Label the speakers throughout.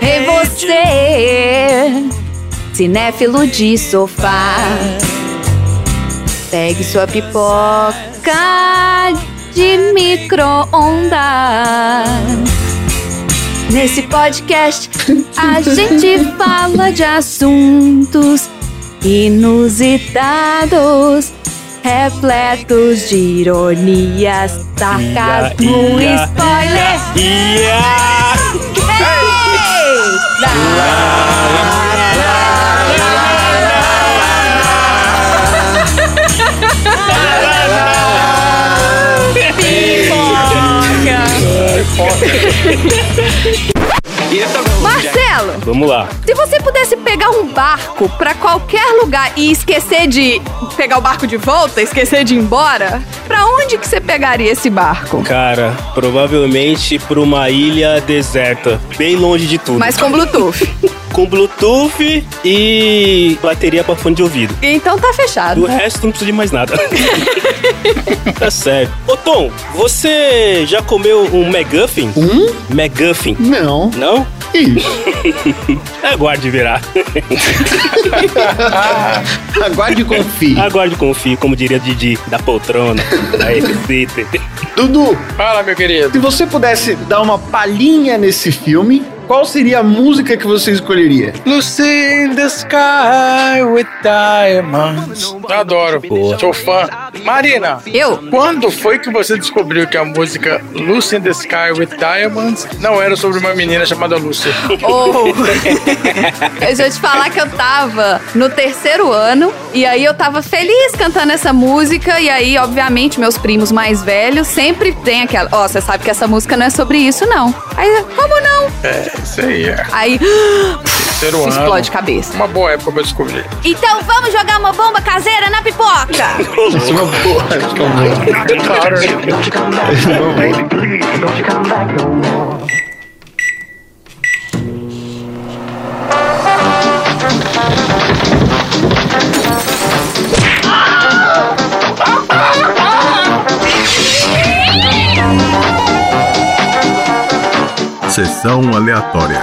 Speaker 1: Ei você, cinéfilo de sofá, pegue sua pipoca de micro-ondas. Nesse podcast a gente fala de assuntos inusitados, repletos de ironias, sarcasmo,
Speaker 2: ia,
Speaker 1: spoiler.
Speaker 2: Ia!
Speaker 1: Marcelo,
Speaker 2: Vamos lá.
Speaker 1: se você pudesse pegar um barco pra qualquer lugar e esquecer de pegar o barco de volta, esquecer de ir embora, pra onde que você pegaria esse barco?
Speaker 2: Cara, provavelmente pra uma ilha deserta, bem longe de tudo.
Speaker 1: Mas com Bluetooth.
Speaker 2: Com Bluetooth e bateria pra fone de ouvido.
Speaker 1: Então tá fechado.
Speaker 2: Do resto não precisa de mais nada. tá certo. Ô Tom, você já comeu um McGuffin?
Speaker 3: Hum?
Speaker 4: Um?
Speaker 2: McGuffin,
Speaker 3: Não.
Speaker 2: não?
Speaker 3: Que isso?
Speaker 2: Aguarde verá.
Speaker 3: Aguarde e confie.
Speaker 2: Aguarde e confie, como diria Didi, da poltrona, da Twitter.
Speaker 3: Dudu,
Speaker 4: Fala, meu querido.
Speaker 3: se você pudesse dar uma palhinha nesse filme, qual seria a música que você escolheria?
Speaker 4: Lucy in the sky with diamonds. Adoro.
Speaker 2: Boa.
Speaker 4: Sou fã. Marina,
Speaker 1: Eu?
Speaker 4: quando foi que você descobriu que a música Lucy in the sky with diamonds não era sobre uma menina chamada Lucy?
Speaker 1: Ou. eu já te falar que eu tava no terceiro ano e aí eu tava feliz cantando essa música. E aí, obviamente, meus primos mais velhos sempre tem aquela. Ó, você sabe que essa música não é sobre isso, não. Aí, como não?
Speaker 4: É, isso aí é.
Speaker 1: Aí.
Speaker 4: Terceiro ano.
Speaker 1: Explode cabeça.
Speaker 4: Uma boa época pra eu descobrir.
Speaker 1: Então vamos jogar uma bomba caseira na pipoca!
Speaker 3: Isso é uma boa. Acho que é uma boa.
Speaker 4: Claro.
Speaker 5: Sessão aleatória.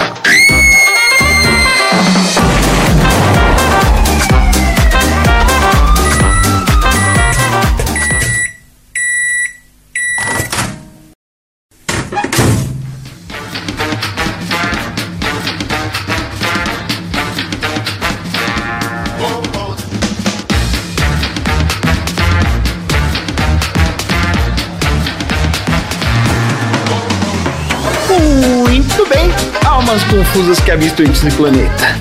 Speaker 3: Muito bem. Almas confusas que habitam esse planeta.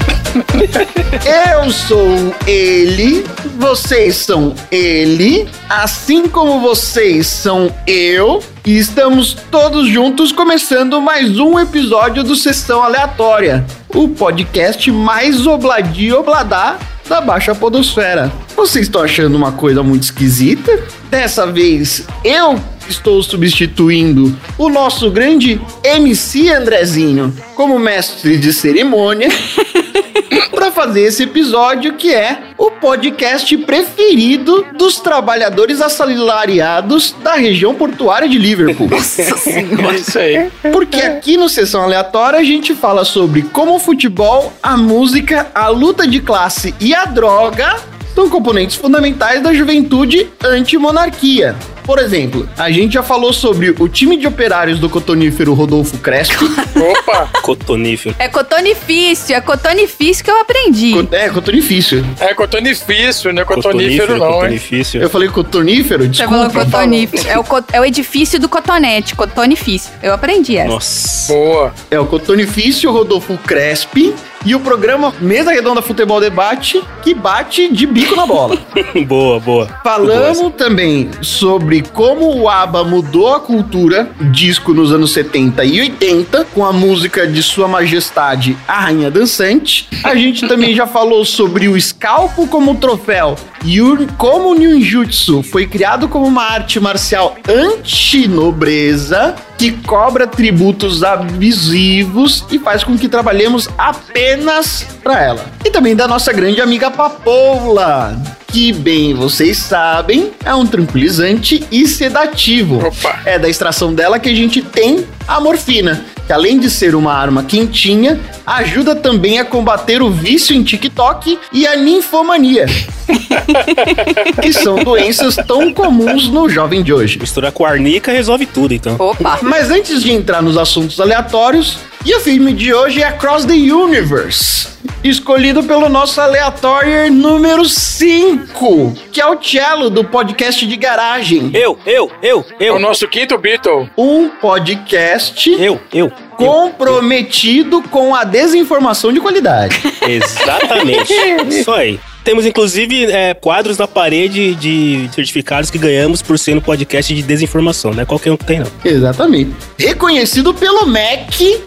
Speaker 3: Eu sou ele, vocês são ele, assim como vocês são eu, e estamos todos juntos começando mais um episódio do Sessão Aleatória, o podcast mais obladi e obladá da Baixa Podosfera. Vocês estão achando uma coisa muito esquisita? Dessa vez eu estou substituindo o nosso grande MC Andrezinho como mestre de cerimônia para fazer esse episódio que é o podcast preferido dos trabalhadores assalariados da região portuária de Liverpool.
Speaker 4: É isso aí.
Speaker 3: Porque aqui no Sessão Aleatória a gente fala sobre como o futebol, a música, a luta de classe e a droga são componentes fundamentais da juventude anti-monarquia. Por exemplo, a gente já falou sobre o time de operários do cotonífero Rodolfo Crespo.
Speaker 4: Opa,
Speaker 2: Cotonífero.
Speaker 1: É cotonifício, é cotonifício que eu aprendi.
Speaker 3: Co- é, cotonifício.
Speaker 4: é cotonifício, não é cotonífero não, hein?
Speaker 2: cotonifício.
Speaker 3: Eu falei cotonífero?
Speaker 1: Você
Speaker 3: Desculpa.
Speaker 1: falou cotonifício. É o, co- é o edifício do cotonete, cotonifício. Eu aprendi essa.
Speaker 2: Nossa.
Speaker 4: Boa.
Speaker 3: É o Cotonifício, Rodolfo Crespi e o programa Mesa Redonda Futebol Debate, que bate de bico na bola.
Speaker 2: boa, boa.
Speaker 3: Falamos também sobre como o ABBA mudou a cultura disco nos anos 70 e 80, com a música de Sua Majestade, a Rainha Dançante. A gente também já falou sobre o scalpo como troféu e o- como o ninjutsu foi criado como uma arte marcial anti-nobreza, que cobra tributos abusivos e faz com que trabalhemos apenas para ela. E também da nossa grande amiga Papoula, que bem vocês sabem, é um tranquilizante e sedativo.
Speaker 4: Opa.
Speaker 3: É da extração dela que a gente tem a morfina, que além de ser uma arma quentinha, ajuda também a combater o vício em TikTok e a ninfomania, que são doenças tão comuns no jovem de hoje.
Speaker 2: Misturar com arnica resolve tudo, então.
Speaker 1: Opa!
Speaker 3: Mas antes de entrar nos assuntos aleatórios, e o filme de hoje é Across the Universe, escolhido pelo nosso aleatório número 5, que é o Cello do podcast de garagem.
Speaker 2: Eu, eu, eu,
Speaker 4: É
Speaker 2: eu,
Speaker 4: o nosso quinto Beatle.
Speaker 3: Um podcast
Speaker 2: eu, eu.
Speaker 3: comprometido com a desinformação de qualidade.
Speaker 2: Exatamente. Isso aí. Temos, inclusive, é, quadros na parede de certificados que ganhamos por ser no podcast de desinformação, né? Qualquer um que tem, não.
Speaker 3: Exatamente. Reconhecido pelo MEC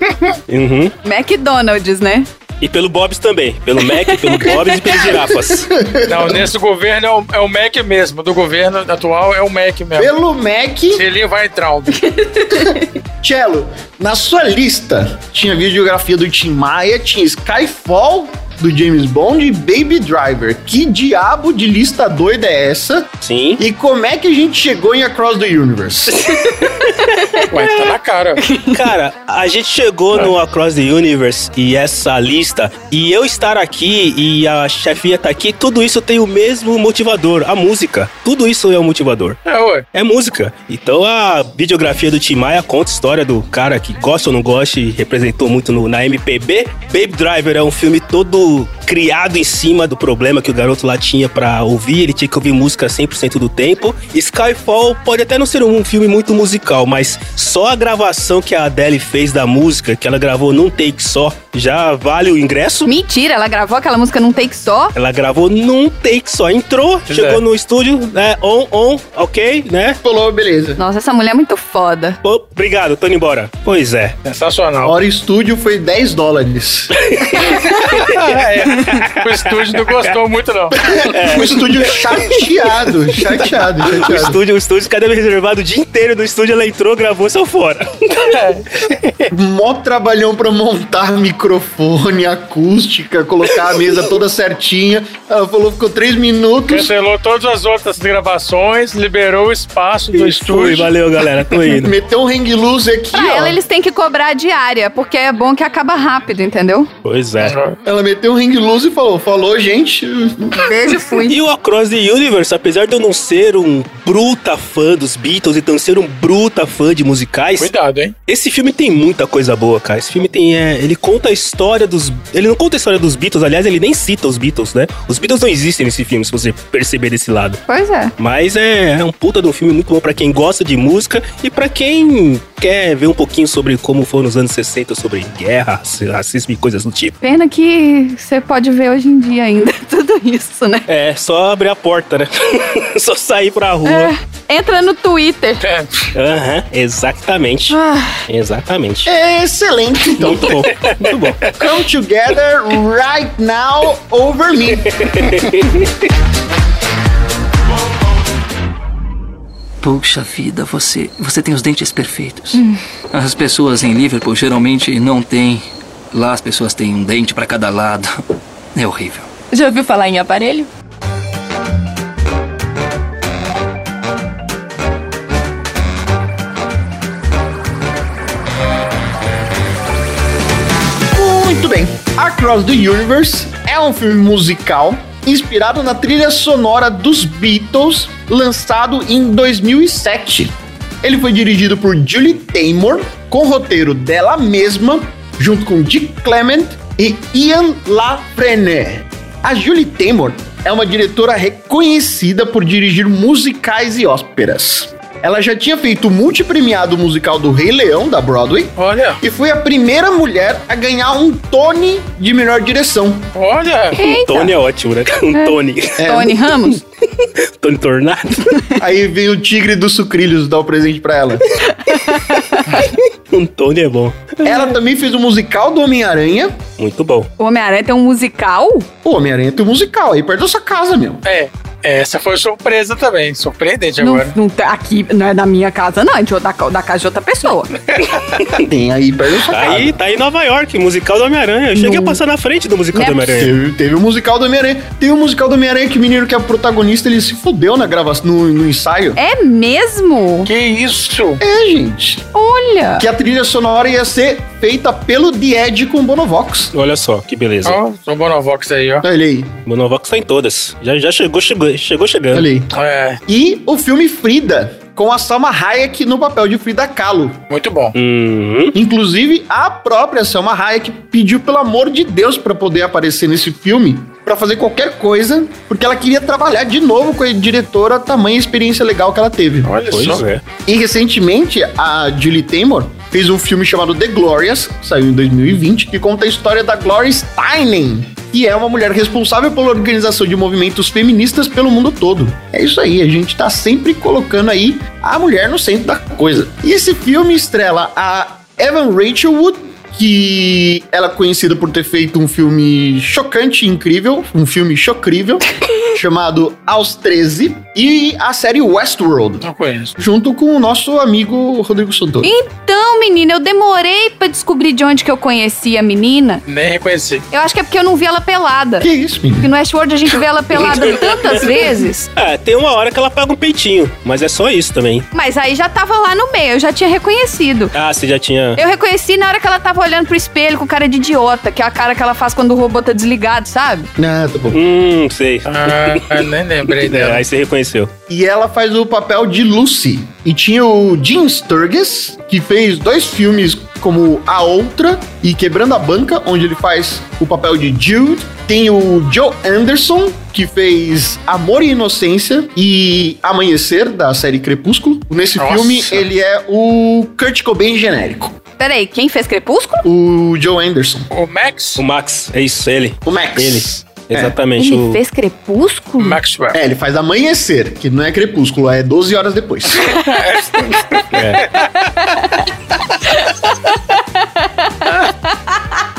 Speaker 2: Uhum.
Speaker 1: McDonald's, né?
Speaker 2: E pelo Bob's também. Pelo Mac, pelo Bob's e pelas girafas.
Speaker 4: Não, nesse governo é o, é o MEC mesmo. Do governo atual é o MEC mesmo.
Speaker 3: Pelo MEC,
Speaker 4: Selinho vai entrar.
Speaker 3: Cello, na sua lista tinha videografia do Tim Maia, tinha Skyfall do James Bond e Baby Driver. Que diabo de lista doida é essa?
Speaker 2: Sim.
Speaker 3: E como é que a gente chegou em Across the Universe?
Speaker 4: Ué,
Speaker 2: É.
Speaker 4: tá na cara.
Speaker 2: Cara, a gente chegou no Across the Universe e essa lista, e eu estar aqui e a chefia tá aqui, tudo isso tem o mesmo motivador, a música. Tudo isso é um motivador.
Speaker 4: É, ué.
Speaker 2: É música. Então a videografia do Tim Maia conta a história do cara que gosta ou não gosta e representou muito no- na MPB. Baby Driver é um filme todo criado em cima do problema que o garoto lá tinha pra ouvir. Ele tinha que ouvir música 100% do tempo. Skyfall pode até não ser um filme muito musical, mas só a gravação que a Adele fez da música, que ela gravou num take só, já vale o ingresso.
Speaker 1: Mentira, ela gravou aquela música num take só.
Speaker 2: Ela gravou num take só, entrou,
Speaker 4: Pois
Speaker 2: chegou
Speaker 4: é.
Speaker 2: no estúdio, né? On, on, ok, né?
Speaker 3: Falou, beleza.
Speaker 1: Nossa, essa mulher é muito foda.
Speaker 2: Obrigado, tô indo embora. Pois é.
Speaker 3: A
Speaker 4: Sensacional.
Speaker 3: hora estúdio foi 10 dólares.
Speaker 4: O estúdio não gostou muito, não.
Speaker 3: O estúdio chateado, chateado,
Speaker 2: O
Speaker 3: chateado.
Speaker 2: estúdio, o estúdio, cadê meu reservado o dia inteiro no estúdio? Ela entrou, gravou, saiu fora.
Speaker 3: Mó trabalhão pra montar microfone, acústica, colocar a mesa toda certinha. Ela falou, ficou 3 minutos.
Speaker 4: Cancelou todas as outras gravações, liberou o espaço do
Speaker 2: Fui,
Speaker 4: estúdio.
Speaker 2: valeu, galera. Tô indo.
Speaker 3: Meteu um hang loose aqui,
Speaker 1: Pra
Speaker 3: ó.
Speaker 1: Ah, ela, eles têm que cobrar a diária, porque é bom que acaba rápido, entendeu?
Speaker 2: Pois é.
Speaker 3: Ela meteu um ring loose e falou: falou, gente.
Speaker 1: Beijo, fui.
Speaker 2: E o Across the Universe, apesar de eu não ser um bruta fã dos Beatles e não ser um bruta fã de musicais,
Speaker 4: Cuidado, hein?
Speaker 2: Esse filme tem muita coisa boa, cara. Esse filme tem. é, ele conta a história dos. Ele não conta a história dos Beatles, aliás, ele nem cita os Beatles, né? Os Beatles não existem nesse filme, se você perceber desse lado.
Speaker 1: Pois é.
Speaker 2: Mas é, é um puta de um filme muito bom pra quem gosta de música e pra quem quer ver um pouquinho sobre como foi nos anos 60, sobre guerra, racismo e coisas do tipo.
Speaker 1: Pena que você pode ver hoje em dia ainda tudo isso, né?
Speaker 2: É, só abrir a porta, né? só sair pra rua.
Speaker 1: É, Entra no Twitter.
Speaker 4: É.
Speaker 2: Aham, exatamente.
Speaker 1: Ah,
Speaker 2: Exatamente.
Speaker 3: Excelente, então.
Speaker 2: Muito bom, muito bom.
Speaker 3: Come together right now over me.
Speaker 6: Puxa vida, você, você tem os dentes perfeitos. As pessoas em Liverpool geralmente não têm. Lá as pessoas têm um dente pra cada lado. É horrível.
Speaker 7: Já ouviu falar em aparelho?
Speaker 3: Muito bem. Across the Universe é um filme musical inspirado na trilha sonora dos Beatles, lançado em 2007. Ele foi dirigido por Julie Taymor, com roteiro dela mesma, junto com Dick Clement e Ian LaFrene. A Julie Taymor é uma diretora reconhecida por dirigir musicais e óperas. Ela já tinha feito o multipremiado musical do Rei Leão, da Broadway,
Speaker 4: Olha,
Speaker 3: e foi a primeira mulher a ganhar um Tony de melhor direção.
Speaker 4: olha.
Speaker 1: eita.
Speaker 2: Tony é ótimo, né? Um Tony.
Speaker 1: Tony Ramos?
Speaker 2: Tony Tornado.
Speaker 3: Aí veio o Tigre dos Sucrilhos dar o presente pra ela.
Speaker 2: Um Tony é bom.
Speaker 3: Ela também fez o musical do Homem-Aranha.
Speaker 2: Muito bom.
Speaker 1: O Homem-Aranha tem um musical?
Speaker 3: O Homem-Aranha tem um musical aí perto da sua casa, meu.
Speaker 4: É. Essa foi surpresa também, surpreendente
Speaker 7: Não,
Speaker 4: agora.
Speaker 7: não tá- aqui não é da minha casa, não, é de outra, ca- da casa de outra pessoa.
Speaker 3: Tá, Tem aí perto da sua
Speaker 2: Tá
Speaker 3: casa.
Speaker 2: aí, tá aí Nova York, musical do Homem-Aranha. Eu cheguei a passar na frente do musical
Speaker 1: Não
Speaker 2: do
Speaker 1: é
Speaker 2: Homem-Aranha.
Speaker 3: Teve, teve o musical do Homem-Aranha. Tem o musical do Homem-Aranha que o menino que é o protagonista, ele se fudeu na gravação, no, no ensaio.
Speaker 1: É mesmo?
Speaker 4: Que isso?
Speaker 3: É, gente.
Speaker 1: Olha!
Speaker 3: Que a trilha sonora ia ser feita pelo The Edge com o Bonovox.
Speaker 2: Olha só, que beleza.
Speaker 4: Ó, o Bonovox aí, ó.
Speaker 3: Olha aí,
Speaker 2: Monovox tá em todas. Já, já chegou, chegou, chegou chegando.
Speaker 3: olha aí.
Speaker 4: É,
Speaker 3: E o filme Frida, com a Salma Hayek no papel de Frida Kahlo.
Speaker 4: muito bom.
Speaker 2: Uhum.
Speaker 3: Inclusive, a própria Selma Hayek pediu, pelo amor de Deus, pra poder aparecer nesse filme, pra fazer qualquer coisa, porque ela queria trabalhar de novo com a diretora, tamanha experiência legal que ela teve.
Speaker 4: Olha
Speaker 2: Pois
Speaker 4: só.
Speaker 2: é.
Speaker 3: E recentemente, a Julie Taymor fez um filme chamado The Glorious, que saiu em 2020, que conta a história da Gloria Steinem, que é uma mulher responsável pela organização de movimentos feministas pelo mundo todo. É isso aí, a gente tá sempre colocando aí a mulher no centro da coisa. E esse filme estrela a Evan Rachel Wood, que ela é conhecida por ter feito um filme chocante e incrível, um filme chocrível, chamado Aos 13, e a série Westworld
Speaker 4: Não conheço.
Speaker 3: junto com o nosso amigo Rodrigo Santoro.
Speaker 1: Então, menina, eu demorei pra descobrir de onde que eu conheci a menina.
Speaker 4: Nem reconheci.
Speaker 1: Eu acho que é porque eu não vi ela pelada.
Speaker 3: Que isso, menino?
Speaker 1: Porque no Westworld a gente vê ela pelada tantas vezes,
Speaker 2: É, tem uma hora que ela paga um peitinho, mas é só isso também.
Speaker 1: mas aí já tava lá no meio, eu já tinha reconhecido.
Speaker 2: Ah, você já tinha.
Speaker 1: Eu reconheci na hora que ela tava olhando pro espelho com cara de idiota, que é a cara que ela faz quando o robô tá desligado, sabe?
Speaker 3: Ah, tá bom.
Speaker 2: Hum, sei.
Speaker 4: Ah, eu nem lembrei
Speaker 2: É,
Speaker 4: dela.
Speaker 2: aí você reconheceu.
Speaker 3: E ela faz o papel de Lucy. E tinha o Jim Sturgis, que fez dois filmes como A Outra e Quebrando a Banca, onde ele faz o papel de Jude. Tem o Joe Anderson, que fez Amor e Inocência e Amanhecer, da série Crepúsculo. Nesse
Speaker 4: Nossa.
Speaker 3: filme, ele é o Kurt Cobain genérico.
Speaker 1: Peraí, quem fez Crepúsculo?
Speaker 3: O Joe Anderson.
Speaker 4: O Max?
Speaker 2: O Max, é isso, ele.
Speaker 3: O Max.
Speaker 2: Ele.
Speaker 3: É.
Speaker 2: Exatamente.
Speaker 1: Ele
Speaker 2: O...
Speaker 1: fez Crepúsculo?
Speaker 4: Maxwell.
Speaker 3: É, ele faz amanhecer, que não é crepúsculo, é 12 horas depois.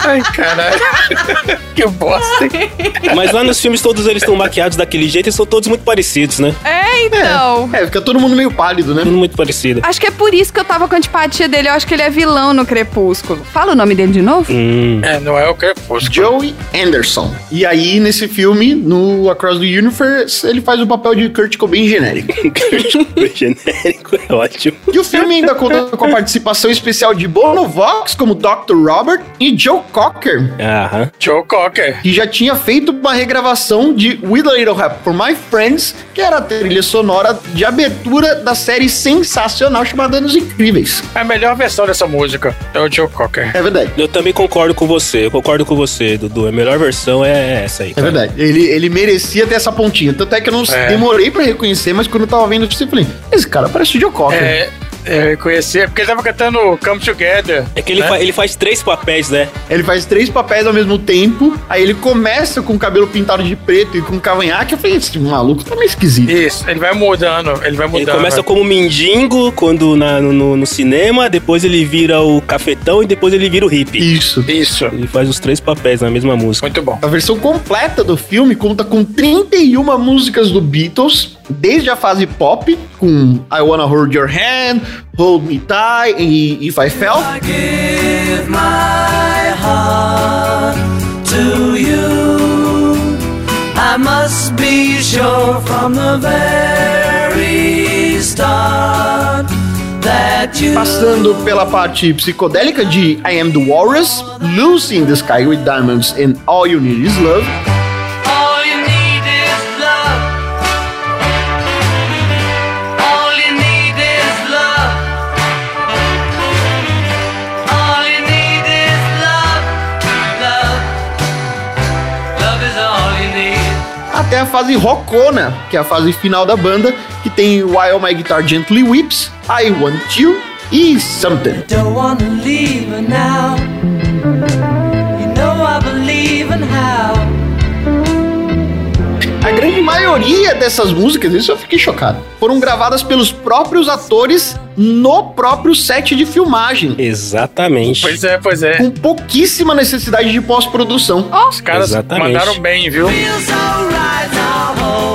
Speaker 4: Ai, caralho. que bosta. hein?
Speaker 2: Mas lá nos filmes todos eles estão maquiados daquele jeito e são todos muito parecidos, né?
Speaker 1: É, então.
Speaker 3: É, fica todo mundo meio pálido, né?
Speaker 2: Tudo muito parecido.
Speaker 1: Acho que é por isso que eu tava com antipatia dele. Eu acho que ele é vilão no Crepúsculo. Fala o nome dele de novo?
Speaker 2: Hum.
Speaker 4: É, não é o Crepúsculo.
Speaker 3: Joey Anderson. E aí, nesse filme, no Across the Universe, ele faz o papel de Kurt Cobain genérico.
Speaker 2: o genérico é ótimo.
Speaker 3: E o filme ainda conta com a participação especial de Bono Vox como Dr. Robert e Joe Cocker,
Speaker 2: Aham.
Speaker 4: Joe Cocker.
Speaker 3: que já tinha feito uma regravação de With a Little Help for My Friends, que era a trilha sonora de abertura da série sensacional chamada Anos Incríveis.
Speaker 4: É A melhor versão dessa música é o Joe Cocker.
Speaker 3: É verdade.
Speaker 2: Eu também concordo com você. Eu concordo com você, Dudu. A melhor versão é essa aí.
Speaker 3: É
Speaker 2: cara.
Speaker 3: verdade. Ele, ele merecia ter essa pontinha. Tanto é que eu não
Speaker 4: É.
Speaker 3: demorei pra reconhecer, mas quando eu tava vendo, eu falei, esse cara parece o Joe Cocker.
Speaker 4: É, é, eu conheci, é porque ele tava cantando Come Together.
Speaker 2: É que ele,
Speaker 4: né?
Speaker 2: fa- ele faz três papéis, né?
Speaker 3: Ele faz três papéis ao mesmo tempo, aí ele começa com o cabelo pintado de preto e com um cavanhaque. Eu falei, esse maluco tá meio esquisito.
Speaker 4: Isso, ele vai mudando, ele vai
Speaker 2: Ele
Speaker 4: mudando.
Speaker 2: começa como mendigo quando na- no, no- no cinema, depois ele vira o cafetão e depois ele vira o hippie.
Speaker 3: Isso.
Speaker 4: Isso,
Speaker 2: Ele faz os três papéis na mesma música.
Speaker 4: muito bom.
Speaker 3: A versão completa do filme conta com 31 músicas do Beatles, desde a fase pop, com I Wanna Hold Your Hand, Hold Me Tight e If I Fell, Passando pela parte psicodélica de I Am the Walrus, Lucy in the Sky with Diamonds and All You Need Is Love. Até a fase rockona, que é a fase final da banda, que tem While My Guitar Gently Weeps, I Want You e Something.
Speaker 8: Don't wanna leave her now. You know I believe in how.
Speaker 3: A grande maioria dessas músicas, isso eu fiquei chocado, foram gravadas pelos próprios atores no próprio set de filmagem,
Speaker 2: Exatamente.
Speaker 4: Pois é, pois é.
Speaker 3: com pouquíssima necessidade de pós-produção.
Speaker 4: Os caras
Speaker 2: Exatamente.
Speaker 4: mandaram bem, viu?
Speaker 8: Feels alright now.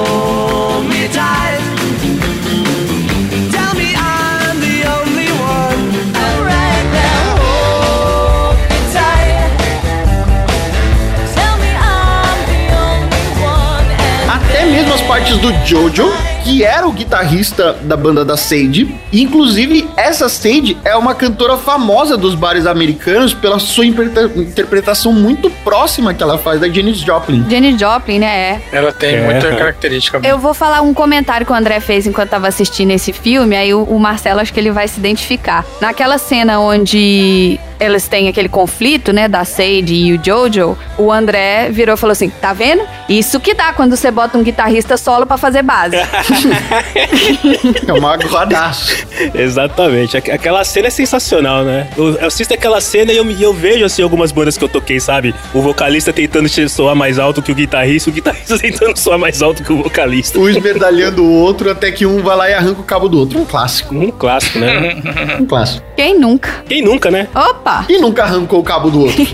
Speaker 3: até mesmo as partes do Jojo, que era o guitarrista da banda da Sage. Inclusive, essa Sage é uma cantora famosa dos bares americanos pela sua interpreta- interpretação muito próxima que ela faz da Janis Joplin.
Speaker 1: Jenny Joplin, né? É.
Speaker 4: Ela tem
Speaker 2: É.
Speaker 4: muita característica.
Speaker 1: Eu vou falar um comentário que o André fez enquanto tava assistindo esse filme, aí o, o Marcelo acho que ele vai se identificar. Naquela cena onde eles têm aquele conflito, né, da Sage e o Jojo, o André virou e falou assim: tá vendo? Isso que dá quando você bota um guitarrista solo pra fazer base.
Speaker 3: É uma guadaço.
Speaker 2: Exatamente. Aqu- Aquela cena é sensacional, né? Eu, eu assisto aquela cena e eu, me- eu vejo, assim, algumas bandas que eu toquei, sabe? O vocalista tentando che- soar mais alto que o guitarrista, o guitarrista tentando soar mais alto que o vocalista.
Speaker 3: Um esmerdalhando o outro até que um vai lá e arranca o cabo do outro. Um clássico,
Speaker 2: Um clássico, né?
Speaker 3: um clássico.
Speaker 1: Quem nunca?
Speaker 2: Quem nunca, né?
Speaker 1: Opa!
Speaker 3: E nunca arrancou o cabo do outro.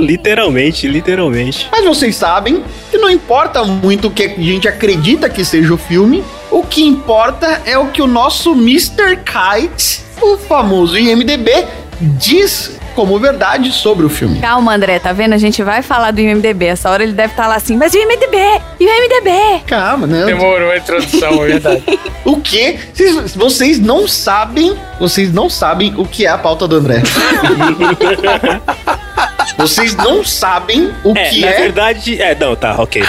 Speaker 2: Literalmente, literalmente.
Speaker 3: Mas vocês sabem que não importa muito o que a gente acredita que seja o filme, o que importa é o que o nosso Mr. Kite, o famoso IMDB, diz como verdade sobre o filme.
Speaker 1: Calma, André, tá vendo? A gente vai falar do IMDB. Essa hora ele deve estar lá assim, mas e o IMDB? E o IMDB?
Speaker 3: Calma, né?
Speaker 4: Demorou a introdução, é verdade.
Speaker 3: O que? Vocês não sabem, vocês não sabem o que é a pauta do André. vocês não sabem o
Speaker 2: É,
Speaker 3: que
Speaker 2: na
Speaker 3: é,
Speaker 2: verdade. É, não, tá, ok.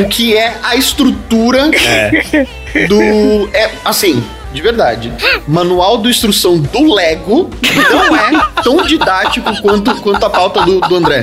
Speaker 3: o que é a estrutura
Speaker 2: É.
Speaker 3: do. É, assim, de verdade. Manual de instrução do Lego não é tão didático quanto, quanto a pauta do, do André.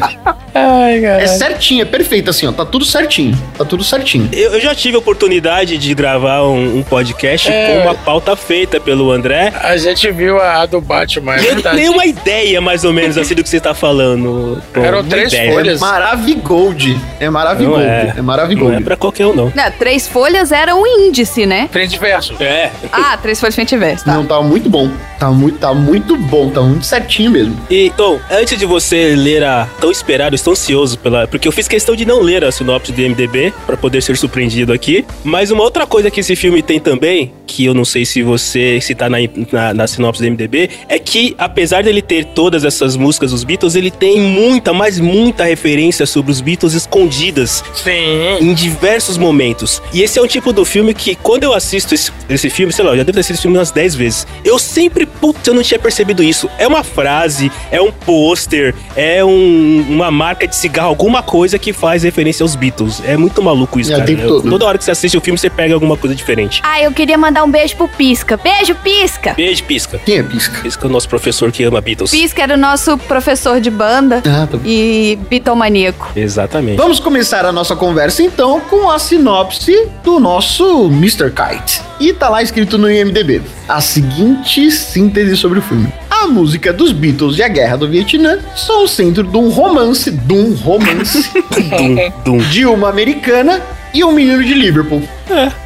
Speaker 4: Ai,
Speaker 3: É
Speaker 4: cara.
Speaker 3: certinho, é perfeito, assim, ó. Tá tudo certinho. Tá tudo certinho.
Speaker 2: Eu, eu já tive a oportunidade de gravar um, um podcast
Speaker 4: É.
Speaker 2: com uma pauta feita pelo André.
Speaker 4: A gente viu a, a do Batman, é
Speaker 2: Eu
Speaker 4: verdade.
Speaker 2: tenho uma ideia, mais ou menos, assim, do que você tá falando. Tom.
Speaker 4: Eram
Speaker 2: Uma
Speaker 4: três
Speaker 2: ideia.
Speaker 4: folhas.
Speaker 3: É
Speaker 4: Beleza.
Speaker 3: maravigold. É
Speaker 2: Não
Speaker 3: maravigold.
Speaker 2: é.
Speaker 3: É
Speaker 2: Não é
Speaker 3: maravigold.
Speaker 2: pra qualquer um, não.
Speaker 1: Não, três folhas era um índice, né?
Speaker 4: Frente e verso.
Speaker 2: É.
Speaker 1: Ah, três folhas frente e verso, tá.
Speaker 3: Não, tá muito bom. Tá muito, tá muito bom. Tá muito certinho mesmo.
Speaker 2: E, Tom, antes de você ler a tão esperado, estou ansioso pela. Porque eu fiz questão de não ler a sinopse do MDB pra poder ser surpreendido aqui. Mas uma outra coisa que esse filme tem também, que eu não sei se você se tá na, na, na sinopse do MDB, é que apesar dele ter todas essas músicas dos Beatles, ele tem muita, mas muita referência sobre os Beatles escondidas
Speaker 4: Sim.
Speaker 2: em diversos momentos. E esse é um tipo do filme que, quando eu assisto esse, esse filme, sei lá, eu já devo ter assistido esse filme umas 10 vezes. Eu sempre, putz, eu não tinha percebido isso. É uma frase, é um pôster, é um- uma marca de cigarro, alguma coisa que faz referência aos Beatles. É muito maluco isso,
Speaker 3: É, o
Speaker 2: cara.
Speaker 3: tempo
Speaker 2: Eu-
Speaker 3: todo.
Speaker 2: toda hora que você assiste o filme, você pega alguma coisa diferente.
Speaker 1: Ah, eu queria mandar um beijo pro Pisca. Beijo, Pisca!
Speaker 2: Beijo, Pisca.
Speaker 3: Quem é pisca?
Speaker 2: Pisca é o nosso professor que ama Beatles.
Speaker 1: Pisca era o nosso professor de banda
Speaker 3: Ah, tá bom.
Speaker 1: e bitomaníaco.
Speaker 2: Exatamente.
Speaker 3: Vamos começar a nossa conversa então com a sinopse do nosso Mr. Kite. E tá lá escrito no IMDB a seguinte síntese sobre o filme. A música dos Beatles e a Guerra do Vietnã são o centro de um romance, de um romance,
Speaker 2: Dum, dum.
Speaker 3: de uma americana e um menino de Liverpool.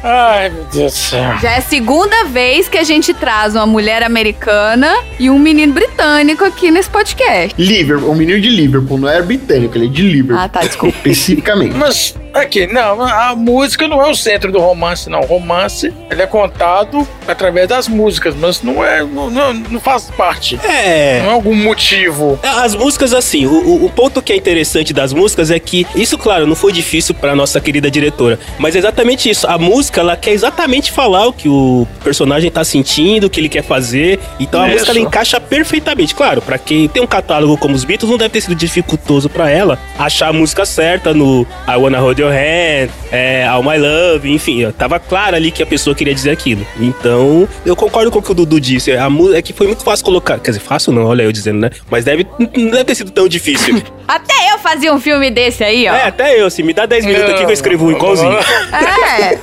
Speaker 4: Ai, meu Deus do céu.
Speaker 1: Já é a segunda vez que a gente traz uma mulher americana e um menino britânico aqui nesse podcast.
Speaker 3: Liverpool, um menino de Liverpool, não era britânico, ele é de Liverpool.
Speaker 1: Ah, tá, desculpa.
Speaker 3: Especificamente.
Speaker 4: Mas, aqui, não, a música não é o centro do romance, não. O romance, ele é contado através das músicas, mas não é, não, não- não faz parte.
Speaker 2: É.
Speaker 4: Não é algum motivo.
Speaker 2: As músicas, assim, o- o, o ponto que é interessante das músicas é que, isso, claro, não foi difícil pra nossa querida diretora, mas é exatamente isso. A música, ela quer exatamente falar o que o personagem tá sentindo, o que ele quer fazer. Então a
Speaker 4: Isso.
Speaker 2: música ela encaixa perfeitamente. Claro, pra quem tem um catálogo como os Beatles, não deve ter sido dificultoso pra ela achar a música certa no I Wanna Hold Your Hand, é, All My Love, enfim, ó, tava claro ali que a pessoa queria dizer aquilo. Então, eu concordo com o que o Dudu disse. A mu- é que foi muito fácil colocar. Quer dizer, fácil não, olha eu dizendo, né? Mas deve, não deve ter sido tão difícil.
Speaker 1: Até eu fazia um filme desse aí, ó.
Speaker 2: é, até eu, se me dá 10 minutos aqui que eu escrevo um igualzinho.
Speaker 1: É.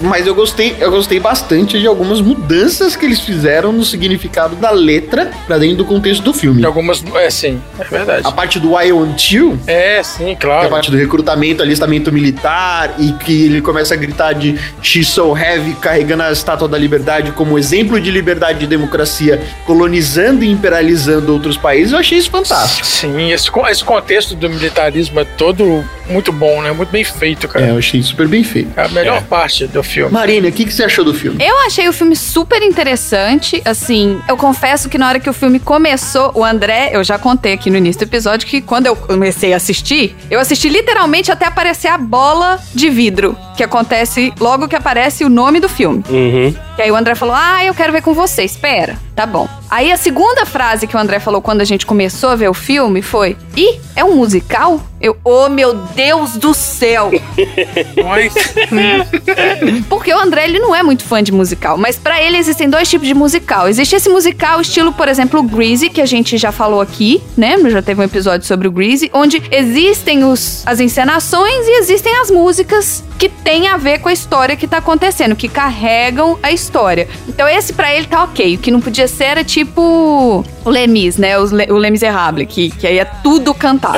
Speaker 3: Mas eu gostei, eu gostei bastante de algumas mudanças que eles fizeram no significado da letra pra dentro do contexto do filme.
Speaker 4: De algumas. É, sim, é verdade.
Speaker 3: A parte do I Want You,
Speaker 2: Ah.
Speaker 4: É, sim,
Speaker 3: que é a
Speaker 4: claro.
Speaker 3: parte do recrutamento, alistamento militar, e que ele começa a gritar de She's so heavy, carregando a estátua da liberdade como exemplo de liberdade e democracia, colonizando e imperializando outros países, eu achei isso fantástico.
Speaker 4: Sim, esse, co- esse contexto do militarismo é todo muito bom, né? Muito bem feito,
Speaker 3: É,
Speaker 4: cara.
Speaker 3: eu achei super bem feito.
Speaker 4: É, a melhor
Speaker 2: É.
Speaker 4: parte do filme.
Speaker 3: Marina, o que, que você achou do filme?
Speaker 1: Eu achei o filme super interessante, assim, eu confesso que na hora que o filme começou, o André, eu já contei aqui no início do episódio que quando eu comecei a assistir, eu assisti literalmente até aparecer a bola de vidro, que acontece logo que aparece o nome do filme.
Speaker 2: Uhum.
Speaker 1: Que aí o André falou: Ah, eu quero ver com você, espera. Tá bom. Aí a segunda frase que o André falou quando a gente começou a ver o filme foi: Ih, é um musical? Eu, oh meu Deus do céu!
Speaker 4: Mas, né,
Speaker 1: Porque o André, ele não é muito fã de musical, mas pra ele existem dois tipos de musical. Existe esse musical estilo, por exemplo, o Greasy, que a gente já falou aqui, né? Já teve um episódio sobre o Greasy, onde existem os, as encenações e existem as músicas que têm a ver com a história que tá acontecendo, que carregam a história. Então esse pra ele tá ok. O que não podia ser era tipo o Lemis, né? Os Le, o Lemis Errable, que, que aí é tudo cantado.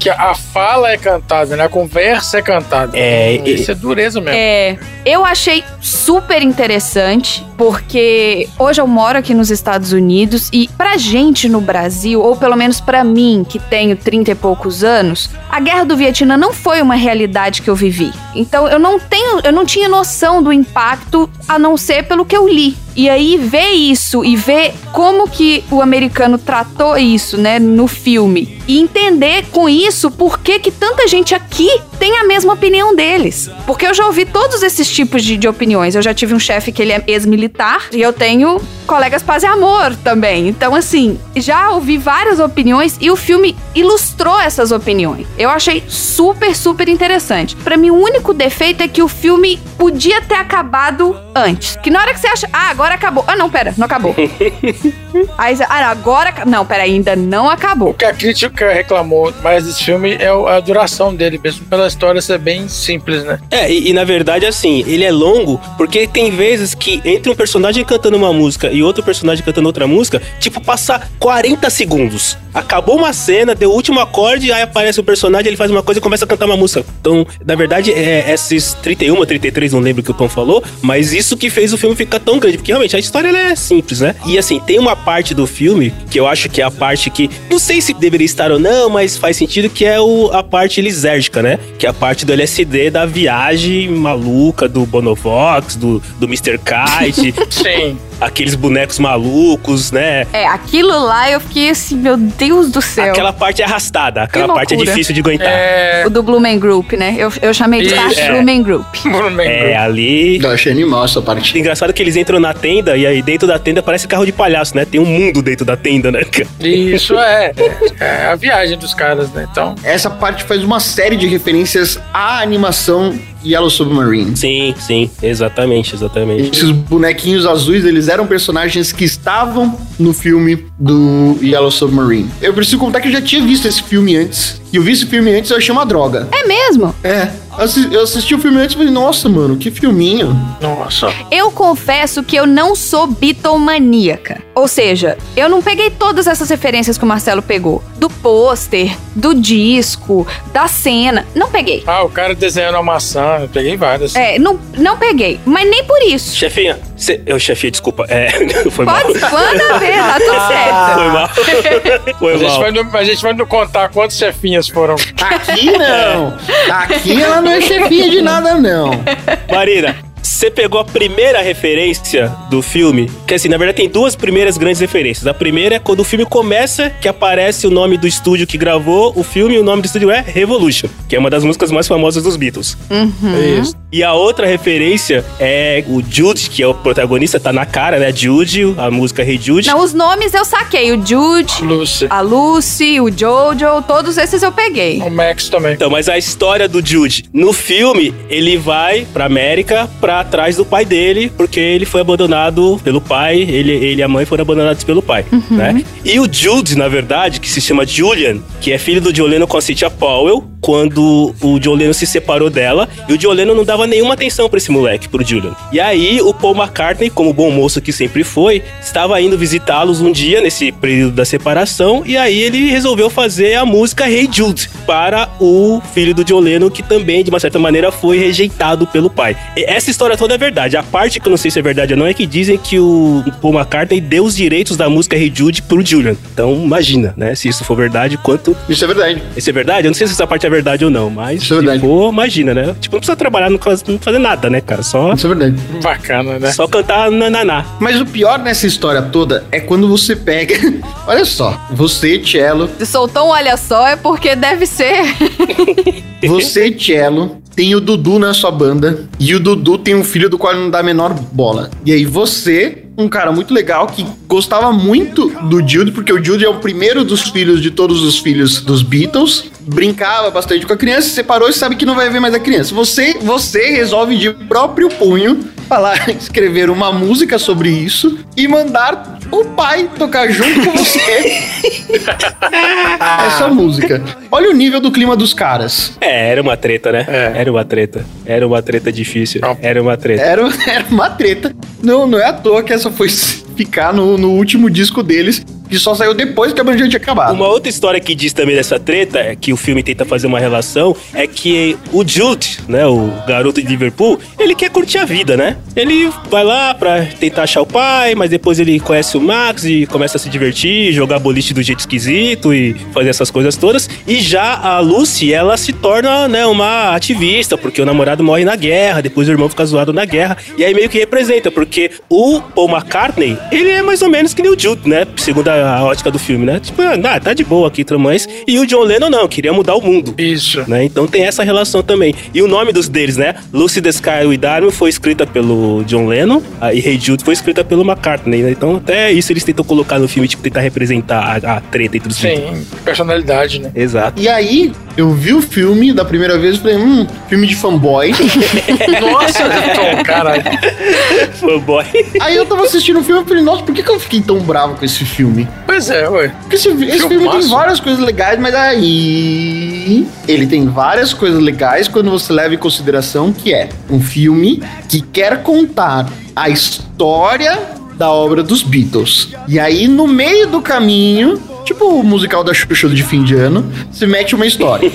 Speaker 4: que a fala é cantada, né? A conversa é cantada.
Speaker 2: É, e-
Speaker 4: Isso é dureza mesmo.
Speaker 1: É, eu achei super interessante, porque hoje eu moro aqui nos Estados Unidos e pra gente no Brasil, ou pelo menos pra mim, que tenho 30 e poucos anos, a guerra do Vietnã não foi uma realidade que eu vivi. Então eu não tenho, eu não tinha noção do impacto a não ser pelo que eu li. E aí ver isso e ver como que o americano tratou isso, né, no filme e entender com isso por que que tanta gente aqui tem a mesma opinião deles. Porque eu já ouvi todos esses tipos de, de opiniões. Eu já tive um chefe que ele é ex-militar e eu tenho colegas paz e amor também. Então, assim, já ouvi várias opiniões e o filme ilustrou essas opiniões. Eu achei super, super interessante. Pra mim, o único defeito é que o filme podia ter acabado antes. Que na hora que você acha, ah, agora acabou. Ah, não, pera, não acabou. Aí você, ah, agora. ac- Não, pera, ainda não acabou.
Speaker 4: O que a crítica reclamou mais desse filme é o- a duração dele, mesmo pela história ser bem simples, né?
Speaker 2: É, e, e na verdade, assim, ele é longo porque tem vezes que entre um personagem cantando uma música e outro personagem cantando outra música, tipo, passa 40 segundos. Acabou uma cena, deu o último acorde, aí aparece o personagem, ele faz uma coisa e começa a cantar uma música. Então, na verdade, é, esses 31, 33, não lembro o que o Tom falou, mas isso que fez o filme ficar tão grande, porque realmente a história ela é simples, né? E assim, tem uma parte do filme que eu acho que é a parte que, não sei se deveria estar ou não, mas faz sentido, que é o, a parte lisérgica, né? Que é a parte do LSD da viagem maluca do Bonovox, do, do Mr. Kite,
Speaker 4: Sim.
Speaker 2: aqueles bonecos malucos, né?
Speaker 1: É, aquilo lá eu fiquei assim, meu Deus do céu.
Speaker 2: Aquela parte é arrastada, aquela parte é
Speaker 1: loucura.
Speaker 2: difícil de aguentar.
Speaker 4: É.
Speaker 1: O do Blumen Group, né? Eu, eu chamei de
Speaker 4: Isso,
Speaker 1: Dark
Speaker 2: é.
Speaker 1: Blumen Group.
Speaker 2: É,
Speaker 4: É.
Speaker 2: ali.
Speaker 3: Eu achei animal essa parte.
Speaker 2: Engraçado que eles entram na tenda e aí dentro da tenda parece carro de palhaço, né? Tem um mundo dentro da tenda, né?
Speaker 4: Isso é, é. É a viagem dos caras, né? Então,
Speaker 3: Essa parte faz uma série de referências à animação Yellow Submarine.
Speaker 2: Sim, sim, exatamente, exatamente.
Speaker 3: Esses bonequinhos azuis, eles eram personagens que estavam no filme do Yellow Submarine. Eu preciso contar que eu já tinha visto esse filme antes. E eu vi esse filme antes e eu achei uma droga.
Speaker 1: É mesmo?
Speaker 3: É. eu assi- Eu assisti o filme antes e falei, nossa, mano, que filminho.
Speaker 4: nossa.
Speaker 1: Eu confesso que eu não sou bitomaníaca. Ou seja, eu não peguei todas essas referências que o Marcelo pegou. Do pôster, do disco, da cena. Não peguei.
Speaker 4: Ah, o cara desenhando a maçã, eu peguei várias.
Speaker 1: É, não, não peguei. Mas nem por isso.
Speaker 2: Chefinha, cê... eu, chefinha, desculpa. É, foi mal.
Speaker 1: Pode, manda ver, tá tudo certo.
Speaker 2: Foi mal.
Speaker 4: A
Speaker 2: Foi
Speaker 4: gente,
Speaker 2: mal.
Speaker 4: vai no, a gente vai no contar quantas chefinhas foram.
Speaker 3: Aqui não. Aqui ela não é chefinha de nada, não.
Speaker 2: Marina, você pegou a primeira referência do filme? Que assim, na verdade tem duas primeiras grandes referências. A primeira é quando o filme começa, que aparece o nome do estúdio que gravou o filme, e o nome do estúdio é Revolution, que é uma das músicas mais famosas dos Beatles.
Speaker 4: É Isso.
Speaker 2: E a outra referência é o Jude, que é o protagonista, tá na cara, né? Jude, a música Hey Jude.
Speaker 1: Não, os nomes eu saquei. O Jude,
Speaker 4: Lucy.
Speaker 1: a Lucy, o Jojo, todos esses eu peguei.
Speaker 4: O Max também.
Speaker 2: Então, mas a história do Jude. No filme, ele vai pra América pra trás do pai dele, porque ele foi abandonado pelo pai, ele, ele e a mãe foram abandonados pelo pai, né? E o Jude, na verdade, que se chama Julian, que é filho do Joleno com a Cynthia Powell, quando o Joleno se separou dela, e o Joleno não dava nenhuma atenção pra esse moleque, pro Julian. E aí, o Paul McCartney, como bom moço que sempre foi, estava indo visitá-los um dia nesse período da separação, e aí ele resolveu fazer a música Hey Jude para o filho do John Lennon, que também, de uma certa maneira, foi rejeitado pelo pai. E essa história toda é verdade. A parte que eu não sei se é verdade ou não é que dizem que o Paul McCartney deu os direitos da música Hey Jude pro Julian. Então, imagina, né? Se isso for verdade, quanto.
Speaker 3: Isso é verdade.
Speaker 2: Isso é verdade? Eu não sei se essa parte é é verdade ou não, mas
Speaker 3: Isso é verdade.
Speaker 2: se for, imagina, né? Tipo, não precisa trabalhar, não faz- não fazer nada, né, cara? Só,
Speaker 3: Isso é verdade.
Speaker 4: Bacana, né?
Speaker 2: só cantar nananá.
Speaker 3: Mas o pior nessa história toda é quando você pega. Olha só, você, cello,
Speaker 1: Se soltou um olha só, é porque deve ser.
Speaker 3: você, cello, tem o Dudu na sua banda e o Dudu tem um filho do qual ele não dá a menor bola. E aí você, um cara muito legal que gostava muito do Jude, porque o Jude é o primeiro dos filhos de todos os filhos dos Beatles, brincava bastante com a criança, se separou e sabe que não vai ver mais a criança. Você, você resolve de próprio punho falar, escrever uma música sobre isso e mandar o pai tocar junto com você essa música. Olha o nível do clima dos caras.
Speaker 2: É, era uma treta, né?
Speaker 4: É.
Speaker 2: Era uma treta. Era uma treta difícil.
Speaker 4: Não. É
Speaker 2: Era uma treta.
Speaker 3: Era, era uma treta. Não, não é à toa que essa foi ficar no, no último disco deles, que só saiu depois que a banda já tinha acabado.
Speaker 2: Uma outra história que diz também dessa treta, é que o filme tenta fazer uma relação, é que o Jude, né, o garoto de Liverpool, ele quer curtir a vida, né? Ele vai lá pra tentar achar o pai, mas depois ele conhece o Max e começa a se divertir, jogar boliche do jeito esquisito e fazer essas coisas todas. E já a Lucy, ela se torna, né, uma ativista, porque o namorado morre na guerra, depois o irmão fica zoado na guerra, e aí meio que representa, porque o Paul McCartney, ele é mais ou menos que nem o Jude, né? Segundo a a ótica do filme, né? Tipo, ah, tá de boa aqui, tramãs. E o John Lennon não, queria mudar o mundo.
Speaker 4: Isso.
Speaker 2: Né? Então tem essa relação também. E o nome dos deles, né? Lucy the Sky with Army foi escrita pelo John Lennon a- e Hey Jude foi escrita pelo McCartney, né? Então até isso eles tentam colocar no filme, tipo, tentar representar a, a treta entre os Beatles.
Speaker 4: Sim, personalidade, né?
Speaker 2: Exato.
Speaker 3: E aí, eu vi o filme da primeira vez e falei, hum, filme de fanboy.
Speaker 4: Nossa, então, caralho.
Speaker 2: Fanboy.
Speaker 3: aí eu tava assistindo o filme e falei, nossa, por que, que eu fiquei tão bravo com esse filme?
Speaker 4: Pois é, ué.
Speaker 3: Porque esse, esse
Speaker 4: Filmaço.
Speaker 3: filme tem várias coisas legais, mas aí. Ele tem várias coisas legais quando você leva em consideração que é um filme que quer contar a história da obra dos Beatles. E aí, no meio do caminho, tipo o musical da Xuxa de fim de ano, se mete uma história.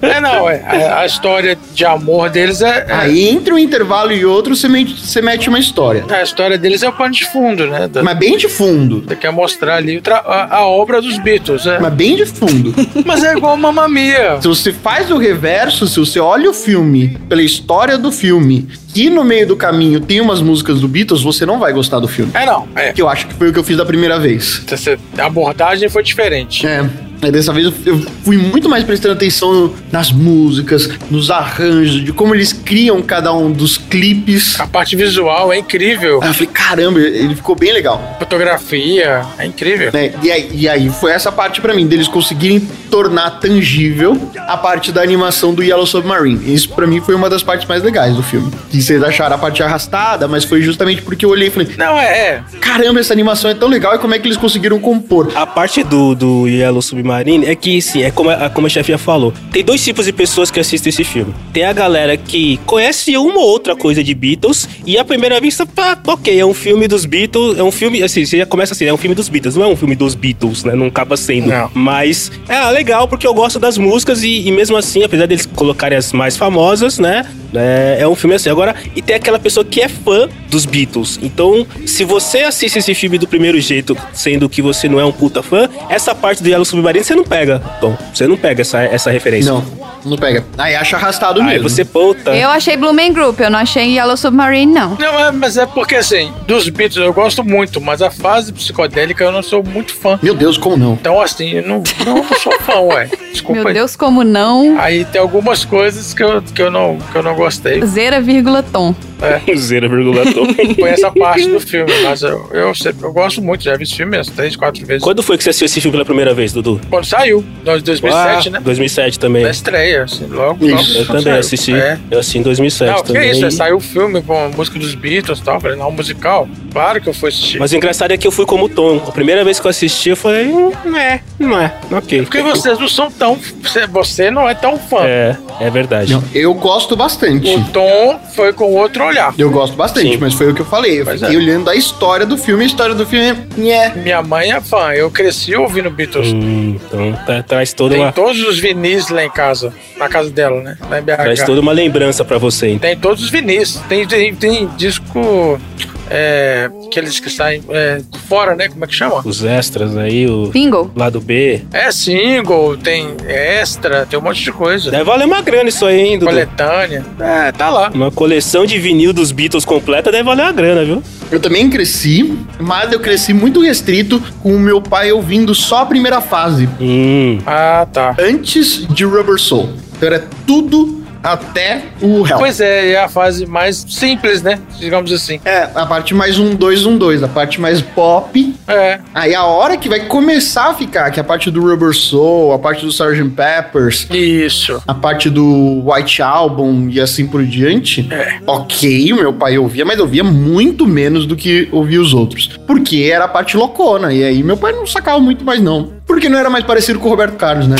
Speaker 4: É, não, ué. A, a história de amor deles é. é-
Speaker 3: aí, entre um intervalo e outro, você mete, você mete uma história.
Speaker 4: a história deles é o pano de fundo, né? Da,
Speaker 3: Mas bem de fundo.
Speaker 4: Você quer mostrar ali o tra- a, a obra dos Beatles, né?
Speaker 3: Mas bem de fundo.
Speaker 4: Mas é igual Mamma Mia.
Speaker 3: Se você faz o reverso, se você olha o filme pela história do filme, que no meio do caminho tem umas músicas do Beatles, você não vai gostar do filme.
Speaker 4: É, não. É.
Speaker 3: Que eu acho que foi o que eu fiz da primeira vez.
Speaker 4: Essa- A abordagem foi diferente.
Speaker 3: É. Aí dessa vez eu- eu fui muito mais prestando atenção nas músicas, nos arranjos, de como eles criam cada um dos clipes.
Speaker 4: A parte visual é incrível.
Speaker 3: Aí eu falei, caramba, ele ficou bem legal.
Speaker 4: A fotografia é incrível.
Speaker 3: né? E, aí, e aí foi essa parte pra mim, deles conseguirem tornar tangível a parte da animação do Yellow Submarine. Isso pra mim foi uma das partes mais legais do filme. Que vocês acharam a parte arrastada, mas foi justamente porque eu olhei e falei:
Speaker 4: Não, é, é.
Speaker 3: caramba, essa animação é tão legal e como é que eles conseguiram compor?
Speaker 2: A parte do, do Yellow Submarine é que, sim, é como a, como a chefinha falou. Tem dois tipos de pessoas que assistem esse filme. Tem a galera que conhece uma ou outra coisa de Beatles e à primeira vista, pá, ok, é um filme dos Beatles, é um filme, assim, você já começa assim, é um filme dos Beatles, não é um filme dos Beatles, né? Não acaba sendo.
Speaker 4: Não.
Speaker 2: Mas é legal porque eu gosto das músicas e, e mesmo assim, apesar deles colocarem as mais famosas, né? É, é um filme assim. Agora, e tem aquela pessoa que é fã dos Beatles. Então, se você assiste esse filme do primeiro jeito, sendo que você não é um puta fã, essa parte do Yellow Submarino você não pega. Bom, você não pega essa, essa referência.
Speaker 3: Não, não pega. Aí acha arrastado
Speaker 2: Aí
Speaker 3: mesmo.
Speaker 2: você puta.
Speaker 1: Eu achei Blue Man Group, eu não achei Yellow Submarine, não.
Speaker 4: Não, é, mas é porque assim, dos Beatles eu gosto muito, mas a fase psicodélica eu não sou muito fã.
Speaker 3: Meu Deus, como não?
Speaker 4: Então, assim, eu não, não, eu não sou fã, ué. Desculpa
Speaker 1: Meu
Speaker 4: aí.
Speaker 1: Deus, como não?
Speaker 4: Aí tem algumas coisas que eu, que eu, não, que eu não gostei.
Speaker 1: Zera, vírgula, tom.
Speaker 2: Zero vírgula tom.
Speaker 4: Foi essa parte do filme, mas eu, eu, sempre- eu gosto muito, já vi esse filme umas três, quatro vezes. Quando,
Speaker 2: Quando foi que você assistiu esse filme pela primeira vez, Dudu?
Speaker 4: saiu, nós de 2007,
Speaker 2: Ah,
Speaker 4: né?
Speaker 2: 2007 também.
Speaker 4: Na estreia, assim, logo, logo.
Speaker 3: Isso,
Speaker 2: Eu
Speaker 4: quando
Speaker 2: também
Speaker 4: saiu.
Speaker 2: assisti.
Speaker 4: É.
Speaker 2: Eu assisti em 2007
Speaker 4: Não, que
Speaker 2: também.
Speaker 4: isso, é, saiu o filme com a música dos Beatles e tal, falei, não, musical, claro que eu fui assistir.
Speaker 2: Mas o engraçado é que eu fui como Tom. A primeira vez que eu assisti, eu falei, "Hum, não é, não é, ok.
Speaker 4: Porque vocês não são tão, você- você não é tão fã.
Speaker 2: É, é verdade.
Speaker 3: Não, eu gosto bastante.
Speaker 4: O Tom foi com outro olhar.
Speaker 3: Eu gosto bastante,
Speaker 2: Sim.
Speaker 3: mas foi o que eu falei. Eu
Speaker 4: Pois
Speaker 3: fiquei
Speaker 4: é.
Speaker 3: olhando a história do filme, a história do filme é. nhé.
Speaker 4: Minha mãe é fã, eu cresci ouvindo Beatles.
Speaker 2: Hum, então tá- traz toda
Speaker 4: Tem
Speaker 2: uma,
Speaker 4: todos os vinis lá em casa, na casa dela, né? Lá em BH.
Speaker 2: traz toda uma lembrança pra você. então.
Speaker 4: Tem todos os vinis. Tem, tem, tem disco é, aqueles que saem é, fora, né? Como é que chama?
Speaker 2: Os extras aí, o
Speaker 1: Single.
Speaker 2: lado B.
Speaker 4: É single, tem extra, tem um monte de coisa.
Speaker 2: Deve valer uma grana isso aí, hein, Dudu?
Speaker 4: Coletânea. É, tá lá.
Speaker 2: Uma coleção de vinil dos Beatles completa deve valer uma grana, viu?
Speaker 3: Eu também cresci, mas eu cresci muito restrito com o meu pai ouvindo só a primeira fase,
Speaker 2: Hum.
Speaker 4: Ah, tá.
Speaker 3: antes de Rubber Soul. Então era tudo até o Hell.
Speaker 4: Pois é, é a fase mais simples, né? Digamos assim.
Speaker 3: É, a parte mais um, dois, um, dois, a parte mais pop.
Speaker 4: É.
Speaker 3: Aí a hora que vai começar a ficar, que é a parte do Rubber Soul, a parte do Sgt. Peppers,
Speaker 4: Isso.
Speaker 3: a parte do White Album e assim por diante. Ok, o meu pai ouvia, mas ouvia muito menos do que ouvia os outros. Porque era a parte loucona, e aí meu pai não sacava muito mais não. Porque não era mais parecido com o Roberto Carlos, né?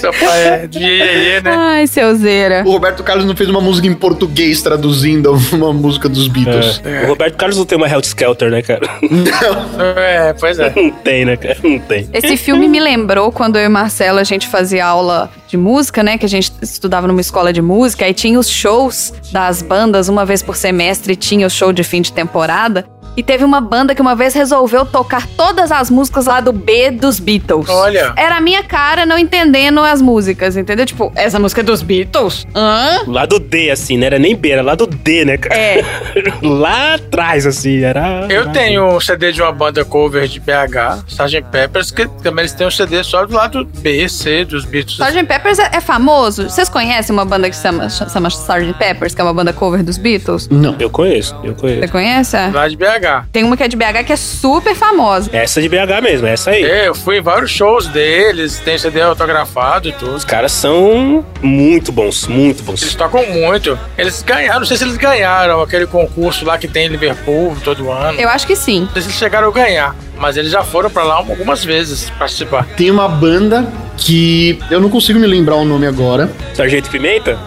Speaker 4: Seu pai é de iê, né?
Speaker 1: Ai, seu Zera.
Speaker 3: o Roberto Carlos não fez uma música em português traduzindo uma música dos Beatles.
Speaker 2: é. O Roberto Carlos não tem uma Health Skelter, né, cara?
Speaker 3: Não.
Speaker 4: É, pois é.
Speaker 2: Não tem, né, cara? Não tem.
Speaker 1: Esse filme me lembrou quando eu e Marcelo a gente fazia aula de música, né? Que a gente estudava numa escola de música, aí tinha os shows das bandas uma vez por semestre, tinha o show de fim de temporada. E teve uma banda que uma vez resolveu tocar todas as músicas lá do B dos Beatles.
Speaker 4: Olha.
Speaker 1: Era a minha cara não entendendo as músicas, entendeu? Tipo, essa música é dos Beatles? Hã?
Speaker 2: Lá do D, assim, não era nem B, era lá do D, né, cara?
Speaker 1: É.
Speaker 2: Lá atrás, assim, era.
Speaker 4: Eu tenho um CD de uma banda cover de BH, Sgt. Peppers, que também eles têm um CD só do lado B, C, dos Beatles.
Speaker 1: Sgt. Peppers é é famoso? Vocês conhecem uma banda que se chama, chama Sgt. Peppers, que é uma banda cover dos Beatles?
Speaker 3: Não.
Speaker 2: Eu conheço, eu
Speaker 1: Você
Speaker 2: conheço.
Speaker 1: conhece? É.
Speaker 4: Lá de BH.
Speaker 1: Tem uma que é de BH que é super famosa.
Speaker 2: Essa de BH mesmo, essa aí.
Speaker 4: É, Eu fui em vários shows deles, tem CD autografado e tudo.
Speaker 2: Os caras são muito bons, muito
Speaker 4: Eles
Speaker 2: bons.
Speaker 4: tocam muito. Eles ganharam, não sei se eles ganharam aquele concurso lá que tem em Liverpool todo ano.
Speaker 1: Eu acho que sim.
Speaker 4: Não sei se eles chegaram a ganhar, mas eles já foram pra lá algumas vezes participar.
Speaker 3: Tem uma banda que eu não consigo me lembrar o nome agora.
Speaker 2: Sargento Pimenta?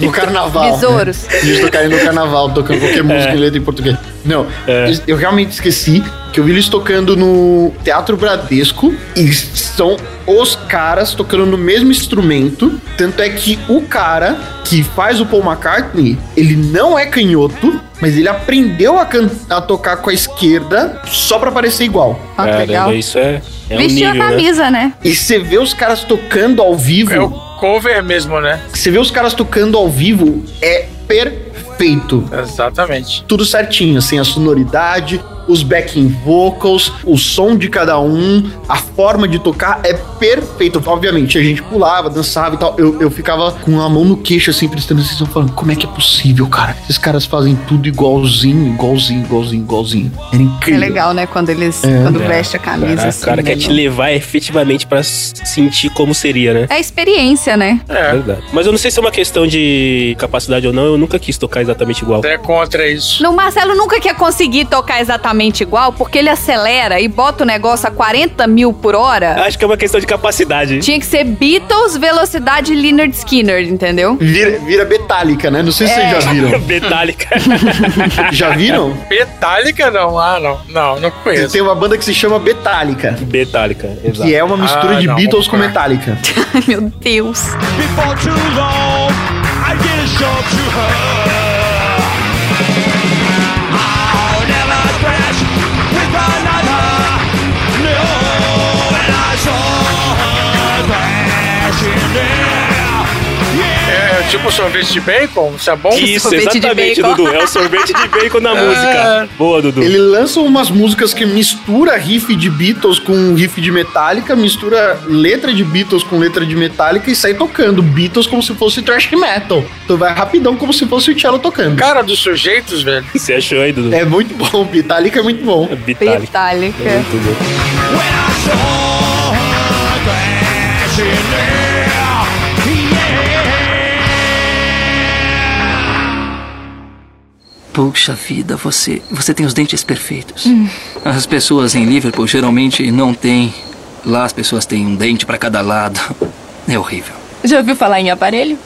Speaker 3: Do carnaval.
Speaker 1: Besouros.
Speaker 2: É
Speaker 3: Eles tocarem no carnaval, tocando
Speaker 4: É.
Speaker 3: qualquer música em letra em português. Não, eles- eu realmente esqueci que eu vi eles tocando no Teatro Bradesco e são os caras tocando no mesmo instrumento. Tanto é que o cara que faz o Paul McCartney, ele não é canhoto, mas ele aprendeu a, can- a tocar com a esquerda só pra parecer igual.
Speaker 1: Ó, Ah,
Speaker 4: né?
Speaker 1: que legal.
Speaker 2: Caramba, isso é, é um
Speaker 1: Vestiu
Speaker 2: nível,
Speaker 1: a
Speaker 2: né?
Speaker 1: camisa, né?
Speaker 3: E você vê os caras tocando ao vivo.
Speaker 4: É o cover mesmo, né?
Speaker 3: Você vê os caras tocando ao vivo, é perfeito.
Speaker 4: Exatamente.
Speaker 3: tudo certinho, assim, a sonoridade, os backing vocals, o som de cada um, a forma de tocar é perfeito. Obviamente, a gente pulava, dançava e tal. Eu, eu ficava com a mão no queixo, assim, prestando atenção, falando, como é que é possível, cara? Esses caras fazem tudo igualzinho, igualzinho, igualzinho, igualzinho. Era
Speaker 1: É
Speaker 3: incrível.
Speaker 1: legal, né? Quando eles. quando veste a camisa.
Speaker 2: É Caraca,
Speaker 1: assim,
Speaker 2: o cara
Speaker 1: né?
Speaker 2: quer te levar efetivamente pra s- sentir como seria, né?
Speaker 1: É experiência, né?
Speaker 4: É.
Speaker 2: Verdade. Mas eu não sei se é uma questão de capacidade ou não, eu nunca quis tocar exatamente igual.
Speaker 4: Até contra isso.
Speaker 1: Não, o Marcelo nunca quer conseguir tocar exatamente igual, porque ele acelera e bota o negócio a 40 mil por hora.
Speaker 2: Acho que é uma questão de capacidade.
Speaker 1: Tinha que ser Beatles, velocidade Leonard Skinner, entendeu?
Speaker 3: Vira, vira metálica, né? Não sei se
Speaker 1: É.
Speaker 3: vocês já viram.
Speaker 2: Metallica.
Speaker 3: já viram?
Speaker 4: Metallica não, ah, não. Não, não conheço.
Speaker 3: Tem uma banda que se chama Metallica,
Speaker 2: Metallica, exato.
Speaker 3: que é uma mistura
Speaker 4: Ah,
Speaker 3: de
Speaker 4: não,
Speaker 3: Beatles
Speaker 4: cara.
Speaker 3: com Metallica.
Speaker 1: Ai, meu Deus.
Speaker 4: É tipo sorvete de bacon, isso é bom?
Speaker 2: Isso,
Speaker 1: um Sorvete de
Speaker 2: exatamente,
Speaker 1: bacon. Ah.
Speaker 2: Dudu. É o sorvete de bacon na música. Boa, Dudu.
Speaker 3: Ele lança umas músicas que mistura riff de Beatles com riff de Metallica, mistura letra de Beatles com letra de Metallica e sai tocando Beatles como se fosse thrash metal. Então vai rapidão como se fosse o cello tocando.
Speaker 4: Cara dos sujeitos, velho.
Speaker 2: Você achou aí, Dudu?
Speaker 3: É muito bom, Metallica é muito bom.
Speaker 2: Metallica.
Speaker 1: Metallica.
Speaker 2: Muito bom.
Speaker 6: Puxa vida, você, você tem os dentes perfeitos. As pessoas em Liverpool geralmente não têm. Lá as pessoas têm um dente pra cada lado. É horrível.
Speaker 9: Já ouviu falar em aparelho?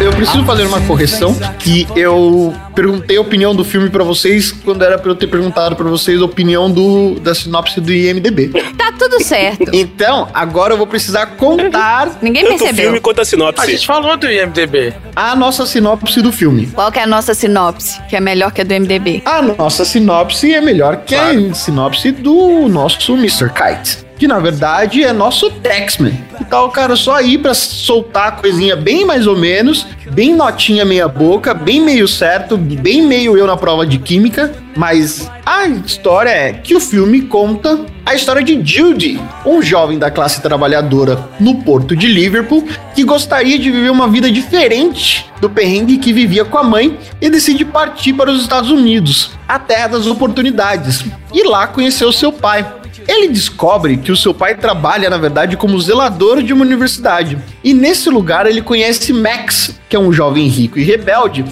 Speaker 3: Eu preciso fazer uma correção que eu perguntei a opinião do filme pra vocês quando era pra eu ter perguntado pra vocês a opinião do, da sinopse do IMDB.
Speaker 1: Tá tudo certo.
Speaker 3: Então, agora eu vou precisar contar
Speaker 1: Ninguém
Speaker 2: Tanto o filme
Speaker 1: percebeu.
Speaker 2: quanto a
Speaker 4: A gente
Speaker 2: sinopse.
Speaker 4: falou do IMDB.
Speaker 3: a nossa sinopse do filme.
Speaker 1: Qual que é a nossa sinopse? Que é melhor que a do MDB.
Speaker 3: A nossa sinopse é melhor que a sinopse do nosso Mr. Kite. Que na verdade é nosso Taxman. Então, cara, só aí pra soltar a coisinha bem mais ou menos, bem notinha meia boca, bem meio certo, bem meio eu na prova de química. Mas a história é que o filme conta a história de Judy, um jovem da classe trabalhadora no porto de Liverpool que gostaria de viver uma vida diferente do perrengue que vivia com a mãe e decide partir para os Estados Unidos, a terra das oportunidades, e lá conheceu seu pai. Ele descobre que o seu pai trabalha, na verdade, como zelador de uma universidade. E nesse lugar ele conhece Max, que é um jovem rico e rebelde,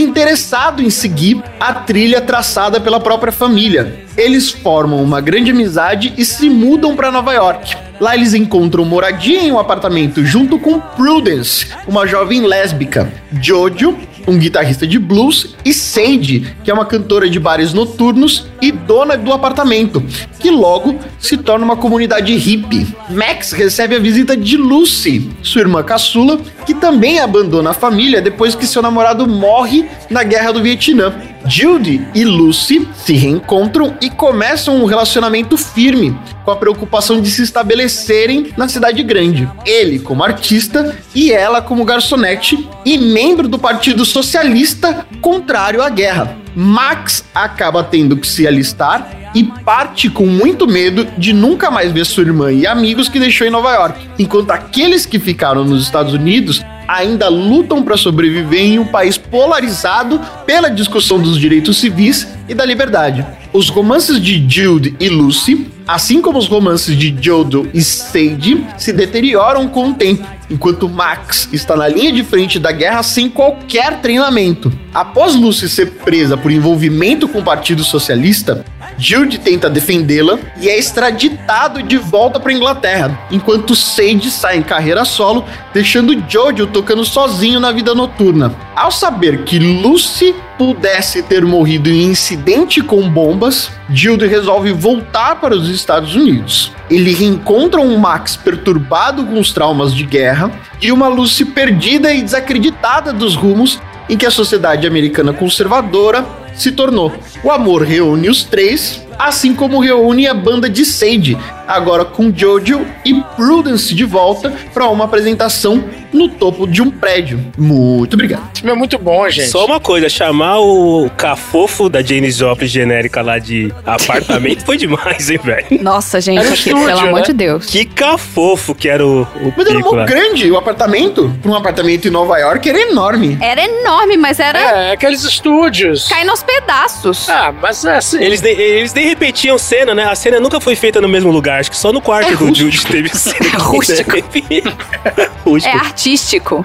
Speaker 3: desinteressado em seguir a trilha traçada pela própria família. Eles formam uma grande amizade e se mudam para Nova York. Lá eles encontram moradia em um apartamento junto com Prudence, uma jovem lésbica, Jojo, um guitarrista de blues, e Sandy, que é uma cantora de bares noturnos e dona do apartamento, que logo se torna uma comunidade hippie. Max recebe a visita de Lucy, sua irmã caçula, que também abandona a família depois que seu namorado morre na guerra do Vietnã. Judy e Lucy se reencontram e começam um relacionamento firme, com a preocupação de se estabelecerem na cidade grande. Ele como artista e ela como garçonete e membro do Partido Socialista contrário à guerra. Max acaba tendo que se alistar e parte com muito medo de nunca mais ver sua irmã e amigos que deixou em Nova York, enquanto aqueles que ficaram nos Estados Unidos ainda lutam para sobreviver em um país polarizado pela discussão dos direitos civis e da liberdade. Os romances de Jude e Lucy, assim como os romances de Jodo e Sage, se deterioram com o tempo, enquanto Max está na linha de frente da guerra sem qualquer treinamento. Após Lucy ser presa por envolvimento com o Partido Socialista, Jude tenta defendê-la e é extraditado de volta para Inglaterra, enquanto Sage sai em carreira solo, deixando Jojo tocando sozinho na vida noturna. Ao saber que Lucy pudesse ter morrido em incidente com bombas, Jude resolve voltar para os Estados Unidos. Ele reencontra um Max perturbado com os traumas de guerra e uma Lucy perdida e desacreditada dos rumos em que a sociedade americana conservadora se tornou. O amor reúne os três, assim como reúne a banda de Sandy, agora com Jojo e Prudence de volta para uma apresentação no topo de um prédio. Muito obrigado.
Speaker 4: Esse filme é muito bom, gente.
Speaker 2: Só uma coisa, chamar o cafofo da Jane Joplin genérica lá de apartamento foi demais, hein, velho?
Speaker 1: Nossa, gente,
Speaker 4: Era um
Speaker 1: aqui,
Speaker 4: estúdio,
Speaker 1: pelo amor
Speaker 4: né?
Speaker 1: de Deus.
Speaker 2: Que cafofo que era o, o
Speaker 3: Mas era
Speaker 2: Pico lá.
Speaker 3: muito grande o apartamento. Para um apartamento em Nova York era enorme.
Speaker 1: Era enorme, mas era
Speaker 4: É, aqueles estúdios.
Speaker 1: caindo aos pedaços.
Speaker 4: Ah, mas é assim.
Speaker 2: Eles, nem- eles nem repetiam cena, né? A cena nunca foi feita no mesmo lugar. Acho que só no quarto
Speaker 3: É
Speaker 2: do
Speaker 3: rústico.
Speaker 2: Jude teve cena.
Speaker 1: É rústico. É
Speaker 2: rústico.
Speaker 1: artístico.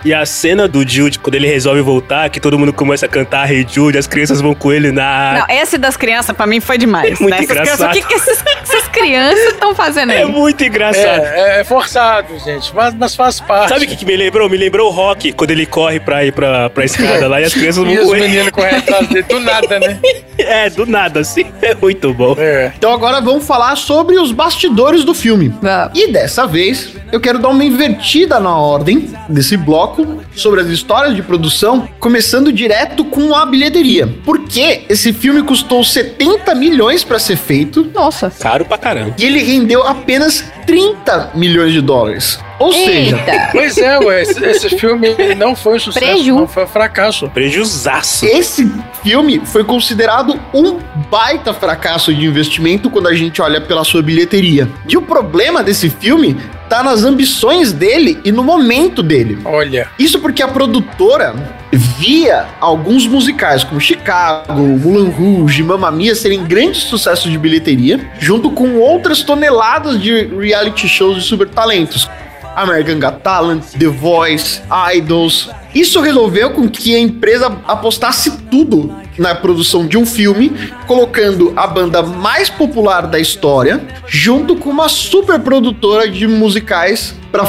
Speaker 2: E a cena do Jude, quando ele resolve voltar, que todo mundo começa a cantar Hey Jude, as crianças vão com ele na...
Speaker 7: Não, esse das crianças pra mim foi demais.
Speaker 2: Ah. Muito
Speaker 7: né? Essas crianças,
Speaker 2: engraçado.
Speaker 7: o que que esses-
Speaker 1: Essas crianças estão fazendo
Speaker 2: É
Speaker 1: aí.
Speaker 2: muito engraçado.
Speaker 4: É, é forçado, gente. Mas, mas faz parte.
Speaker 2: Sabe o que, que me lembrou? Me lembrou o Rock, quando ele corre pra ir pra, pra escada lá e as crianças
Speaker 4: E
Speaker 2: vão
Speaker 4: os
Speaker 2: com ele.
Speaker 4: meninos correndo atrás dele do nada, né?
Speaker 2: É, do nada, assim. É muito bom.
Speaker 4: É.
Speaker 3: Então agora vamos falar sobre os bastidores do filme.
Speaker 1: Vamos.
Speaker 3: E dessa vez eu quero dar uma invertida na ordem desse bloco sobre as histórias de produção, começando direto com a bilheteria. Porque esse filme custou 70 milhões para ser feito
Speaker 1: Nossa.
Speaker 2: Caro pra caramba.
Speaker 3: e ele rendeu apenas 30 milhões de dólares. Ou seja,
Speaker 1: Eita.
Speaker 4: Pois é, ué. Esse, esse filme não foi um sucesso.
Speaker 1: Preju.
Speaker 4: Não foi um fracasso.
Speaker 2: Prejuzaço.
Speaker 3: esse filme foi considerado um baita fracasso de investimento quando a gente olha pela sua bilheteria. E o problema desse filme tá nas ambições dele e no momento dele.
Speaker 4: Olha.
Speaker 3: Isso porque a produtora via alguns musicais como Chicago, Moulin Rouge, Mamma Mia serem grandes sucessos de bilheteria, junto com outras toneladas de reality shows de super talentos. American Got Talent, The Voice, Idols. Isso resolveu com que a empresa apostasse tudo na produção de um filme, colocando a banda mais popular da história junto com uma super produtora de musicais para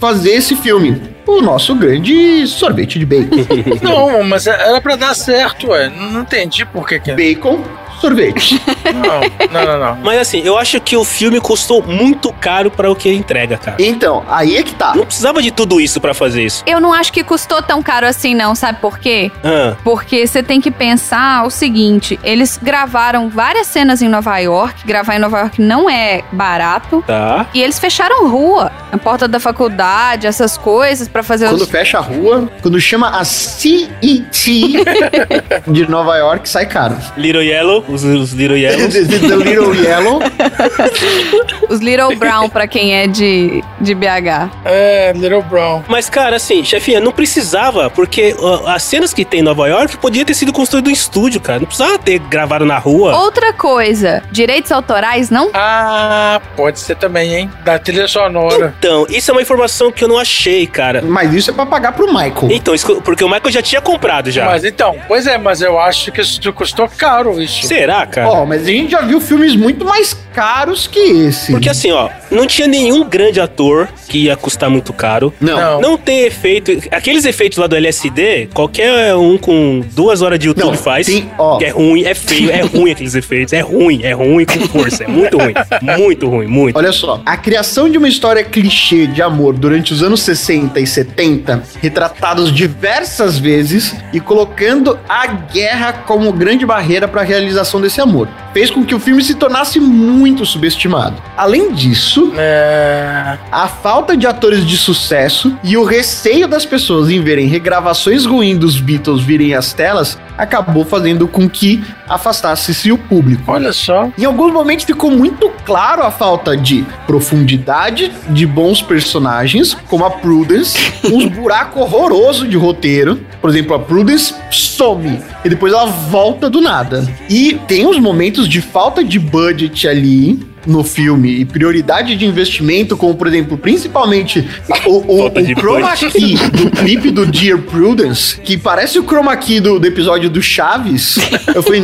Speaker 3: fazer esse filme. o nosso grande sorvete de bacon.
Speaker 4: Não, mas é, era pra dar certo, ué. Não não entendi por que que...
Speaker 3: bacon, sorvete.
Speaker 4: Não, não, não, não.
Speaker 2: Mas assim, eu acho que o filme custou muito caro pra o que ele entrega, cara.
Speaker 3: Então, aí é que tá.
Speaker 2: Não precisava de tudo isso pra fazer isso.
Speaker 1: Eu não acho que custou tão caro assim, não, sabe por quê?
Speaker 2: Ah,
Speaker 1: Porque você tem que pensar o seguinte: eles gravaram várias cenas em Nova York, gravar em Nova York não é barato.
Speaker 2: tá.
Speaker 1: E eles fecharam rua, a porta da faculdade, essas coisas, pra fazer
Speaker 3: Quando
Speaker 1: os.
Speaker 3: fecha a rua, quando chama a CET de Nova York, sai caro.
Speaker 2: Little Yellow, os, os Little Yellow.
Speaker 3: The the Little Yellow.
Speaker 1: Os Little Brown, pra quem é de, de BH.
Speaker 4: É, Little Brown.
Speaker 2: Mas, cara, assim, chefinha, não precisava, porque ó, as cenas que tem em Nova York podia ter sido construído em estúdio, cara. Não precisava ter gravado na rua.
Speaker 1: Outra coisa, direitos autorais não.
Speaker 4: Ah, pode ser também, hein? Da trilha sonora.
Speaker 2: Então, isso é uma informação que eu não achei, cara.
Speaker 3: Mas isso é pra pagar pro Michael.
Speaker 2: Então, isso- porque o Michael já tinha comprado já.
Speaker 4: Mas então, pois é, mas eu acho que isso custou caro, isso.
Speaker 2: Será, cara?
Speaker 3: Ó, mas a gente já viu filmes muito mais caros que esse.
Speaker 2: Porque assim, ó, não tinha nenhum grande ator que ia custar muito caro.
Speaker 3: Não.
Speaker 4: Não.
Speaker 2: Não tem efeito. Aqueles efeitos lá do LSD, qualquer um com duas horas de YouTube
Speaker 3: Não,
Speaker 2: faz.
Speaker 3: tem- ó.
Speaker 2: que é ruim, é feio, é ruim aqueles efeitos. É ruim, é ruim com força. É muito ruim. Muito ruim, muito.
Speaker 3: Olha só, a criação de uma história clichê de amor durante os anos 60 e 70, retratados diversas vezes e colocando a guerra como grande barreira para a realização desse amor, fez com que o filme se tornasse muito subestimado. Além disso,
Speaker 4: É...
Speaker 3: a falta de atores de sucesso e o receio das pessoas em verem regravações ruins dos Beatles virem às telas acabou fazendo com que afastasse-se o público.
Speaker 4: Olha só.
Speaker 3: Em alguns momentos ficou muito claro a falta de profundidade, de bons personagens, como a Prudence, uns buracos horrorosos de roteiro. Por exemplo, a Prudence some e depois ela volta do nada. E tem uns momentos de falta de budget ali no filme e prioridade de investimento, como por exemplo, principalmente o, o,
Speaker 2: Falta de
Speaker 3: o chroma
Speaker 2: budget.
Speaker 3: key do clipe do Dear Prudence, que parece o chroma key do, do episódio do Chaves. Eu falei,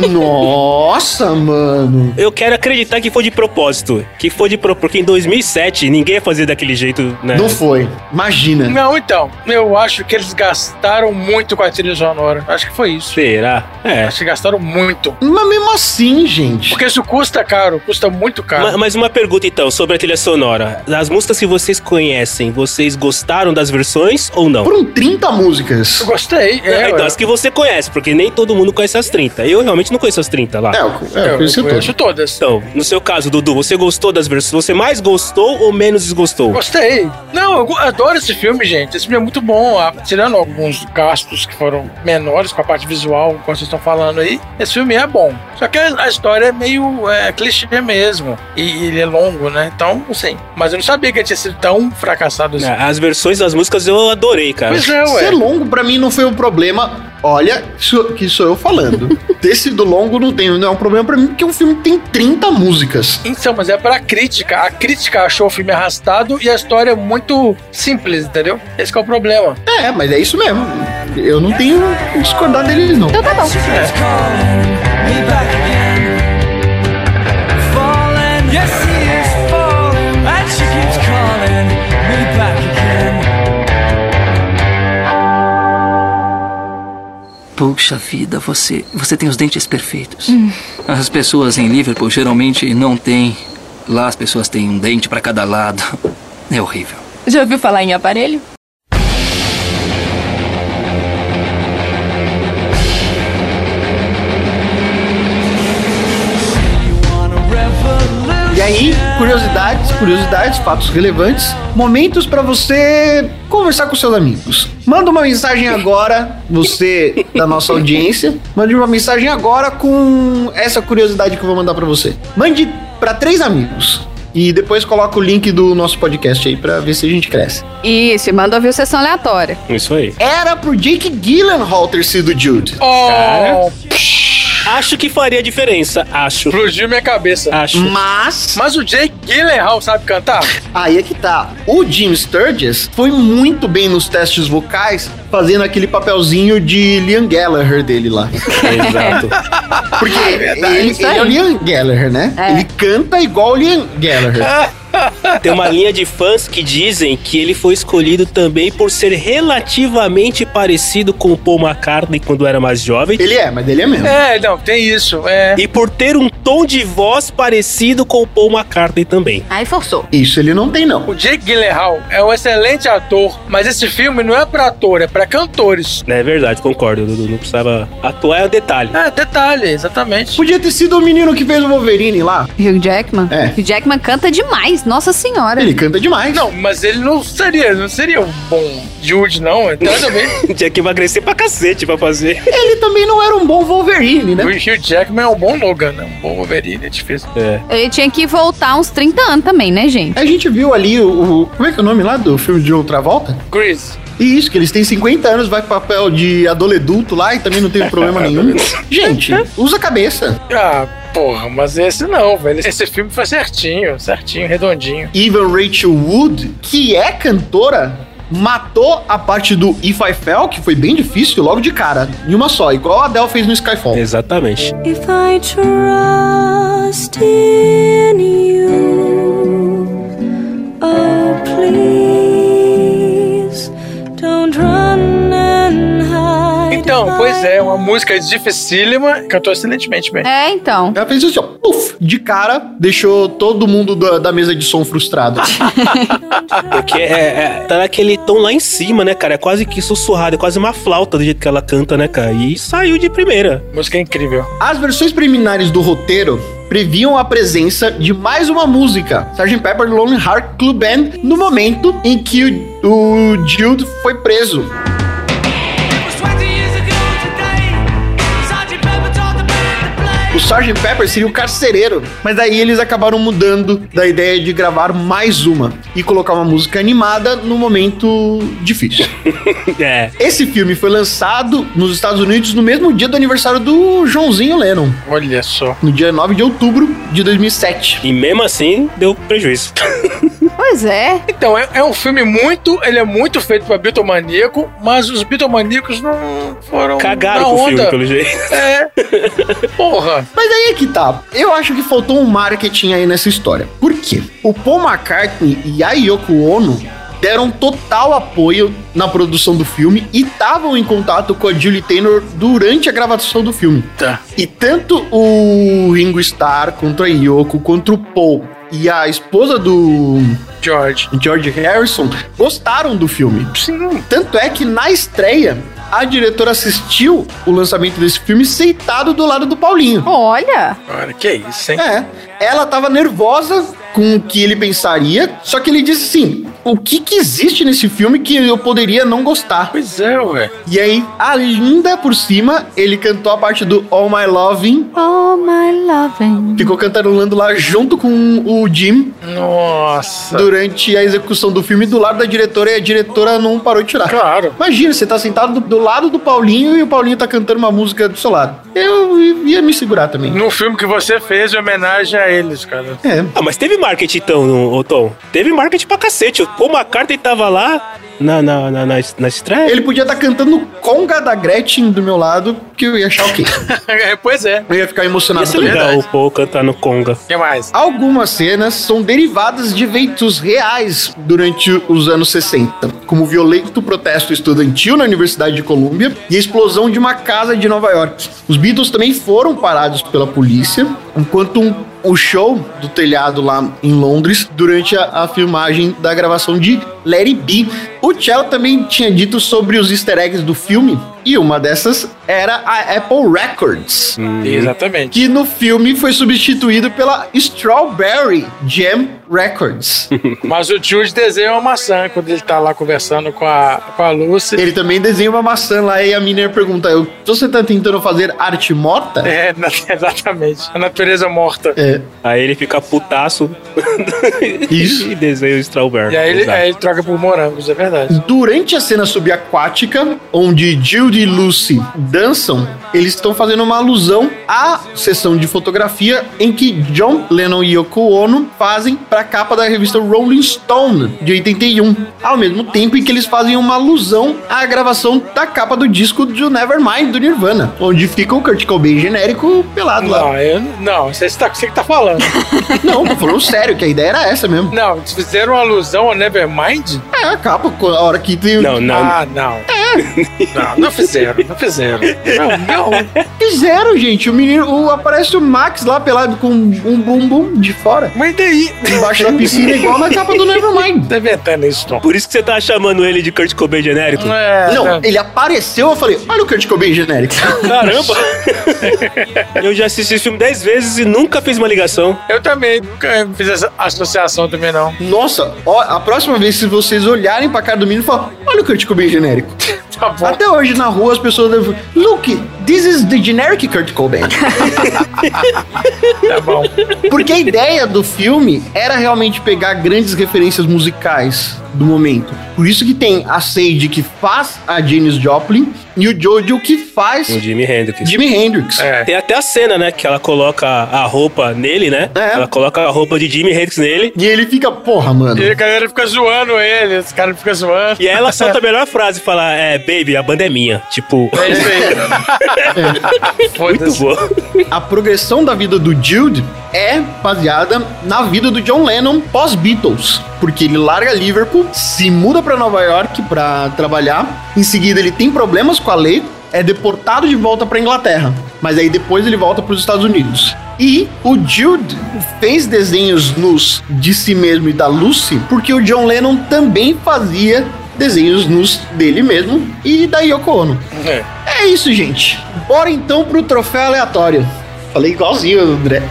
Speaker 3: nossa, mano.
Speaker 2: Eu quero acreditar que foi de propósito. Que foi de propósito. Porque em 2007 ninguém ia fazer daquele jeito, né?
Speaker 3: Não foi. Imagina.
Speaker 4: É. Não, então, eu acho que eles gastaram muito com a trilha sonora. Acho que foi isso.
Speaker 2: Será? É.
Speaker 4: Acho que gastaram muito.
Speaker 3: Mas mesmo assim, gente.
Speaker 4: Porque isso custa caro, custa muito caro.
Speaker 2: Ma- Mas uma pergunta então sobre a trilha sonora. As músicas que vocês conhecem, vocês gostaram das versões ou não?
Speaker 3: Foram 30 músicas.
Speaker 4: Eu gostei. É,
Speaker 2: então,
Speaker 4: eu-
Speaker 2: as que você conhece, porque nem todo mundo conhece as 30. Eu realmente não conheço as 30 lá.
Speaker 3: É, eu, é, eu
Speaker 4: eu
Speaker 3: conheci todos.
Speaker 4: conheço todas.
Speaker 2: Então, no seu caso, Dudu, você gostou das versões? Você mais gostou ou menos desgostou?
Speaker 4: Gostei. Não, eu go- adoro esse filme, gente. Esse filme é muito bom. Ah, Tirando alguns gastos que foram menores com a parte visual, como vocês estão falando aí, esse filme é bom. Só que a a história é meio é, clichê mesmo. E e ele é longo, né? Então, assim. Mas eu não sabia que ele tinha sido tão fracassado assim.
Speaker 2: Ah, As versões das músicas eu adorei, cara.
Speaker 4: Pois é,
Speaker 3: Ser
Speaker 4: ué.
Speaker 3: longo pra mim não foi um problema. Olha, isso- que sou eu falando. Ter sido longo não, tem, não é um problema pra mim, porque o filme tem 30 músicas.
Speaker 4: Então, mas é pra crítica. A crítica achou o filme arrastado e a história é muito simples, entendeu? Esse que é o problema.
Speaker 3: É, mas é isso mesmo. Eu não tenho que discordar dele, não.
Speaker 1: Então tá bom.
Speaker 8: She's calling me back again. Falling, yes, she is falling, and she keeps calling me back again.
Speaker 6: Puxa vida, você, você tem os dentes perfeitos. As pessoas em Liverpool geralmente não têm. Lá as pessoas têm um dente pra cada lado. É horrível.
Speaker 9: Já ouviu falar em aparelho?
Speaker 3: E aí, curiosidades, curiosidades, fatos relevantes, momentos pra você conversar com seus amigos. Manda uma mensagem agora, você da nossa audiência, mande uma mensagem agora com essa curiosidade que eu vou mandar pra você. Mande pra três amigos. E depois coloca o link do nosso podcast aí pra ver se a gente cresce.
Speaker 1: Isso, e manda ouvir o sessão aleatória.
Speaker 2: Isso aí.
Speaker 3: Era pro Jake Gyllenhaal ter sido Jude.
Speaker 4: Oh,
Speaker 2: Acho que faria diferença. Acho.
Speaker 4: explodiu minha cabeça.
Speaker 8: Ah.
Speaker 2: Acho.
Speaker 3: Mas,
Speaker 4: Mas o Jake Gyllenhaal sabe cantar?
Speaker 3: aí é que tá. O Jim Sturgis foi muito bem nos testes vocais, fazendo aquele papelzinho de Liam Gallagher dele lá.
Speaker 2: Exato.
Speaker 3: Porque ele, ele é o Liam Gallagher, né? Ele canta igual o Liam Gallagher.
Speaker 2: Tem uma linha de fãs que dizem que ele foi escolhido também por ser relativamente parecido com o Paul McCartney quando era mais jovem.
Speaker 3: Ele é, mas ele é mesmo.
Speaker 4: É, não, tem isso. É.
Speaker 2: E por ter um tom de voz parecido com o Paul McCartney também.
Speaker 1: Aí forçou.
Speaker 3: Isso ele não tem, não.
Speaker 4: O Jake Gyllenhaal é um excelente ator, mas esse filme não é pra ator, é pra cantores.
Speaker 2: É verdade, concordo, Dudu. Não precisava atuar, é um detalhe.
Speaker 4: É, detalhe, exatamente.
Speaker 3: Podia ter sido o menino que fez o Wolverine lá.
Speaker 1: Hugh Jackman?
Speaker 3: É.
Speaker 1: Hugh Jackman canta demais, nossa senhora.
Speaker 3: Ele canta demais.
Speaker 4: Não, mas ele não seria, não seria um bom Jude, não. Então, nada a ver.
Speaker 2: Tinha que emagrecer pra cacete pra fazer.
Speaker 3: Ele também não era um bom Wolverine,
Speaker 4: O
Speaker 3: né?
Speaker 4: Hugh Jackman é um bom Logan, né? um bom Wolverine, é difícil.
Speaker 2: É.
Speaker 1: Ele tinha que voltar uns 30 anos também, né, gente?
Speaker 3: A gente viu ali o, o- Como é que é o nome lá do filme de outra volta?
Speaker 4: Chris,
Speaker 3: E isso, que eles têm 50 anos, vai pro papel de adolescente lá e também não tem problema nenhum. Gente, usa a cabeça.
Speaker 4: ah, porra, mas esse não, velho. Esse filme foi certinho, certinho, redondinho.
Speaker 3: Even Rachel Wood, que é cantora, matou a parte do If I Fell, que foi bem difícil, logo de cara, em uma só, igual a Adele fez no Skyfall.
Speaker 2: Exatamente.
Speaker 8: If I trust in you, oh please don't run and hide.
Speaker 4: Então, pois é, uma música dificílima, cantou excelentemente bem.
Speaker 1: É, então.
Speaker 3: Ela fez assim, ó, puf, de cara, deixou todo mundo da, da mesa de som frustrado.
Speaker 2: Porque é, é- tá naquele tom lá em cima, né, cara? É quase que sussurrado, é quase uma flauta do jeito que ela canta, né, cara? E saiu de primeira.
Speaker 4: Música incrível.
Speaker 3: As versões preliminares do roteiro previam a presença de mais uma música, Sgt. Pepper Lonely Heart Club Band, no momento em que o, o Jude foi preso. O Sgt. Pepper seria o carcereiro, mas daí eles acabaram mudando da ideia de gravar mais uma e colocar uma música animada no momento difícil.
Speaker 2: É.
Speaker 3: Esse filme foi lançado nos Estados Unidos no mesmo dia do aniversário do Joãozinho Lennon,
Speaker 4: Olha só.
Speaker 3: no dia 9 de outubro de 2007.
Speaker 2: E mesmo assim, deu prejuízo.
Speaker 1: Pois é.
Speaker 4: Então, é, é um filme muito. Ele é muito feito pra bitomaníaco, mas os bitomaníacos não foram. na
Speaker 2: Cagaram com o filme,
Speaker 4: onda.
Speaker 2: pelo jeito.
Speaker 4: É. Porra.
Speaker 3: Mas aí é que tá. Eu acho que faltou um marketing aí nessa história. Por quê? O Paul McCartney e a Yoko Ono deram total apoio na produção do filme e estavam em contato com a Julie Taylor durante a gravação do filme.
Speaker 4: Tá.
Speaker 3: E tanto o Ringo Starr contra a Yoko, contra o Paul e a esposa do
Speaker 4: George.
Speaker 3: George Harrison gostaram do filme.
Speaker 4: Sim.
Speaker 3: Tanto é que na estreia, a diretora assistiu o lançamento desse filme sentado do lado do Paulinho.
Speaker 1: Olha.
Speaker 4: Cara, que isso, hein?
Speaker 3: É, ela tava nervosa com o que ele pensaria, só que ele disse assim: o que que existe nesse filme que eu poderia não gostar?
Speaker 4: Pois é, ué.
Speaker 3: E aí, ainda por cima, ele cantou a parte do All My Loving,
Speaker 1: Oh, my loving.
Speaker 3: ficou cantarolando lá junto com o Jim
Speaker 4: Nossa.
Speaker 3: durante a execução do filme do lado da diretora e a diretora não parou de tirar.
Speaker 4: Claro.
Speaker 3: Imagina, você tá sentado do, do lado do Paulinho e o Paulinho tá cantando uma música do seu lado. Eu ia me segurar também.
Speaker 4: Num filme que você fez em homenagem a eles, cara.
Speaker 3: É,
Speaker 2: Ah, mas teve marketing então, no- ô Tom? Teve marketing pra cacete. O Paul McCartney tava lá na, na, na, na, na estreia.
Speaker 3: Ele podia estar cantando Conga da Gretchen do meu lado, que eu ia achar ok.
Speaker 4: É, pois é.
Speaker 3: Eu ia ficar
Speaker 2: Ia
Speaker 3: emocionado
Speaker 2: ser
Speaker 3: também.
Speaker 2: legal o Paul cantar no Conga.
Speaker 4: O que mais?
Speaker 3: Algumas cenas são derivadas de eventos reais durante os anos 60, como o violento protesto estudantil na Universidade de Colômbia e a explosão de uma casa de Nova York. Os Beatles também foram parados pela polícia, enquanto um, o show do telhado lá em Londres durante a, a filmagem da gravação de Let It Be. O Chell também tinha dito sobre os easter eggs do filme, e uma dessas era a Apple Records
Speaker 4: Uhum. Exatamente.
Speaker 3: que no filme foi substituído pela Strawberry Jam Records.
Speaker 4: Mas o Jude desenha uma maçã quando ele tá lá conversando com a, com a Lucy.
Speaker 3: Ele também desenha uma maçã lá e a menina pergunta: "Eu- Você tá tentando fazer arte morta?
Speaker 4: É, na- exatamente. A natureza morta.
Speaker 3: É.
Speaker 2: Aí ele fica putaço
Speaker 3: Isso.
Speaker 2: e desenha o Strawberry.
Speaker 4: E aí ele, é
Speaker 2: Exato.
Speaker 4: aí ele troca por morangos, é verdade.
Speaker 3: Durante a cena subaquática, onde Jill Jude e Lucy dançam, eles estão fazendo uma alusão à sessão de fotografia em que John Lennon e Yoko Ono fazem para a capa da revista Rolling Stone de 81, ao mesmo tempo em que eles fazem uma alusão à gravação da capa do disco do Nevermind do Nirvana, onde fica o Kurt Cobain genérico pelado lá.
Speaker 4: Não, eu, não, você está- você que tá falando.
Speaker 3: Não, tô falando sério, que a ideia era essa mesmo.
Speaker 4: Não, eles fizeram uma alusão ao Nevermind?
Speaker 3: É a capa, a hora que tem
Speaker 2: Não, não.
Speaker 4: Ah, não. É. Não, não fizeram, não fizeram. Não, não.
Speaker 3: Fizeram, gente. O menino. o- aparece o Max lá pelado com um bumbum de fora.
Speaker 4: Mas daí?
Speaker 3: Embaixo da piscina, igual na capa do Nevermind.
Speaker 4: Tá inventando isso, Tom.
Speaker 2: Por isso que você tá chamando ele de Kurt Cobain genérico?
Speaker 4: É,
Speaker 3: Não, ele apareceu, eu falei, olha o Kurt Cobain genérico.
Speaker 2: Caramba! eu já assisti esse filme 10 vezes e nunca fiz uma ligação.
Speaker 4: Eu também nunca fiz essa associação também, não.
Speaker 3: Nossa, ó, a próxima vez se vocês olharem pra cara do menino, falam, olha o Kurt Cobain genérico.
Speaker 4: Tá bom.
Speaker 3: Até hoje na rua as pessoas devem, look, this is the generic Kurt Cobain.
Speaker 4: Tá bom.
Speaker 3: Porque a ideia do filme era realmente pegar grandes referências musicais do momento. Por isso que tem a Sage que faz a Janis Joplin e o Jojo que faz
Speaker 2: O Jimi Hendrix.
Speaker 3: Jimi Hendrix.
Speaker 4: É.
Speaker 2: Tem até a cena, né? Que ela coloca a roupa nele, né?
Speaker 3: É.
Speaker 2: Ela coloca a roupa de Jimi Hendrix nele.
Speaker 3: E ele fica, porra, mano.
Speaker 4: E a galera fica zoando ele, os caras ficam zoando.
Speaker 2: E ela solta a melhor frase e fala: É, baby, a banda é minha. Tipo,
Speaker 4: É isso aí.
Speaker 2: muito
Speaker 4: Foda-se.
Speaker 2: boa.
Speaker 3: A progressão da vida do Jude é baseada na vida do John Lennon pós-Beatles, porque ele larga Liverpool, se muda pra Nova York pra trabalhar, em seguida ele tem problemas com a lei, é deportado de volta pra Inglaterra, mas aí depois ele volta pros Estados Unidos. E o Jude fez desenhos nus de si mesmo e da Lucy, porque o John Lennon também fazia desenhos nus dele mesmo e da Yoko Ono.
Speaker 4: É.
Speaker 3: É isso, gente. Bora então pro troféu aleatório. Falei igualzinho, André.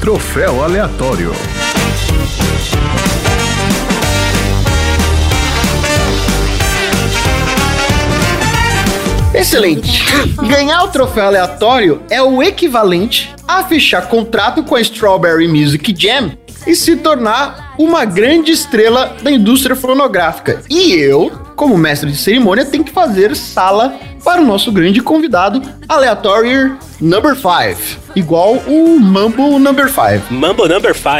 Speaker 5: Troféu aleatório.
Speaker 3: Excelente. Ganhar o troféu aleatório é o equivalente a fechar contrato com a Strawberry Music Jam e se tornar uma grande estrela da indústria fonográfica. E eu, como mestre de cerimônia, tenho que fazer sala para o nosso grande convidado aleatório number 5, igual o Mambo number 5.
Speaker 2: Mambo Number 5.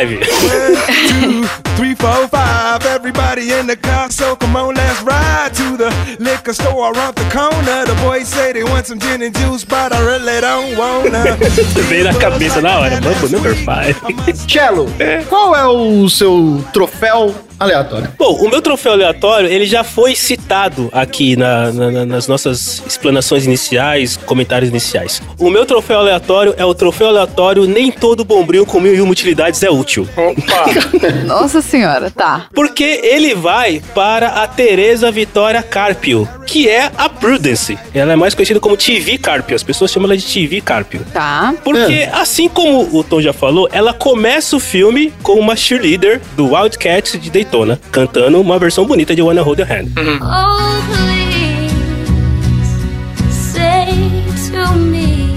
Speaker 9: Three, four, five, everybody in the car, so come on, let's ride to the liquor store around the corner. The boys say they want some gin and juice, but I really don't wanna.
Speaker 2: Veio na cabeça na hora. Mambo Number 5.
Speaker 3: Cello, qual é o seu troféu aleatório?
Speaker 2: Bom, o meu troféu aleatório, ele já foi citado aqui na- na- na- nas nossas explanações iniciais, comentários iniciais. O meu troféu aleatório é o troféu aleatório Nem Todo Bombril com Mil e Uma Utilidades é Útil.
Speaker 4: Opa!
Speaker 1: Nossa senhora, tá.
Speaker 2: Porque ele vai para a Teresa Vitória Carpio, que é a Prudence. Ela é mais conhecida como TV Carpio, as pessoas chamam ela de TV Carpio.
Speaker 1: Tá.
Speaker 2: Porque, assim como o Tom já falou, ela começa o filme com uma cheerleader do Wildcats de Daytona, cantando uma versão bonita de Wanna Hold Your Hand.
Speaker 10: Oh, please say to me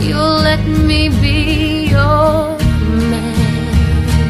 Speaker 10: you'll let me be your man.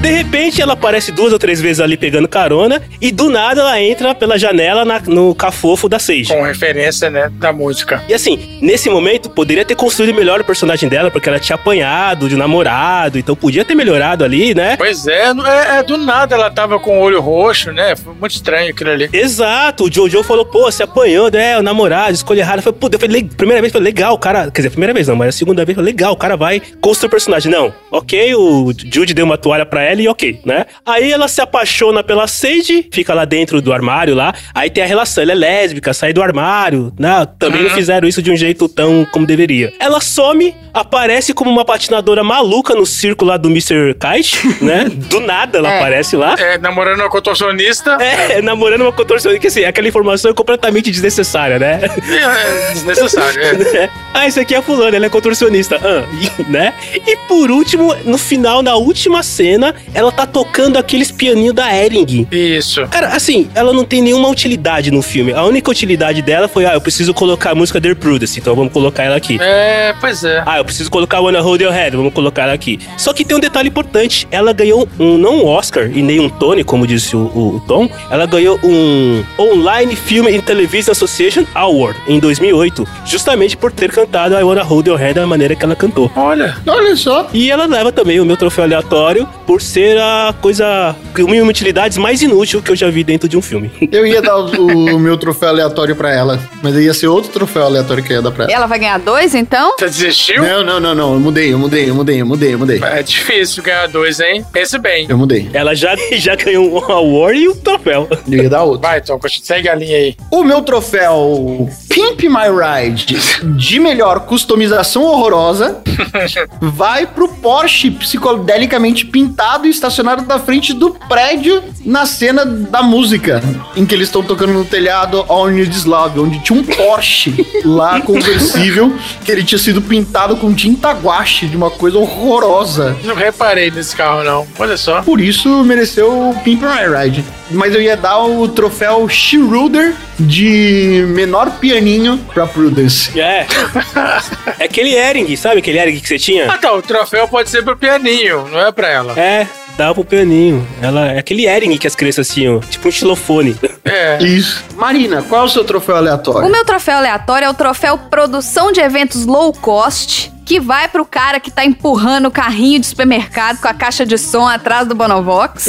Speaker 2: De repente, ela aparece duas ou três vezes ali pegando carona e do nada ela entra pela janela na- no cafofo da Sage.
Speaker 4: Com referência, né, da música.
Speaker 2: E assim, nesse momento, poderia ter construído melhor o personagem dela, porque ela tinha apanhado de namorado, então podia ter melhorado ali, né?
Speaker 4: Pois é, não- é, é, do nada ela tava com o olho roxo, né? Foi muito estranho aquilo ali.
Speaker 2: Exato, o Jojo falou, pô, você apanhou, né? O namorado, escolha errada. Foi, puta, eu falei, le- primeira vez, foi legal, o cara. Quer dizer, primeira vez não, mas a segunda vez foi legal, o cara vai construir o personagem. Não, ok, o Jude deu uma toalha pra ela e ok, né? Aí ela se apaixona pela Sage, fica lá dentro do armário lá. Aí tem a relação, ela é lésbica, sai do armário. Não, também não fizeram isso de um jeito tão como deveria. Ela some, aparece como uma patinadora maluca no circo lá do Mr. Kite, né? Do nada ela aparece lá.
Speaker 4: É, namorando uma contorcionista
Speaker 2: É, namorando uma contorcionista, que assim, aquela informação é completamente desnecessária, né?
Speaker 4: é, desnecessário. É.
Speaker 2: ah, isso aqui é fulano, ela é contorcionista, ah, e- né? E por último, no final, na última cena, ela tá tocando aqueles pianinhos da Ering.
Speaker 4: Isso.
Speaker 2: Cara, assim, ela não tem nenhuma utilidade no filme. A única utilidade dela foi, ah, eu preciso colocar a música Dear Prudence, então vamos colocar ela aqui.
Speaker 4: É, pois é.
Speaker 2: Ah, eu preciso colocar Wanna Hold Your Head, vamos colocar ela aqui. Só que tem um detalhe importante, ela ganhou um, não um Oscar e nem um Tony, como disse o, o- o Tom, ela ganhou um Online Film and Television Association Award em 2008, justamente por ter cantado I Wanna Hold Your Head da maneira que ela cantou.
Speaker 4: Olha.
Speaker 3: Olha só.
Speaker 2: E ela leva também o meu troféu aleatório por ser a coisa, uma utilidades mais inútil que eu já vi dentro de um filme.
Speaker 3: Eu ia dar o, o meu troféu aleatório pra ela, mas ia ser outro troféu aleatório que eu ia dar pra ela.
Speaker 1: Ela vai ganhar dois, então?
Speaker 4: Você desistiu?
Speaker 3: Não, não, não, não. Eu mudei, eu mudei, eu mudei, eu mudei, eu mudei.
Speaker 4: É difícil ganhar dois, hein? Pense bem.
Speaker 3: Eu mudei.
Speaker 2: Ela já, já ganhou um award e um troféu.
Speaker 3: Eu ia dar outro.
Speaker 4: Vai, Tom, segue a linha aí.
Speaker 3: O meu troféu Pimp My Ride de melhor customização horrorosa vai pro Porsche psicodelicamente pintado e estacionado na frente do prédio na cena da música, em que eles estão tocando no telhado All New This Love, onde tinha um Porsche lá conversível que ele tinha sido pintado com tinta guache de uma coisa horrorosa.
Speaker 4: Não reparei nesse carro, não. Olha só.
Speaker 3: Por isso mereceu o Pimp My Ride. Mas eu ia dar o troféu Schroeder de menor pianinho pra Prudence.
Speaker 2: É. É aquele Ering, sabe aquele Ering que você tinha?
Speaker 4: Ah, tá. O troféu pode ser pro pianinho, não é pra ela.
Speaker 2: É, dava pro pianinho. Ela, é aquele Ering que as crianças tinham, tipo um xilofone.
Speaker 4: É.
Speaker 3: Isso. Marina, qual é o seu troféu
Speaker 1: O
Speaker 3: aleatório?
Speaker 1: meu troféu aleatório é o troféu produção de eventos low cost, que vai pro cara que tá empurrando o carrinho de supermercado com a caixa de som atrás do Bonovox.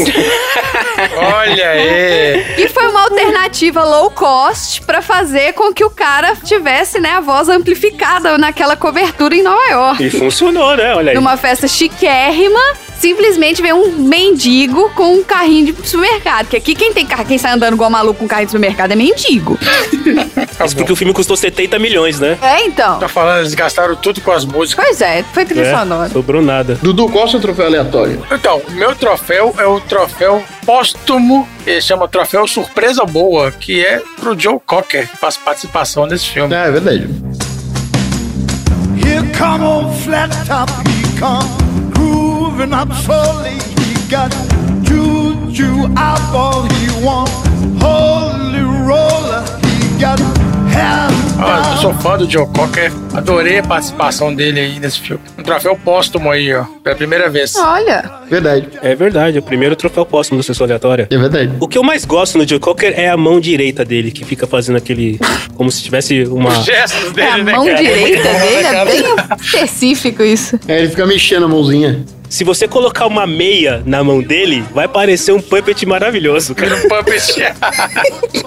Speaker 4: Olha aí.
Speaker 1: que foi uma alternativa low cost pra fazer com que o cara tivesse, né, a voz amplificada naquela cobertura em Nova York.
Speaker 2: E funcionou, né? Olha aí.
Speaker 1: Numa festa chiquérrima, simplesmente vem um mendigo com um carrinho de supermercado. Que aqui quem tem carro, quem sai andando igual maluco com carrinho de supermercado é mendigo.
Speaker 4: Tá,
Speaker 2: Isso porque o filme custou 70 milhões, né?
Speaker 1: É, então.
Speaker 4: tá falando, eles gastaram tudo com as músicas.
Speaker 1: Pois é, foi trilha sonora.
Speaker 2: sobrou nada.
Speaker 3: Dudu, qual é o seu troféu aleatório?
Speaker 4: Então, o meu troféu é o troféu póstumo, ele chama Troféu Surpresa Boa, que é pro Joe Cocker, que faz participação nesse filme.
Speaker 3: Ah, é verdade.
Speaker 9: Here come old flat top, he come grooving up slowly. He got juju eyeball, he want holy roller. He got hands
Speaker 4: Ah, eu
Speaker 9: down.
Speaker 4: sou fã do Joe Cocker, adorei a participação dele aí nesse filme. Um troféu póstumo aí, ó, pela primeira vez.
Speaker 1: Ah. Olha,
Speaker 3: Verdade.
Speaker 2: É verdade, é o primeiro troféu póstumo da sessão aleatória.
Speaker 3: É verdade.
Speaker 2: O que eu mais gosto no Joe Cocker é a mão direita dele, que fica fazendo aquele. como se tivesse uma.
Speaker 4: Os gestos
Speaker 1: é a
Speaker 4: dele, né,
Speaker 1: mão
Speaker 4: cara?
Speaker 1: direita
Speaker 4: Muito bom,
Speaker 1: dele
Speaker 4: né,
Speaker 1: é
Speaker 4: cara?
Speaker 1: bem específico isso.
Speaker 3: É, ele fica mexendo a mãozinha.
Speaker 2: Se você colocar uma meia na mão dele, vai parecer um puppet maravilhoso, cara.
Speaker 4: Um puppet.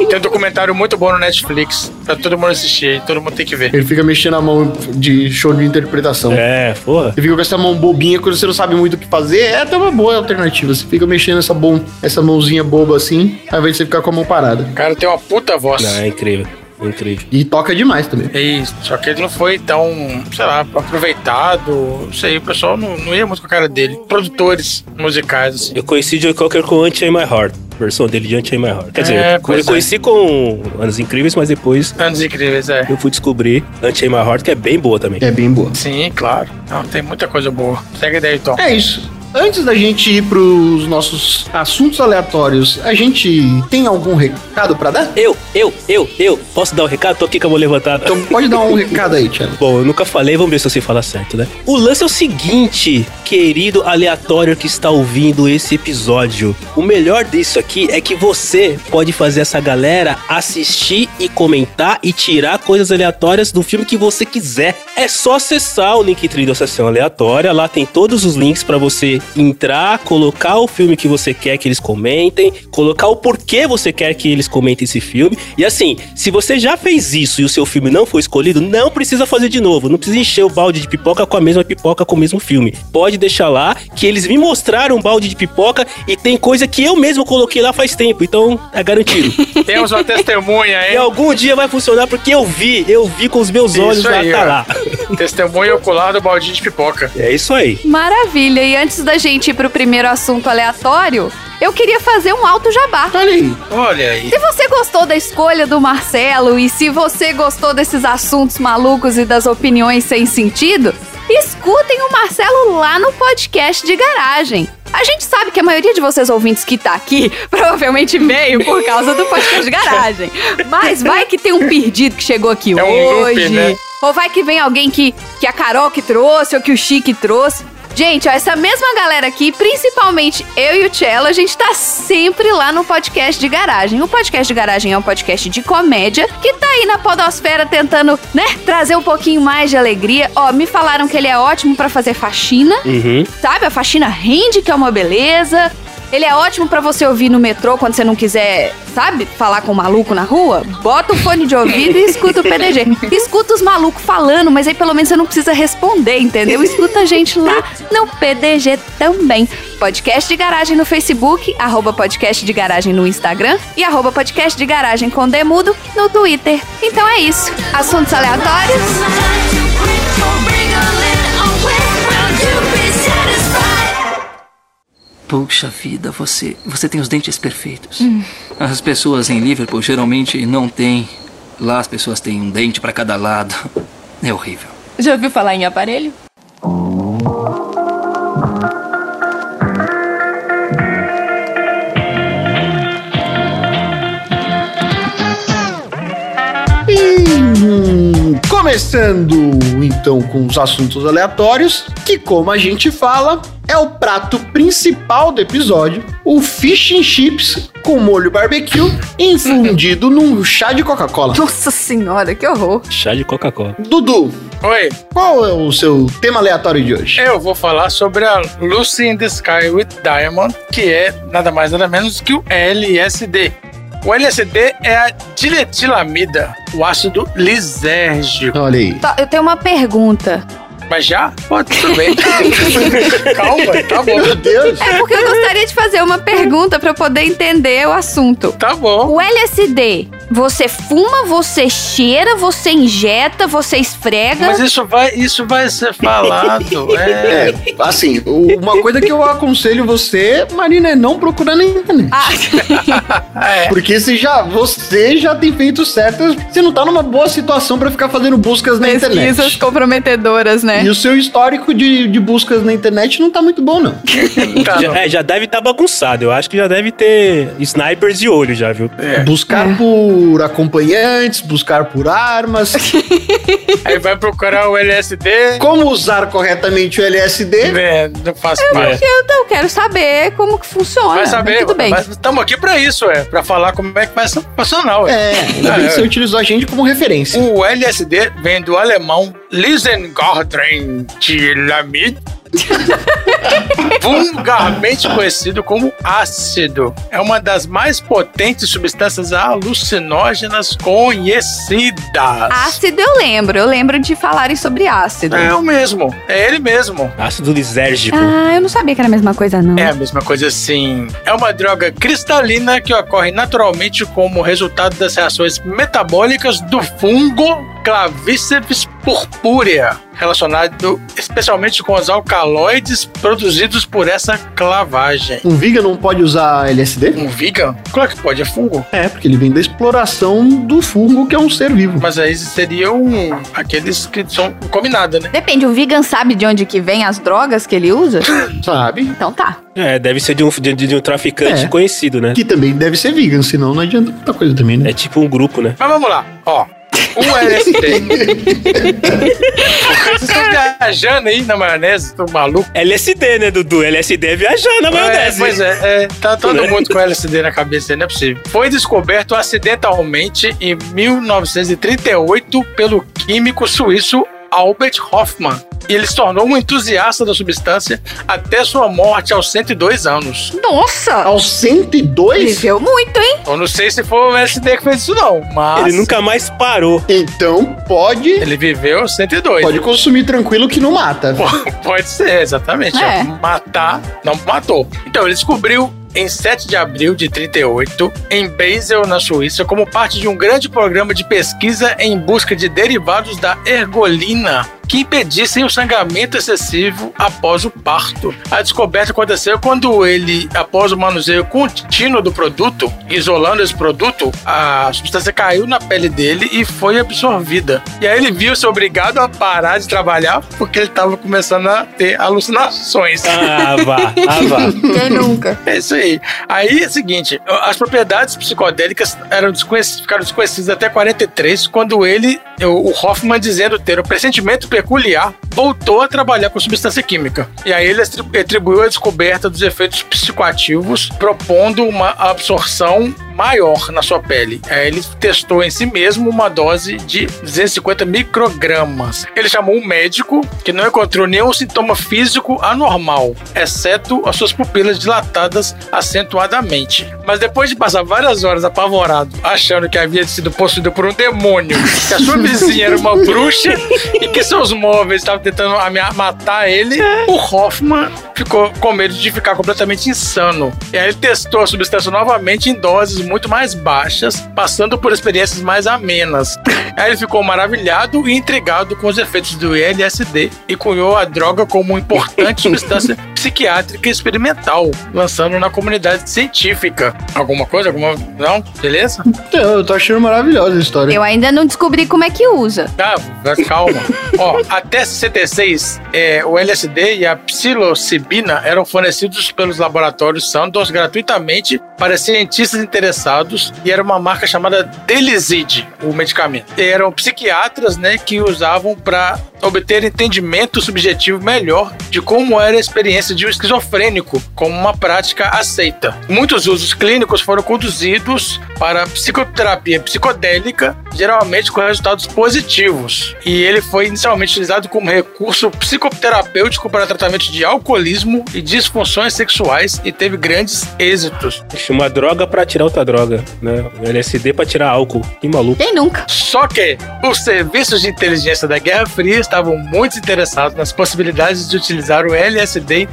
Speaker 4: Tem um documentário muito bom no Netflix, pra todo mundo assistir, todo mundo tem que ver.
Speaker 3: Ele fica mexendo a mão de show de interpretação.
Speaker 2: É, porra.
Speaker 3: Você fica com essa mão bobinha quando você não sabe muito o que fazer. É até uma boa alternativa. Você fica mexendo essa, bom, essa mãozinha boba assim, ao invés de você ficar com a mão parada.
Speaker 4: O cara tem uma puta voz.
Speaker 2: Não, é incrível. é Incrível.
Speaker 3: E toca demais também.
Speaker 4: É isso. Só que ele não foi tão, sei lá, aproveitado. Não sei, o pessoal não, não ia muito com a cara dele. Produtores musicais, assim.
Speaker 2: Eu conheci Joe Cocker com Unchain My Heart. a Versão dele de Unchain My Heart. Quer dizer,
Speaker 4: É, pois
Speaker 2: eu conheci com Anos Incríveis, mas depois
Speaker 4: Anos incríveis, é.
Speaker 2: eu fui descobrir Unchain My Heart, que é bem boa também.
Speaker 3: É bem boa.
Speaker 4: Sim, claro. Não, tem muita coisa boa. Segue a ideia, Tom.
Speaker 3: É isso. Antes da gente ir pros nossos assuntos aleatórios, a gente tem algum recado pra dar?
Speaker 2: Eu, eu, eu, eu. Posso dar um recado? Tô aqui com a mão levantada.
Speaker 3: Então pode dar um recado aí, Thiago.
Speaker 2: Bom, eu nunca falei, vamos ver se eu sei falar certo, né? O lance é o seguinte, querido aleatório que está ouvindo esse episódio. O melhor disso aqui é que você pode fazer essa galera assistir e comentar e tirar coisas aleatórias do filme que você quiser. É só acessar o Linktree da Sessão Aleatória, lá tem todos os links para você entrar, colocar o filme que você quer que eles comentem, colocar o porquê você quer que eles comentem esse filme. E assim, se você já fez isso e o seu filme não foi escolhido, não precisa fazer de novo. Não precisa encher o balde de pipoca com a mesma pipoca com o mesmo filme. Pode deixar lá que eles me mostraram um balde de pipoca e tem coisa que eu mesmo coloquei lá faz tempo. Então, é garantido.
Speaker 4: Temos uma testemunha,
Speaker 2: e
Speaker 4: hein?
Speaker 2: algum dia vai funcionar porque eu vi, eu vi com os meus olhos lá, tá
Speaker 4: ó.
Speaker 2: lá.
Speaker 4: Testemunha ocular do baldinho de pipoca.
Speaker 2: É isso aí.
Speaker 1: Maravilha, e antes da gente ir pro primeiro assunto aleatório, eu queria fazer um alto jabá.
Speaker 3: Olha aí.
Speaker 4: Olha aí.
Speaker 1: Se você gostou da escolha do Marcelo e se você gostou desses assuntos malucos e das opiniões sem sentido, escutem o Marcelo lá no podcast de garagem. A gente sabe que a maioria de vocês ouvintes que tá aqui provavelmente veio por causa do podcast de garagem. Mas vai que tem um perdido que chegou aqui
Speaker 4: É um
Speaker 1: hoje.
Speaker 4: loop, né?
Speaker 1: Ou vai que vem alguém que, que a Carol que trouxe ou que o Chique trouxe. Gente, ó, essa mesma galera aqui, principalmente eu e o Cello, a gente tá sempre lá no podcast de garagem. O podcast de garagem é um podcast de comédia que tá aí na podosfera tentando, né, trazer um pouquinho mais de alegria. Ó, me falaram que ele é ótimo pra fazer faxina.
Speaker 2: Uhum.
Speaker 1: Sabe, a faxina rende, que é uma beleza. Ele é ótimo pra você ouvir no metrô quando você não quiser, sabe, falar com um maluco na rua. Bota o fone de ouvido e escuta o PDG. Escuta os malucos falando, mas aí pelo menos você não precisa responder, entendeu? Escuta a gente lá no PDG também. Podcast de Garagem no Facebook, arroba podcast de garagem no Instagram e arroba podcast de garagem com Demudo no Twitter. Então é isso. Assuntos aleatórios.
Speaker 6: Puxa vida, você, você tem os dentes perfeitos. As pessoas em Liverpool geralmente não têm. Lá as pessoas têm um dente pra cada lado. É horrível.
Speaker 11: Já ouviu falar em aparelho?
Speaker 3: Hum, começando então com os assuntos aleatórios, que como a gente fala, é o prato principal do episódio, o fish and chips com molho barbecue infundido num chá de Coca-Cola.
Speaker 1: Nossa senhora, que horror.
Speaker 2: Chá de Coca-Cola.
Speaker 3: Dudu,
Speaker 4: Oi,
Speaker 3: qual é o seu tema aleatório de hoje?
Speaker 4: eu vou falar sobre a Lucy in the Sky with Diamond, que é nada mais nada menos que o LSD. O LSD é a diletilamida, o ácido lisérgico.
Speaker 3: Olha aí.
Speaker 1: Tá, Eu tenho uma pergunta.
Speaker 4: Mas já? Pô, tudo bem. Calma, tá
Speaker 3: Meu
Speaker 4: bom.
Speaker 3: Deus!
Speaker 1: É porque eu gostaria de fazer uma pergunta pra eu poder entender o assunto.
Speaker 4: Tá bom.
Speaker 1: O LSD, você fuma, você cheira, você injeta, você esfrega.
Speaker 4: Mas isso vai, isso vai ser falado.
Speaker 3: É,
Speaker 4: É.
Speaker 3: assim, o- uma coisa que eu aconselho você, Marina, é não procurar na internet.
Speaker 1: Ah,
Speaker 4: É.
Speaker 3: Porque se já, você já tem feito certas, você não tá numa boa situação pra ficar fazendo buscas na
Speaker 1: pesquisas
Speaker 3: internet.
Speaker 1: comprometedoras, né?
Speaker 3: E o seu histórico de, de buscas na internet não tá muito bom, não.
Speaker 4: Tá,
Speaker 2: Já, é, já deve estar bagunçado. Eu acho que já deve ter snipers de olho já, viu?
Speaker 3: É.
Speaker 1: É.
Speaker 3: Buscar por acompanhantes, buscar por armas,
Speaker 4: Aí vai procurar o LSD.
Speaker 3: como usar corretamente o LSD.
Speaker 4: É, não faço mais.
Speaker 1: Eu, eu quero saber como que funciona.
Speaker 4: Vai
Speaker 1: mas
Speaker 4: saber,
Speaker 1: Tudo bem.
Speaker 4: mas estamos aqui pra isso, é. Pra falar como é que vai ser profissional. ué.
Speaker 3: É, ainda bem que você utilizou a gente como
Speaker 1: É.
Speaker 3: referência.
Speaker 4: O LSD vem do alemão Lisengardrendilamid, vulgarmente conhecido como ácido. É uma das mais potentes substâncias alucinógenas conhecidas.
Speaker 1: Ácido eu lembro, eu lembro de falarem sobre ácido.
Speaker 4: É o mesmo, é ele mesmo.
Speaker 2: Ácido lisérgico.
Speaker 1: Ah, eu não sabia que era a mesma coisa, não.
Speaker 4: É a mesma coisa assim. É uma droga cristalina que ocorre naturalmente como resultado das reações metabólicas do fungo Claviceps purpúrea, relacionado especialmente com os alcaloides produzidos por essa clavagem.
Speaker 3: Um vegan não pode usar LSD?
Speaker 4: Um vegan? Claro que pode, é fungo.
Speaker 3: É, porque ele vem da exploração do fungo, que é um ser vivo.
Speaker 4: Mas aí seriam aqueles que são combinados, né?
Speaker 1: Depende, o vegan sabe de onde que vem as drogas que ele usa?
Speaker 3: Sabe?
Speaker 1: Então tá.
Speaker 2: É, deve ser de um, de, de um traficante
Speaker 3: É.
Speaker 2: conhecido, né?
Speaker 3: Que também deve ser vegan, senão não adianta muita coisa também, né?
Speaker 2: É tipo um grupo, né?
Speaker 4: Mas vamos lá, ó. Um O LSD. Vocês estão viajando aí na maionese, tô maluco.
Speaker 2: LSD, né, Dudu? LSD é viajar na
Speaker 4: É,
Speaker 2: maionese.
Speaker 4: pois é, é, tá todo mundo com LSD na cabeça, não é possível. Foi descoberto acidentalmente em 1938 pelo químico suíço Albert Hoffman. E ele se tornou um entusiasta da substância até sua morte aos 102 anos.
Speaker 1: Nossa!
Speaker 3: Aos 102?
Speaker 1: Viveu muito, hein?
Speaker 4: Eu não sei se foi o LSD que fez isso, não, mas.
Speaker 2: Ele nunca mais parou.
Speaker 3: Então pode,
Speaker 4: Ele viveu 102.
Speaker 3: pode consumir tranquilo que não mata.
Speaker 4: Pô, Pode ser, exatamente.
Speaker 1: É.
Speaker 4: Matar não matou. Então, ele descobriu em 7 de abril de 38, em Basel, na Suíça, como parte de um grande programa de pesquisa em busca de derivados da ergolina, que impedissem o sangramento excessivo após o parto. A descoberta aconteceu quando ele, após o manuseio contínuo do produto, isolando esse produto, a substância caiu na pele dele e foi absorvida. E aí ele viu-se obrigado a parar de trabalhar porque ele estava começando a ter alucinações.
Speaker 2: Ah, vá, ah, vá.
Speaker 1: Quem nunca?
Speaker 4: É isso aí. Aí é o seguinte, as propriedades psicodélicas eram desconhecidas, ficaram desconhecidas até 43, quando ele, o Hoffman, dizendo ter o pressentimento peculiar, voltou a trabalhar com substância química. E aí ele atribuiu a descoberta dos efeitos psicoativos, propondo uma absorção maior na sua pele. Aí ele testou em si mesmo uma dose de 250 microgramas. Ele chamou um médico que não encontrou nenhum sintoma físico anormal, exceto as suas pupilas dilatadas acentuadamente. Mas depois de passar várias horas apavorado, achando que havia sido possuído por um demônio, que a sua vizinha era uma bruxa e que seus móveis estavam tentando amea- matar ele, o Hoffman ficou com medo de ficar completamente insano. E aí ele testou a substância novamente em doses muito mais baixas, passando por experiências mais amenas. Aí ele ficou maravilhado e intrigado com os efeitos do LSD e cunhou a droga como uma importante substância psiquiátrica experimental, lançando na comunidade científica. Alguma coisa? Alguma. Não? Beleza?
Speaker 3: Então, Eu tô achando maravilhosa a história.
Speaker 1: Eu ainda não descobri como é que usa.
Speaker 4: Tá, mas calma. Ó, até 66, é, o LSD e a psilocibina eram fornecidos pelos laboratórios Sandoz gratuitamente para cientistas interessados e era uma marca chamada Delizid, o medicamento. E eram psiquiatras, né, que usavam para obter entendimento subjetivo melhor de como era a experiência de um esquizofrênico, como uma prática aceita. Muitos usos clínicos foram conduzidos para psicoterapia psicodélica, geralmente com resultados positivos. E ele foi inicialmente utilizado como recurso psicoterapêutico para tratamento de alcoolismo e disfunções sexuais e teve grandes êxitos.
Speaker 2: Uma droga pra tirar outra droga, né? LSD pra tirar álcool. Que maluco.
Speaker 1: Quem nunca?
Speaker 4: Só que os serviços de inteligência da Guerra Fria estavam muito interessados nas possibilidades de utilizar o LSD em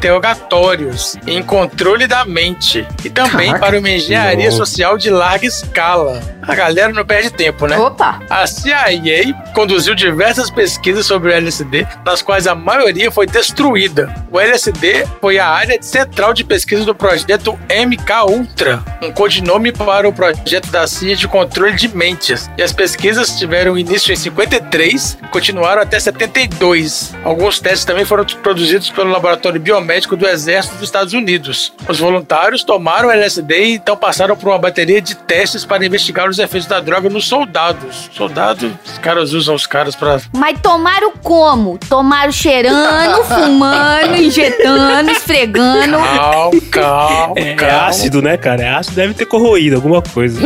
Speaker 4: interrogatórios, em controle da mente e também
Speaker 6: Caraca,
Speaker 4: para uma engenharia
Speaker 2: louco.
Speaker 4: social de larga escala. A galera não perde tempo, né?
Speaker 1: Opa!
Speaker 4: A CIA conduziu diversas pesquisas sobre o LSD, das quais a maioria foi destruída. O LSD foi a área central de pesquisa do projeto MK Ultra, um codinome para o projeto da CIA de controle de mentes. E as pesquisas tiveram início em 53 e continuaram até 72. Alguns testes também foram produzidos pelo Laboratório Biomédico do Exército dos Estados Unidos. Os voluntários tomaram LSD e então passaram por uma bateria de testes para investigar os efeitos da droga nos soldados. Soldado, os caras usam os caras para
Speaker 10: Mas tomaram como? Tomaram cheirando,
Speaker 1: Fumando, injetando, esfregando.
Speaker 4: Cal, cal,
Speaker 2: É, é
Speaker 4: cal.
Speaker 2: ácido, né, cara? É ácido, deve ter corroído alguma coisa.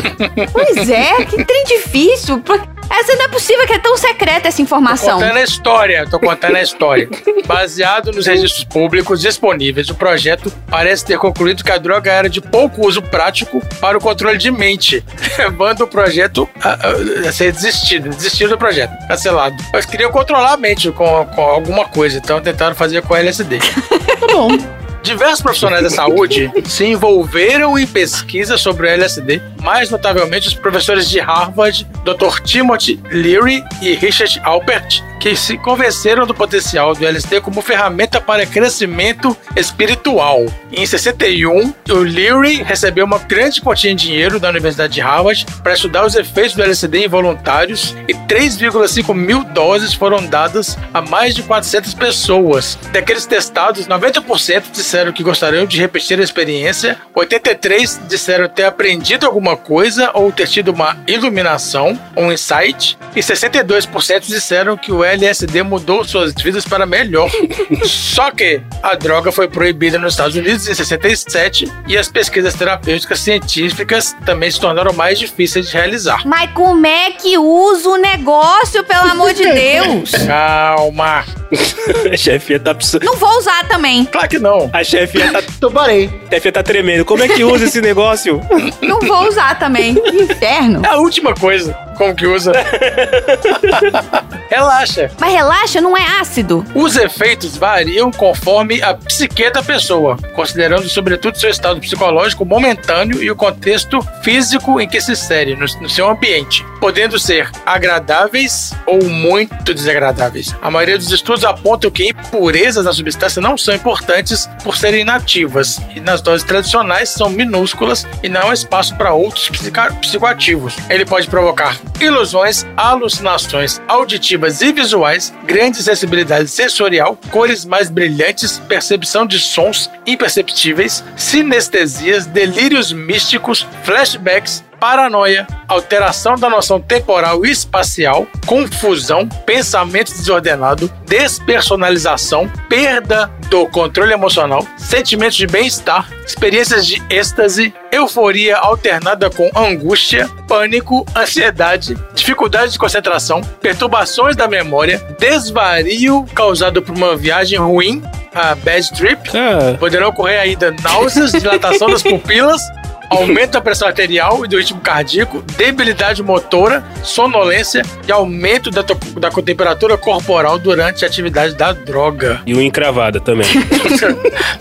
Speaker 1: Pois é, que trem difícil. Pô, Essa não é possível que é tão secreta essa
Speaker 4: Tô
Speaker 1: informação.
Speaker 4: contando a história, tô contando a história. Baseado nos registros públicos disponíveis, o projeto parece ter concluído que a droga era de pouco uso prático para o controle de mente, levando o projeto a, a- a ser desistido, desistido do projeto, cancelado. Mas queriam controlar a mente com, com alguma coisa, então tentaram fazer com LSD. Diversos profissionais da saúde se envolveram em pesquisas sobre o LSD, mais notavelmente os professores de Harvard, Dr. Timothy Leary e Richard Alpert, que se convenceram do potencial do LSD como ferramenta para crescimento espiritual. Em 61, o Leary recebeu uma grande quantia de dinheiro da Universidade de Harvard para estudar os efeitos do LSD em voluntários e 3,5 mil doses foram dadas a mais de 400 pessoas. Daqueles testados, 90% disseram que gostariam de repetir a experiência, 83% disseram ter aprendido alguma coisa ou ter tido uma iluminação, um insight, e 62% disseram que o LSD mudou suas vidas para melhor. Só que a droga foi proibida nos Estados Unidos em 67 e as pesquisas terapêuticas científicas também se tornaram mais difíceis de realizar.
Speaker 10: mas como é que usa o negócio, pelo
Speaker 1: Pelo amor de Deus.
Speaker 4: Calma.
Speaker 2: a chefinha tá precis-
Speaker 1: Não vou usar também.
Speaker 4: Claro que não.
Speaker 2: A chefinha tá,
Speaker 3: Então parei.
Speaker 2: a chefinha tá tremendo. Como é que usa esse negócio?
Speaker 1: Não vou usar também. Inferno.
Speaker 4: É a última coisa. Como que usa? Relaxa.
Speaker 1: Mas relaxa, não é ácido.
Speaker 4: Os efeitos variam conforme a psique da pessoa, considerando sobretudo seu estado psicológico momentâneo e o contexto físico em que se insere no, no seu ambiente, podendo ser agradáveis ou muito desagradáveis. A maioria dos estudos apontam que impurezas na substância não são importantes por serem nativas e nas doses tradicionais são minúsculas e não há espaço para outros psica- psicoativos. Ele pode provocar ilusões, alucinações auditivas e visuais, grande sensibilidade sensorial, cores mais brilhantes, percepção de sons imperceptíveis, sinestesias, delírios místicos, flashbacks, paranoia, alteração da noção temporal e espacial, confusão, pensamento desordenado, despersonalização, perda do controle emocional, sentimentos de bem-estar, experiências de êxtase, euforia alternada com angústia, pânico, ansiedade, dificuldade de concentração, perturbações da memória, desvario causado por uma viagem ruim, a bad trip, poderão ocorrer ainda náuseas, dilatação das pupilas, aumento da pressão arterial e do ritmo cardíaco, debilidade motora, sonolência e aumento da, to- da temperatura corporal durante a atividade da droga.
Speaker 2: E o encravada também.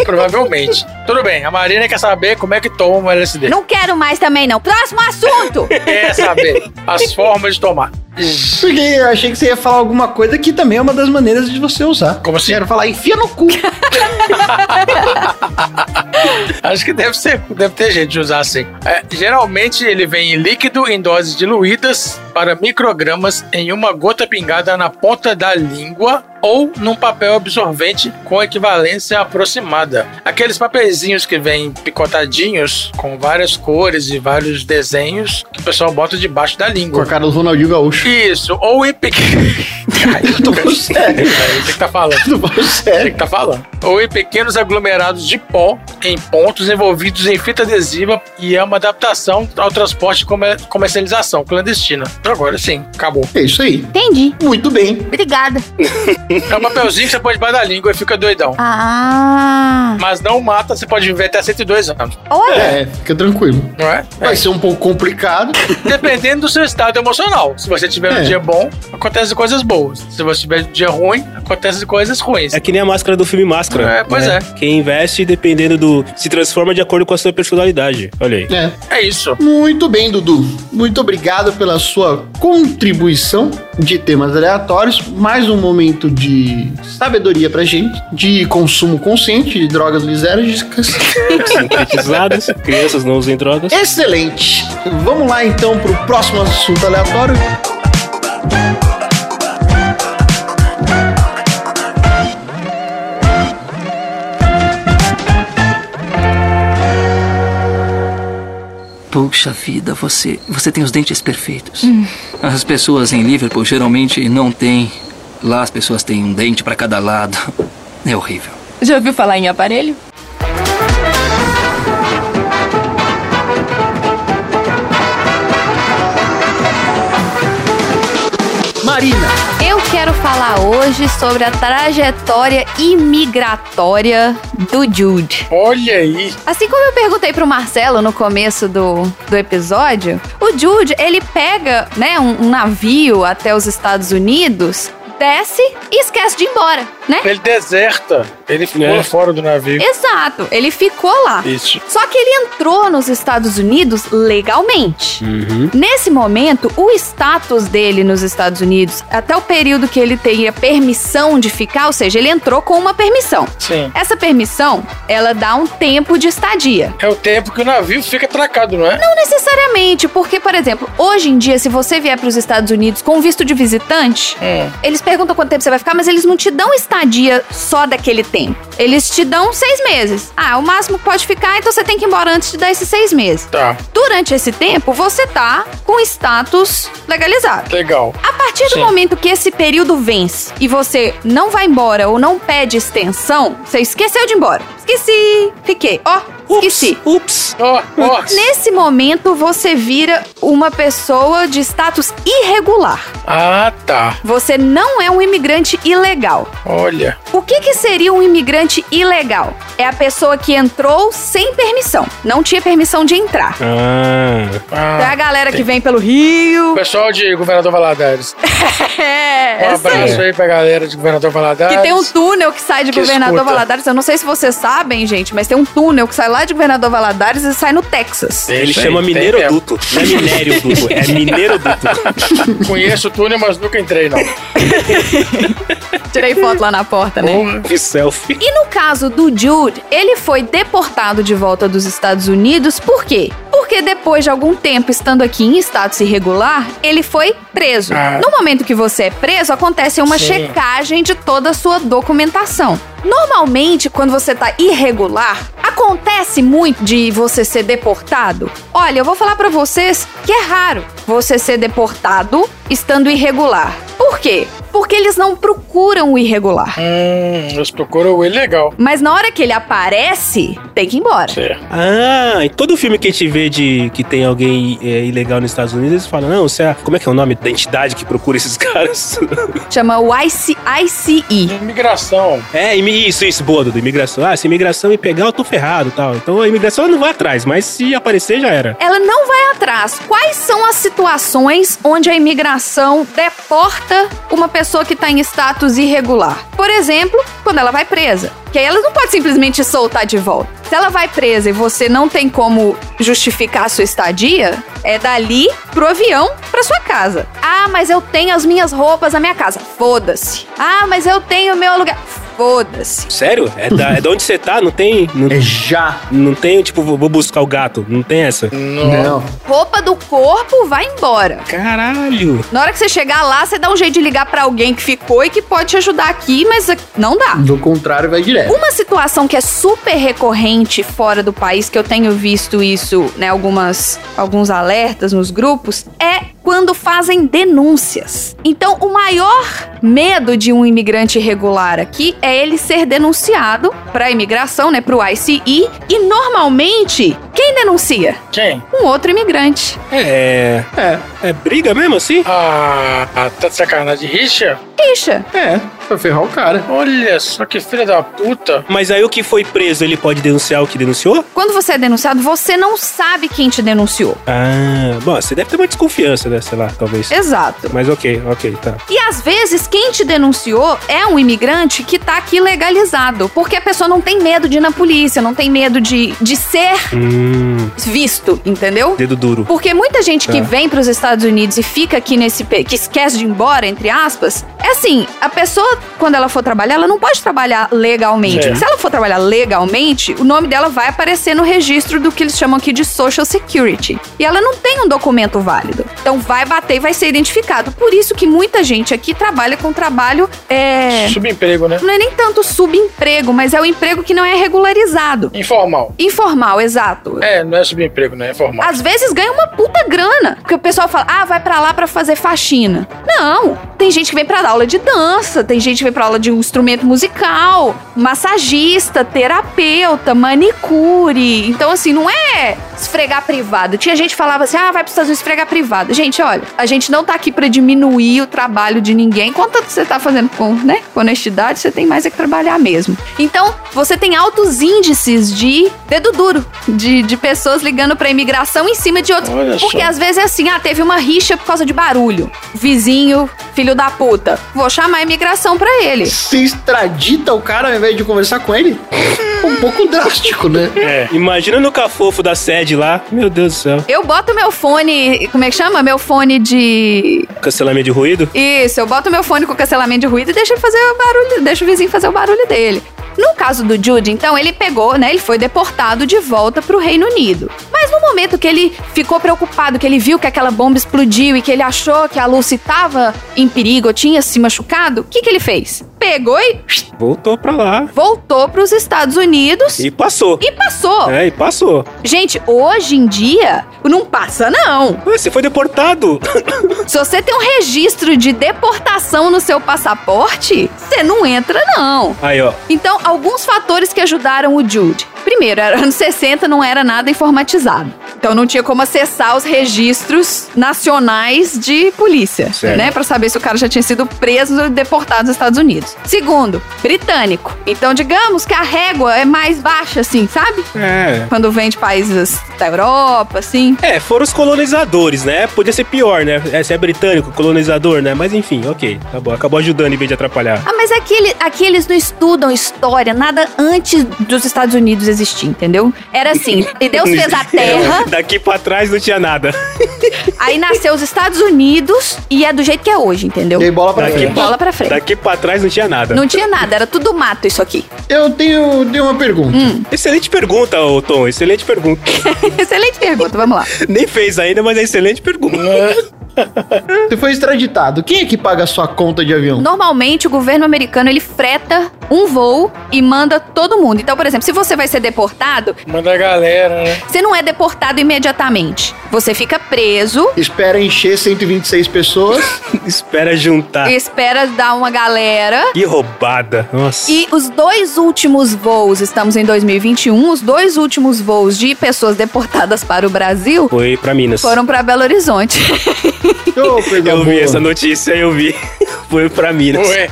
Speaker 4: Provavelmente. Tudo bem, a Marina quer saber como é que toma o LSD.
Speaker 10: Não quero mais também, não. Próximo assunto!
Speaker 4: Quer saber as formas de tomar.
Speaker 3: Porque eu achei que você ia falar alguma coisa que também é uma das maneiras de você usar. Como assim? Quero falar, enfia no cu.
Speaker 4: Acho que deve ser, deve ter gente de usar assim. É, geralmente ele vem em líquido em doses diluídas para microgramas em uma gota pingada na ponta da língua ou num papel absorvente com equivalência aproximada. Aqueles papeizinhos que vêm picotadinhos com várias cores e vários desenhos que o pessoal bota debaixo da língua.
Speaker 3: Com a cara do Ronaldinho Gaúcho.
Speaker 4: Isso, ou em pequenos.
Speaker 3: Tô falando sério.
Speaker 4: O que que tá falando?
Speaker 3: Tô É, falando
Speaker 4: O que
Speaker 3: sério.
Speaker 4: que tá falando? Ou em pequenos aglomerados de pó em pontos envolvidos em fita adesiva e é uma adaptação ao transporte e comer- comercialização clandestina. Agora sim, acabou.
Speaker 3: É isso aí.
Speaker 10: Entendi.
Speaker 3: Muito bem.
Speaker 10: Obrigada.
Speaker 4: É um papelzinho que você põe debaixo da língua e fica doidão.
Speaker 10: Ah.
Speaker 4: Mas não mata, você pode viver até 102 anos,
Speaker 10: Olha.
Speaker 3: É, fica tranquilo.
Speaker 4: não é?
Speaker 3: Vai ser um pouco complicado.
Speaker 4: Dependendo do seu estado emocional. Se você tiver
Speaker 3: É.
Speaker 4: um dia bom, acontecem coisas boas. Se você tiver um dia ruim, acontecem coisas ruins.
Speaker 2: É que nem a máscara do filme Máscara.
Speaker 4: É, pois
Speaker 2: né?
Speaker 4: é.
Speaker 2: Quem investe, dependendo do. se transforma de acordo com a sua personalidade. Olha aí.
Speaker 3: É.
Speaker 4: É isso.
Speaker 3: Muito bem, Dudu. Muito obrigado pela sua contribuição de temas aleatórios. Mais um momento de sabedoria pra gente, de consumo consciente de drogas lisérgicas.
Speaker 2: Sintetizados, crianças não usem drogas.
Speaker 3: Excelente. Vamos lá então pro próximo assunto aleatório.
Speaker 6: Puxa vida, você, você tem os dentes perfeitos. As pessoas em Liverpool geralmente não têm. Lá as pessoas têm um dente pra cada lado. É horrível.
Speaker 7: Já ouviu falar em aparelho?
Speaker 3: Marina.
Speaker 1: Eu quero falar hoje sobre a trajetória imigratória do Jude.
Speaker 4: Olha aí.
Speaker 1: Assim como eu perguntei pro Marcelo no começo do, do episódio, o Jude, ele pega, né, um, um navio até os Estados Unidos, desce e esquece de ir embora, né?
Speaker 4: Ele deserta. Ele ficou
Speaker 2: É.
Speaker 4: fora do navio.
Speaker 1: Exato, ele ficou lá.
Speaker 4: Isso.
Speaker 1: Só que ele entrou nos Estados Unidos legalmente. Nesse momento, o status dele nos Estados Unidos, até o período que ele teria permissão de ficar, ou seja, ele entrou com uma permissão.
Speaker 4: Sim.
Speaker 1: Essa permissão, ela dá um tempo de estadia.
Speaker 4: É o tempo que o navio fica atracado, não é?
Speaker 1: Não necessariamente, porque, por exemplo, hoje em dia, se você vier para os Estados Unidos com visto de visitante,
Speaker 4: É.
Speaker 1: eles perguntam quanto tempo você vai ficar, mas eles não te dão estadia só daquele tempo. Eles te dão seis meses. Ah, o máximo que pode ficar, então você tem que ir embora antes de dar esses seis meses.
Speaker 4: Tá,
Speaker 1: Durante esse tempo, você tá com status legalizado.
Speaker 4: legal.
Speaker 1: A partir do
Speaker 4: Sim.
Speaker 1: momento que esse período vence e você não vai embora ou não pede extensão, você esqueceu de ir embora. Esqueci, fiquei. Ó, esqueci.
Speaker 2: Ups.
Speaker 4: Ó, ó.
Speaker 1: Nesse momento, você vira uma pessoa de status irregular.
Speaker 4: Ah, tá.
Speaker 1: Você não é um imigrante ilegal.
Speaker 4: Olha.
Speaker 1: O que, que seria um imigrante ilegal? É a pessoa que entrou sem permissão, não tinha permissão de entrar.
Speaker 2: Ah.
Speaker 1: Então é
Speaker 4: Ah.
Speaker 1: a galera que vem pelo Rio.
Speaker 4: Pessoal de Governador Valadares.
Speaker 1: É.
Speaker 4: Um
Speaker 1: Essa aí.
Speaker 4: abraço aí pra galera de Governador Valadares.
Speaker 1: Que tem um túnel que sai de
Speaker 4: Que
Speaker 1: Governador
Speaker 4: escuta.
Speaker 1: Valadares. Eu não sei se vocês sabem, gente, mas tem um túnel que sai lá de Governador Valadares e sai no Texas.
Speaker 2: Ele
Speaker 4: Tem,
Speaker 2: chama
Speaker 4: tem
Speaker 2: mineiro
Speaker 4: mesmo.
Speaker 2: duto. Não é minério duto, é mineiro duto.
Speaker 4: Conheço o túnel, mas nunca entrei, não.
Speaker 1: Tirei foto lá na porta, né?
Speaker 4: Porra.
Speaker 2: Que selfie.
Speaker 1: E no caso do Jude, ele foi deportado de volta dos Estados Unidos por quê? Porque depois de algum tempo estando aqui em status irregular, ele foi preso.
Speaker 4: Ah.
Speaker 1: No momento que você é preso, acontece uma
Speaker 4: Sim.
Speaker 1: checagem de toda a sua documentação. Normalmente, quando você tá irregular, acontece muito de você ser deportado. Olha, eu vou falar pra vocês que é raro você ser deportado estando irregular. Por quê? Porque eles não procuram o irregular.
Speaker 4: Hum, eles procuram o ilegal.
Speaker 1: Mas na hora que ele aparece, tem que ir embora.
Speaker 2: Ah, em todo filme que a gente vê de que tem alguém é, ilegal nos Estados Unidos, eles falam, não, você é, como é que é o nome da entidade que procura esses caras?
Speaker 1: Chama o IC, ICE.
Speaker 4: Imigração.
Speaker 2: é, imi- isso, isso, boa, Dudu, imigração. Ah, se a imigração me pegar, eu tô ferrado e tal. Então a imigração não vai atrás, mas se aparecer, já era.
Speaker 1: Ela não vai atrás. Quais são as situações onde a imigração deporta uma pessoa que está em status irregular? Por exemplo, quando ela vai presa. Que aí ela não pode simplesmente soltar de volta. Se ela vai presa e você não tem como justificar a sua estadia, é dali pro avião pra sua casa. Ah, mas eu tenho as minhas roupas na minha casa. Foda-se. Ah, mas eu tenho o meu lugar. Foda-se.
Speaker 2: Sério? É da, é da onde você tá? Não tem. Não,
Speaker 3: É já.
Speaker 2: não tem, tipo, vou vou buscar o gato. Não tem essa.
Speaker 3: Não.
Speaker 1: roupa do corpo vai embora.
Speaker 2: Caralho!
Speaker 1: Na hora que você chegar lá, você dá um jeito de ligar pra alguém que ficou e que pode te ajudar aqui, mas eh, não dá.
Speaker 3: Do contrário, vai direto.
Speaker 1: Uma situação que é super recorrente fora do país, que eu tenho visto isso, né, algumas alguns alertas nos grupos, é quando fazem denúncias. Então, o maior medo de um imigrante irregular aqui é ele ser denunciado pra imigração, né, pro ICE, e normalmente quem denuncia?
Speaker 4: Quem?
Speaker 1: Um outro imigrante.
Speaker 2: É. É. É briga mesmo assim?
Speaker 4: Ah, tá de sacanagem. Richa?
Speaker 1: Picha.
Speaker 3: É, pra ferrar o cara.
Speaker 4: Olha só que filha da puta.
Speaker 2: Mas aí o que foi preso, ele pode denunciar o que denunciou?
Speaker 1: Quando você é denunciado, você não sabe quem te denunciou.
Speaker 2: Ah, bom, você deve ter uma desconfiança, né? Sei lá, talvez.
Speaker 1: Exato.
Speaker 2: Mas ok, ok, tá.
Speaker 1: E às vezes quem te denunciou é um imigrante que tá aqui legalizado, porque a pessoa não tem medo de ir na polícia, não tem medo de, de ser
Speaker 2: Hum,
Speaker 1: visto, entendeu?
Speaker 2: dedo duro.
Speaker 1: Porque muita gente que
Speaker 2: Tá.
Speaker 1: vem para os Estados Unidos e fica aqui nesse pe- que esquece de ir embora, entre aspas, é assim, a pessoa quando ela for trabalhar, ela não pode trabalhar legalmente.
Speaker 4: Sim.
Speaker 1: Se ela for trabalhar legalmente, o nome dela vai aparecer no registro do que eles chamam aqui de Social Security. E ela não tem um documento válido. Então vai bater e vai ser identificado. Por isso que muita gente aqui trabalha com trabalho é,
Speaker 4: Subemprego, né?
Speaker 1: não é nem tanto subemprego, mas é o emprego que não é regularizado.
Speaker 4: Informal.
Speaker 1: Informal, exato.
Speaker 4: É, não é subemprego, né? É formal.
Speaker 1: Às vezes ganha uma puta grana. Porque o pessoal fala, ah, vai pra lá pra fazer faxina. Não. Tem gente que vem pra aula de dança, tem gente que vem pra aula de um instrumento musical, massagista, terapeuta, manicure. Então, assim, não é esfregar privado. Tinha gente que falava assim, ah, vai pros Estados Unidos esfregar privado. Gente, olha, a gente não tá aqui pra diminuir o trabalho de ninguém. Quanto você tá fazendo com, né, com honestidade, você tem mais é que trabalhar mesmo. Então, você tem altos índices de dedo duro, de, de pessoas ligando pra imigração em cima de outros.
Speaker 4: Olha
Speaker 1: Porque
Speaker 4: só.
Speaker 1: às vezes é assim, ah, teve uma rixa por causa de barulho. Vizinho, filho da puta. Vou chamar a imigração pra ele.
Speaker 3: Se extradita o cara ao invés de conversar com ele? Um pouco drástico, né?
Speaker 4: É.
Speaker 2: Imagina no cafofo da sede lá. Meu Deus do céu.
Speaker 1: Eu boto meu fone, como é que chama? Meu fone de
Speaker 2: Cancelamento de ruído?
Speaker 1: Isso, eu boto meu fone com cancelamento de ruído e deixo ele fazer o barulho, deixo o vizinho fazer o barulho dele. No caso do Jude, então, ele pegou, né? Ele foi deportado de volta pro Reino Unido. Mas no momento que ele ficou preocupado, que ele viu que aquela bomba explodiu e que ele achou que a Lucy tava em perigo, tinha se machucado, o que, que ele fez? Pegou e
Speaker 2: Voltou pra lá.
Speaker 1: voltou pros Estados Unidos
Speaker 2: E passou.
Speaker 1: e passou.
Speaker 2: É, e passou.
Speaker 1: Gente, hoje em dia, não passa, não.
Speaker 2: Ué, Você foi deportado.
Speaker 1: Se você tem um registro de deportação no seu passaporte, você não entra, não.
Speaker 2: Aí, ó.
Speaker 1: Então, alguns fatores que ajudaram o Jude. Primeiro, era anos 60, não era nada informatizado. Então, Então não tinha como acessar os registros nacionais de polícia,
Speaker 2: Certo.
Speaker 1: né? Pra saber se o cara já tinha sido preso ou deportado nos Estados Unidos. Segundo, britânico. Então, digamos que a régua é mais baixa, assim, sabe?
Speaker 2: É.
Speaker 1: Quando vem de países da Europa, assim.
Speaker 2: É, foram os colonizadores, né? Podia ser pior, né? É, se é britânico, colonizador, né? Mas enfim, ok. Tá bom. Acabou ajudando em vez de atrapalhar.
Speaker 10: Ah,
Speaker 1: é
Speaker 10: mas aqui, ele- aqui eles não estudam história, nada antes dos Estados Unidos existir, entendeu?
Speaker 1: Era assim, e Deus fez a terra,
Speaker 2: Daqui pra trás não tinha nada.
Speaker 1: aí nasceu os Estados Unidos e é do jeito que é hoje, entendeu?
Speaker 3: Dei bola pra
Speaker 2: Daqui
Speaker 3: frente.
Speaker 1: Bola pra frente.
Speaker 2: Daqui pra trás não tinha nada.
Speaker 1: Não tinha nada, era tudo mato isso aqui.
Speaker 3: Eu tenho, tenho uma pergunta.
Speaker 2: Excelente pergunta, ô Tom. Excelente pergunta.
Speaker 1: Excelente pergunta, vamos lá.
Speaker 2: Nem fez ainda, mas é excelente pergunta.
Speaker 3: Você foi extraditado. Quem é que paga a sua conta de avião?
Speaker 1: Normalmente o governo americano ele freta um voo e manda todo mundo. Então, por exemplo, se você vai ser deportado,
Speaker 4: Manda a galera, né?
Speaker 1: você não é deportado imediatamente. Você fica preso,
Speaker 3: Espera encher 126 pessoas.
Speaker 1: É.
Speaker 2: Espera juntar.
Speaker 1: espera dar uma galera
Speaker 2: Que roubada. Nossa.
Speaker 1: E os dois últimos voos, estamos em 2021, os dois últimos voos de pessoas deportadas para o Brasil
Speaker 2: Foi pra Minas.
Speaker 1: foram para Belo Horizonte.
Speaker 3: Ô, coisa
Speaker 2: Eu vi
Speaker 3: boa.
Speaker 2: essa notícia, eu vi. Foi pra Minas.
Speaker 4: Ué.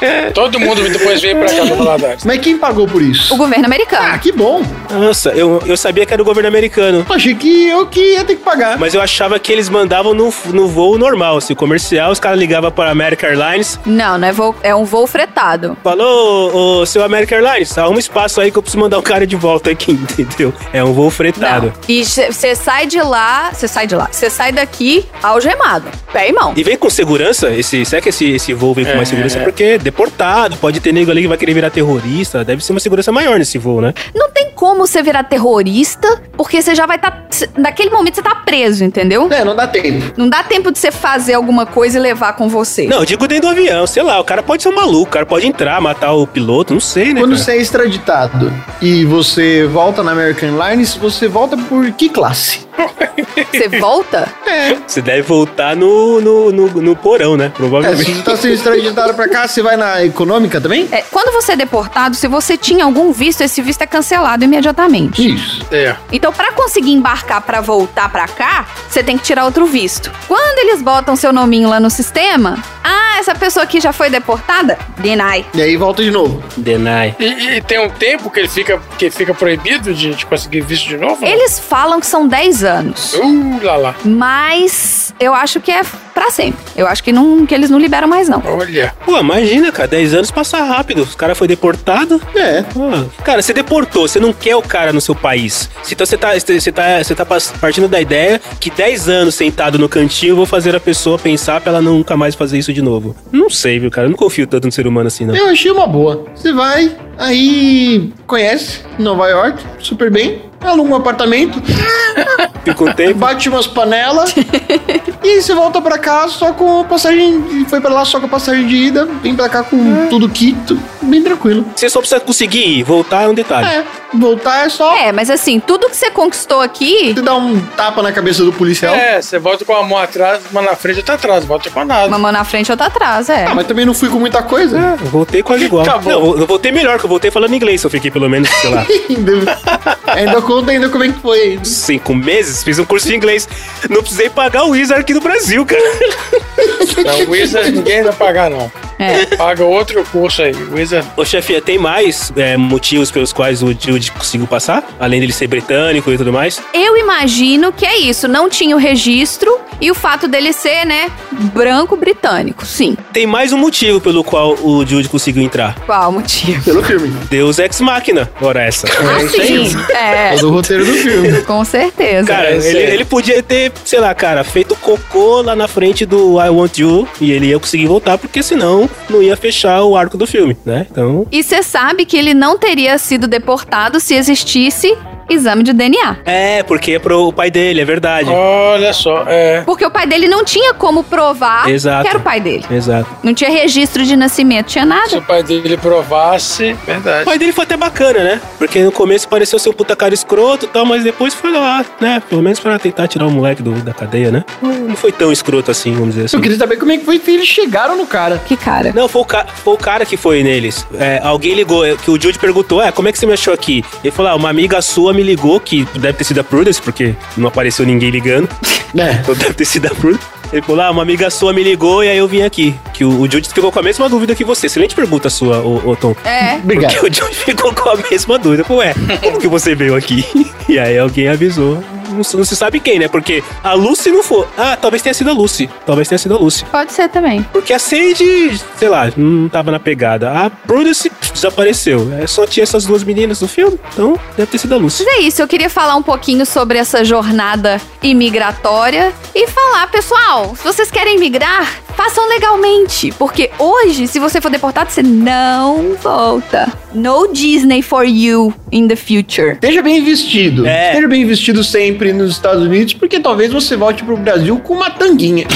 Speaker 4: é. Todo mundo depois veio pra cá do Valadares.
Speaker 3: Mas quem pagou por isso?
Speaker 1: o governo americano.
Speaker 3: Ah, que bom.
Speaker 2: Nossa, eu, eu sabia que era o governo americano.
Speaker 3: Eu achei que eu que ia ter que pagar.
Speaker 2: Mas eu achava que eles mandavam no, no voo normal, assim, comercial. Os caras ligavam para American Airlines.
Speaker 1: Não, não é voo, é um voo fretado.
Speaker 2: Falou, ô, ô, seu American Airlines, arruma um espaço aí que eu preciso mandar o cara de volta aqui, entendeu? É um voo fretado.
Speaker 1: Não. E você sai de lá, você sai de lá, você sai daqui algemado, pé e mão.
Speaker 2: E vem com segurança? Esse, será que esse, esse voo vem com mais segurança? Porque é deportado, pode ter nego ali que vai querer virar terrorista. Deve ser uma segurança maior nesse voo, né?
Speaker 1: Não tem como você virar terrorista, porque você já vai estar. naquele momento você tá preso, entendeu?
Speaker 3: É, não dá tempo.
Speaker 1: Não dá tempo de você fazer alguma coisa e levar com você.
Speaker 2: Não, eu digo dentro do avião, sei lá, o cara pode ser um maluco, o cara pode entrar, matar o piloto, não sei, né?
Speaker 3: Quando
Speaker 2: cara?
Speaker 3: você é extraditado e você volta na American Airlines, você volta por que classe?
Speaker 1: Você volta?
Speaker 2: Você deve voltar no, no, no, no porão, né?
Speaker 3: É,
Speaker 2: Provavelmente.
Speaker 3: se você tá sendo extraditado pra cá, você vai na econômica também?
Speaker 1: É, quando você é deportado, se você tinha algum visto, esse visto é cancelado imediatamente.
Speaker 3: Isso.
Speaker 4: É.
Speaker 1: Então, pra conseguir embarcar pra voltar pra cá, você tem que tirar outro visto. Quando eles botam seu nominho lá no sistema, ah, essa pessoa aqui já foi deportada? Deny.
Speaker 3: E aí volta de novo.
Speaker 2: Deny.
Speaker 4: E, e tem um tempo que ele fica, que fica proibido de, de conseguir visto de novo?
Speaker 1: Eles falam que são 10 anos.
Speaker 4: Uh, lá, lá.
Speaker 1: Mas eu acho que é pra sempre. Eu acho que, não, que eles não liberam mais, não.
Speaker 4: Olha.
Speaker 2: Pô, imagina, cara, 10 anos passa rápido. O cara foi deportado.
Speaker 3: É.
Speaker 2: Ah, cara, você deportou, você não quer o cara no seu país. Então você tá, você tá, você tá pas- partindo da ideia que 10 anos sentado no cantinho eu vou fazer a pessoa pensar pra ela nunca mais fazer isso de novo. Não sei, viu, cara? Eu não confio tanto no ser humano assim, não.
Speaker 3: Eu achei uma boa. Você vai, aí conhece Nova York, super bem, aluga um apartamento,
Speaker 2: Fica um tempo.
Speaker 3: bate umas panelas e aí você volta pra cá só com a passagem. Foi pra lá só com a passagem de ida, vem pra cá com tudo quito, bem tranquilo.
Speaker 2: Você só precisa conseguir ir, voltar é um detalhe.
Speaker 3: É, voltar é só
Speaker 1: É, mas assim, tudo que você conquistou aqui,
Speaker 3: você dar um tapa na cabeça do policial.
Speaker 4: É, você volta com a mão atrás, mas na frente tá atrás, volta com nada.
Speaker 1: uma mão na frente, outra atrás, é.
Speaker 3: Ah, mas também não fui com muita coisa.
Speaker 2: É, Eu voltei quase igual.
Speaker 4: Tá bom.
Speaker 2: não, eu voltei melhor, que eu voltei falando inglês, eu fiquei pelo menos, sei lá.
Speaker 3: Ainda- ainda conta ainda como é que foi.
Speaker 2: cinco meses, fiz um curso de inglês. Não precisei pagar o Wizard aqui do Brasil, cara.
Speaker 3: É
Speaker 4: Então, o Wizard ninguém vai pagar, não.
Speaker 1: É.
Speaker 4: Paga outro curso aí. O Wizard
Speaker 2: Ô, chefia, tem mais é, motivos pelos quais o Jude conseguiu passar? Além dele ser britânico e tudo mais?
Speaker 1: Eu imagino que é isso, não tinha o registro e o fato dele ser, né, branco britânico. Sim.
Speaker 2: Tem mais um motivo pelo qual o Jude conseguiu entrar.
Speaker 1: Qual o motivo?
Speaker 3: Pelo filme.
Speaker 2: Deus Ex Machina. Ora essa.
Speaker 1: Ah,
Speaker 3: isso aí.
Speaker 1: sim. É,
Speaker 3: É do roteiro do filme.
Speaker 1: com certeza.
Speaker 2: Cara,
Speaker 4: É, isso
Speaker 2: ele,
Speaker 4: aí.
Speaker 2: ele podia ter, sei lá, cara, feito cocô lá na frente do I Want You e ele ia conseguir voltar, porque senão não ia fechar o arco do filme, né? Então.
Speaker 1: E você sabe que ele não teria sido deportado se existisse exame de DNA.
Speaker 2: É, porque é pro pai dele, é
Speaker 4: Hum.
Speaker 2: verdade.
Speaker 4: Olha só, é.
Speaker 1: Porque o pai dele não tinha como provar
Speaker 2: Exato.
Speaker 1: que era o pai dele.
Speaker 2: Exato.
Speaker 1: Não tinha registro de nascimento, tinha
Speaker 4: Se
Speaker 1: nada.
Speaker 4: o pai dele provasse.
Speaker 2: O
Speaker 4: Verdade.
Speaker 2: pai dele foi até bacana, né? Porque no começo pareceu ser um puta cara escroto e tal, mas depois foi lá, né? Pelo menos pra tentar tirar o moleque do- da cadeia, né? Não foi tão escroto assim, vamos dizer assim.
Speaker 3: Eu queria saber como é que foi que eles chegaram no cara.
Speaker 1: Que cara.
Speaker 2: Não, foi o, ca- foi o cara que foi neles. É, alguém ligou, é, que o Jude perguntou, é, como é que você me achou aqui? Ele falou, ah, uma amiga sua me me ligou, que deve ter sido a Prudence, porque não apareceu ninguém ligando.
Speaker 3: É.
Speaker 2: Então deve ter sido a Prudence. Ele falou, ah, uma amiga sua me ligou e aí eu vim aqui. Que o, o Jude ficou com a mesma dúvida que você. Excelente pergunta sua, ô, ô, Tom.
Speaker 1: É.
Speaker 3: Obrigado.
Speaker 2: Porque o John ficou com a mesma dúvida. Pô, é, como que você veio aqui? E aí alguém avisou. Não, se- não se sabe quem, né? Porque a Lucy não foi. Ah, talvez tenha sido a Lucy. Talvez tenha sido a Lucy.
Speaker 1: Pode ser também.
Speaker 2: Porque a Sandy, sei lá, não tava na pegada. A Prudence desapareceu. É, Só tinha essas duas meninas no filme. Então, deve ter sido a Lucy.
Speaker 1: Mas é isso, eu queria falar um pouquinho sobre essa jornada imigratória e falar, pessoal, se vocês querem migrar, façam legalmente, porque hoje, se você for deportado, você não volta. No Disney for you in the future.
Speaker 3: Esteja bem vestido.
Speaker 2: É.
Speaker 3: Esteja bem vestido sempre nos Estados Unidos, porque talvez você volte pro Brasil com uma tanguinha.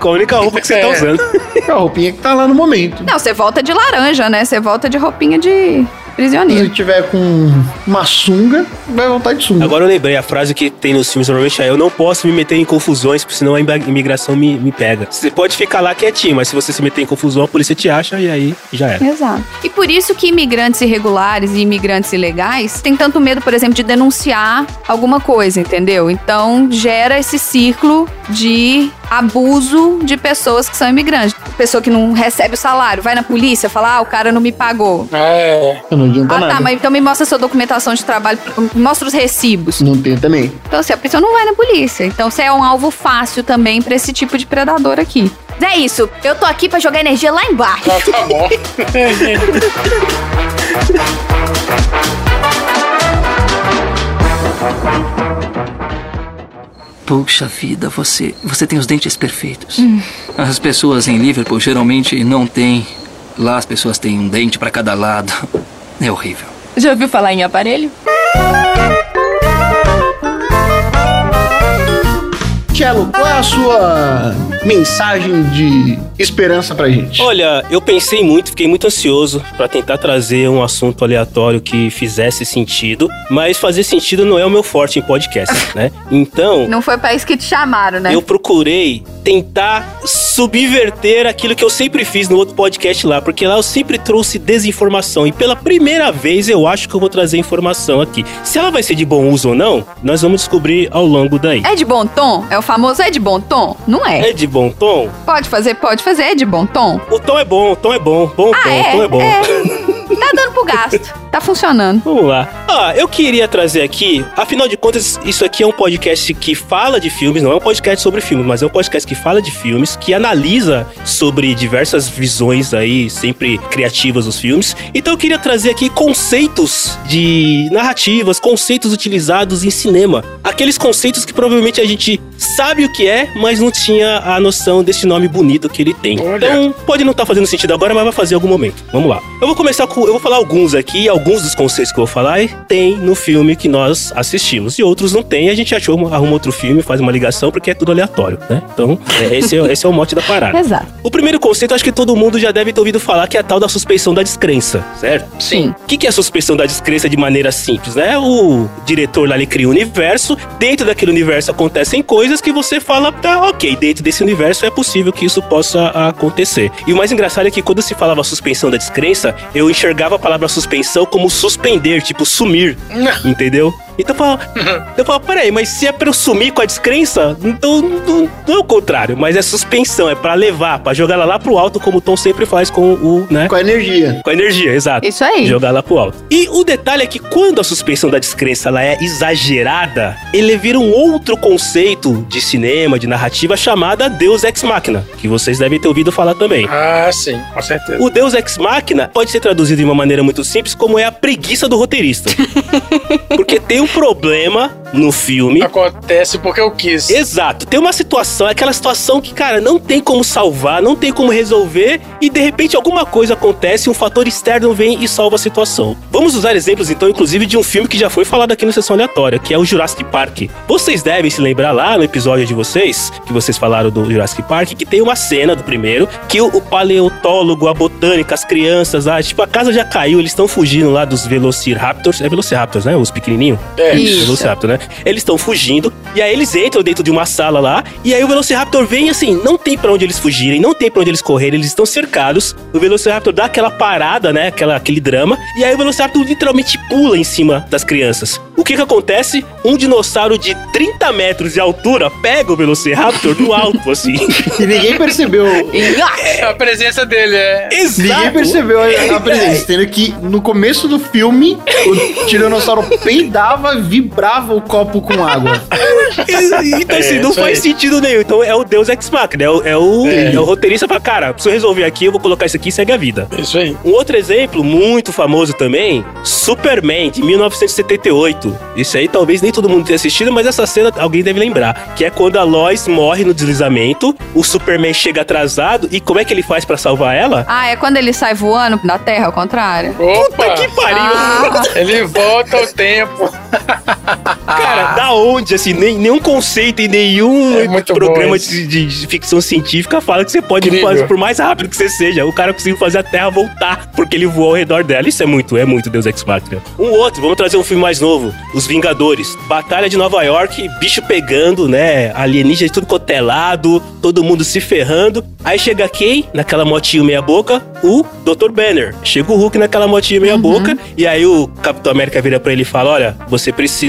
Speaker 2: Com a única roupa que você tá
Speaker 4: É.
Speaker 2: usando.
Speaker 3: com a roupinha que tá lá no momento.
Speaker 1: Não, você volta de laranja, né? Você volta de roupinha de
Speaker 3: Se
Speaker 1: prisioneiro.
Speaker 3: você tiver com uma sunga, vai voltar de sunga.
Speaker 2: Agora eu lembrei a frase que tem nos filmes normalmente é: Eu não posso me meter em confusões, porque senão a imba- imigração me, me pega. Você pode ficar lá quietinho, mas se você se meter em confusão, a polícia te acha e aí já era.
Speaker 1: Exato. E por isso que imigrantes irregulares e imigrantes ilegais têm tanto medo, por exemplo, de denunciar alguma coisa, entendeu? Então gera esse círculo de abuso de pessoas que são imigrantes. Pessoa que não recebe o salário, vai na polícia, fala, ah, o cara não me pagou.
Speaker 4: É,
Speaker 3: Eu não adianta
Speaker 1: Ah,
Speaker 3: nada.
Speaker 1: tá, mas então me mostra sua documentação de trabalho, mostra os recibos.
Speaker 3: Não tem também.
Speaker 1: Então, assim, a pessoa não vai na polícia. Então, você é um alvo fácil também pra esse tipo de predador aqui.
Speaker 10: É isso, eu tô aqui pra jogar energia lá embaixo.
Speaker 4: tá, tá bom.
Speaker 6: Puxa vida, você, você tem os dentes perfeitos. As pessoas em Liverpool geralmente não têm. Lá as pessoas têm um dente pra cada lado. É horrível.
Speaker 11: Já ouviu falar em aparelho?
Speaker 3: Tchelo, qual é a sua mensagem de esperança pra gente?
Speaker 2: Olha, eu pensei muito, fiquei muito ansioso pra tentar trazer um assunto aleatório que fizesse sentido, mas fazer sentido não é o meu forte em podcast, né? Então,
Speaker 1: Não foi pra isso que te chamaram, né?
Speaker 2: eu procurei tentar subverter aquilo que eu sempre fiz no outro podcast lá, porque lá eu sempre trouxe desinformação e pela primeira vez eu acho que eu vou trazer informação aqui. Se ela vai ser de bom uso ou não, nós vamos descobrir ao longo daí.
Speaker 1: É de bom tom? É o famoso é de bom tom? Não é.
Speaker 2: É de bom tom?
Speaker 1: Pode fazer, pode fazer, é de bom tom?
Speaker 2: O tom é bom, o tom é bom, bom
Speaker 1: Ah,
Speaker 2: tom, o tom é bom.
Speaker 1: Tá dando pro gasto. Tá funcionando.
Speaker 2: Vamos lá. Ah, eu queria trazer aqui, afinal de contas, isso aqui é um podcast que fala de filmes, não é um podcast sobre filmes, mas é um podcast que fala de filmes, que analisa sobre diversas visões aí, sempre criativas dos filmes. Então eu queria trazer aqui conceitos de narrativas, conceitos utilizados em cinema. Aqueles conceitos que provavelmente a gente sabe o que é, mas não tinha a noção desse nome bonito que ele tem.
Speaker 4: Olha.
Speaker 2: Então, pode não estar fazendo sentido agora, mas vai fazer em algum momento. Vamos lá. Eu vou começar com. Eu vou falar alguns aqui, alguns dos conceitos que eu vou falar e tem no filme que nós assistimos. E outros não tem, a gente achou, arruma outro filme, faz uma ligação, porque é tudo aleatório, né? Então, é, esse, é, esse é o mote da parada.
Speaker 1: Exato.
Speaker 2: O primeiro conceito, acho que todo mundo já deve ter ouvido falar, que é a tal da suspeição da descrença, certo?
Speaker 1: Sim.
Speaker 2: O que, que é a suspensão da descrença de maneira simples, né? O diretor lá, ele cria um universo, dentro daquele universo acontecem coisas que você fala, tá, ok, dentro desse universo é possível que isso possa acontecer. E o mais engraçado é que quando se falava suspensão da descrença, eu enxergava a palavra suspensão como suspender, tipo sumir, entendeu? Então eu falava, eu falava, peraí, mas se é pra eu sumir com a descrença, então não, não é o contrário, mas é suspensão, é pra levar, pra jogar ela lá pro alto, como o Tom sempre faz com o, né?
Speaker 3: Com a energia.
Speaker 2: Com a energia, exato.
Speaker 1: Isso aí.
Speaker 2: Jogar lá pro alto. E o detalhe é que quando a suspensão da descrença ela é exagerada, ele vira um outro conceito de cinema, de narrativa, chamada Deus Ex Machina, que vocês devem ter ouvido falar também.
Speaker 4: Ah, sim, com certeza.
Speaker 2: O Deus Ex Machina pode ser traduzido de uma maneira muito simples como é a preguiça do roteirista. Porque tem um problema no filme
Speaker 4: Acontece porque eu quis.
Speaker 2: Exato. Tem uma situação, é aquela situação que, cara, não tem como salvar, não tem como resolver, e de repente alguma coisa acontece, um fator externo vem e salva a situação. Vamos usar exemplos, então, inclusive, de um filme que já foi falado aqui no Sessão Aleatória, que é o Jurassic Park. Vocês devem se lembrar lá no episódio de vocês, que vocês falaram do Jurassic Park, que tem uma cena do primeiro, que o, o paleontólogo, a botânica, as crianças, a, tipo, a casa já caiu, eles estão fugindo lá dos Velociraptors. É Velociraptors, né? Os pequenininhos.
Speaker 4: É.
Speaker 2: Isso. Velociraptor, né? Eles estão fugindo, e aí eles entram dentro de uma sala lá, e aí o Velociraptor vem assim, não tem pra onde eles fugirem, não tem pra onde eles correrem, eles estão cercados. O Velociraptor dá aquela parada, né? Aquela, aquele drama, e aí o Velociraptor literalmente pula em cima das crianças. O O que que acontece? Um dinossauro de 30 metros de altura pega o Velociraptor no alto, assim.
Speaker 3: E ninguém percebeu.
Speaker 4: É a presença dele, é.
Speaker 2: Exato. É,
Speaker 3: Ninguém percebeu a, a presença. Tendo que no começo do filme, o Tiranossauro peidava, vibrava o copo com água.
Speaker 2: E- Então, assim,
Speaker 4: É,
Speaker 2: não
Speaker 4: isso
Speaker 2: faz
Speaker 4: aí.
Speaker 2: sentido nenhum. Então, é o Deus Ex Machina. É o, é o, é o roteirista pra cara, preciso resolver aqui, eu vou colocar isso aqui e segue a vida.
Speaker 4: Isso aí.
Speaker 2: Um outro exemplo muito famoso também, Superman, de 1978. Isso aí talvez nem todo mundo tenha assistido, mas essa cena alguém deve lembrar. Que é quando a Lois morre no deslizamento, o Superman chega atrasado e como é que ele faz pra salvar ela?
Speaker 1: Ah, é quando ele sai voando da Terra, ao contrário?
Speaker 4: Opa!
Speaker 2: Puta que pariu!
Speaker 1: Ah,
Speaker 4: Ele volta ao tempo.
Speaker 2: Cara, da onde? Assim, nem, nenhum conceito e nenhum
Speaker 4: Ah. É muito bom
Speaker 2: programa
Speaker 4: isso.
Speaker 2: de, de- de ficção científica fala que você pode
Speaker 4: Incrível.
Speaker 2: fazer, por mais rápido que você seja, o cara conseguiu fazer a Terra voltar porque ele voou ao redor dela. Isso é muito, é muito Deus Ex Machina. Um outro, vamos trazer um filme mais novo: Os Vingadores. Batalha de Nova York, bicho pegando, né? Alienígena de tudo cotelado, todo mundo se ferrando. Aí chega quem? Naquela motinho meia-boca? O Dr. Banner. Chega o Hulk naquela motinha meia-boca, e aí o Capitão América vira pra ele e fala: Olha, você precisa.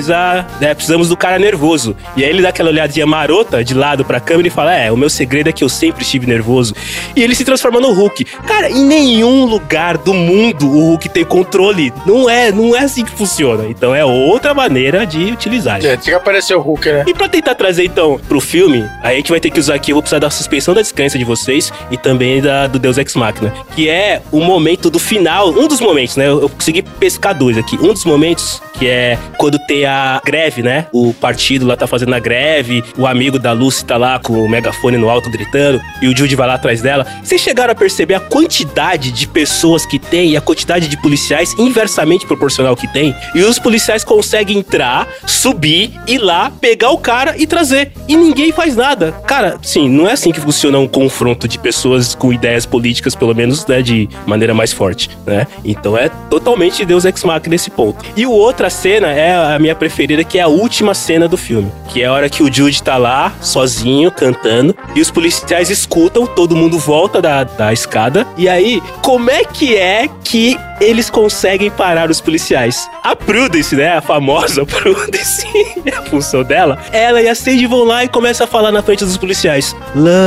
Speaker 2: né, precisamos do cara nervoso. E aí ele dá aquela olhadinha marota de lado pra câmera e fala: É, o meu segredo é que eu sempre estive nervoso. E ele se transforma no Hulk. Cara, em nenhum lugar do mundo o Hulk tem controle. Não é, não é assim que funciona. Então é outra maneira de utilizar.
Speaker 4: É, tinha que aparecer o Hulk, né?
Speaker 2: E pra tentar trazer, então, pro filme, aí a gente vai ter que usar aqui, eu vou precisar da suspensão da descrença de vocês e também da, do Deus Ex Machina, que é o momento do final, um dos momentos, né? Eu, eu consegui pescar dois aqui. Um dos momentos que é quando tem a greve, né? O partido lá tá fazendo a greve, o amigo da Lucy tá lá com o megafone no alto gritando e o Jude vai lá atrás dela. Vocês chegaram a perceber a quantidade de pessoas que tem e a quantidade de policiais inversamente proporcional que tem? E os policiais conseguem entrar, subir, ir lá, pegar o cara e trazer. E ninguém faz nada. Cara, sim, não é assim que funciona um confronto de pessoas com ideias políticas, pelo menos, né, de maneira mais forte, né? Então é totalmente Deus Ex Machina nesse ponto. E o outra cena é a minha preferida, que é a última cena do filme, que é a hora que o Jude tá lá, sozinho, cantando, e os policiais escutam, todo mundo volta da, da escada, e aí, como é que é que eles conseguem parar os policiais? A Prudence, né, a famosa Prudence, é a função dela, ela e a Sage vão lá e começam a falar na frente dos policiais,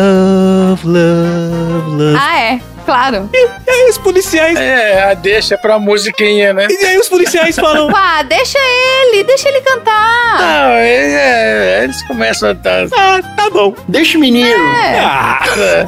Speaker 2: love, love, love.
Speaker 1: ah, é. Claro.
Speaker 2: E aí os policiais...
Speaker 4: É, a deixa pra musiquinha, né?
Speaker 2: E aí os policiais falam,
Speaker 1: Pá, deixa ele, deixa ele cantar.
Speaker 4: Não, é, é, eles começam a dar.
Speaker 2: ah, tá bom.
Speaker 3: Deixa o menino.
Speaker 2: Ah,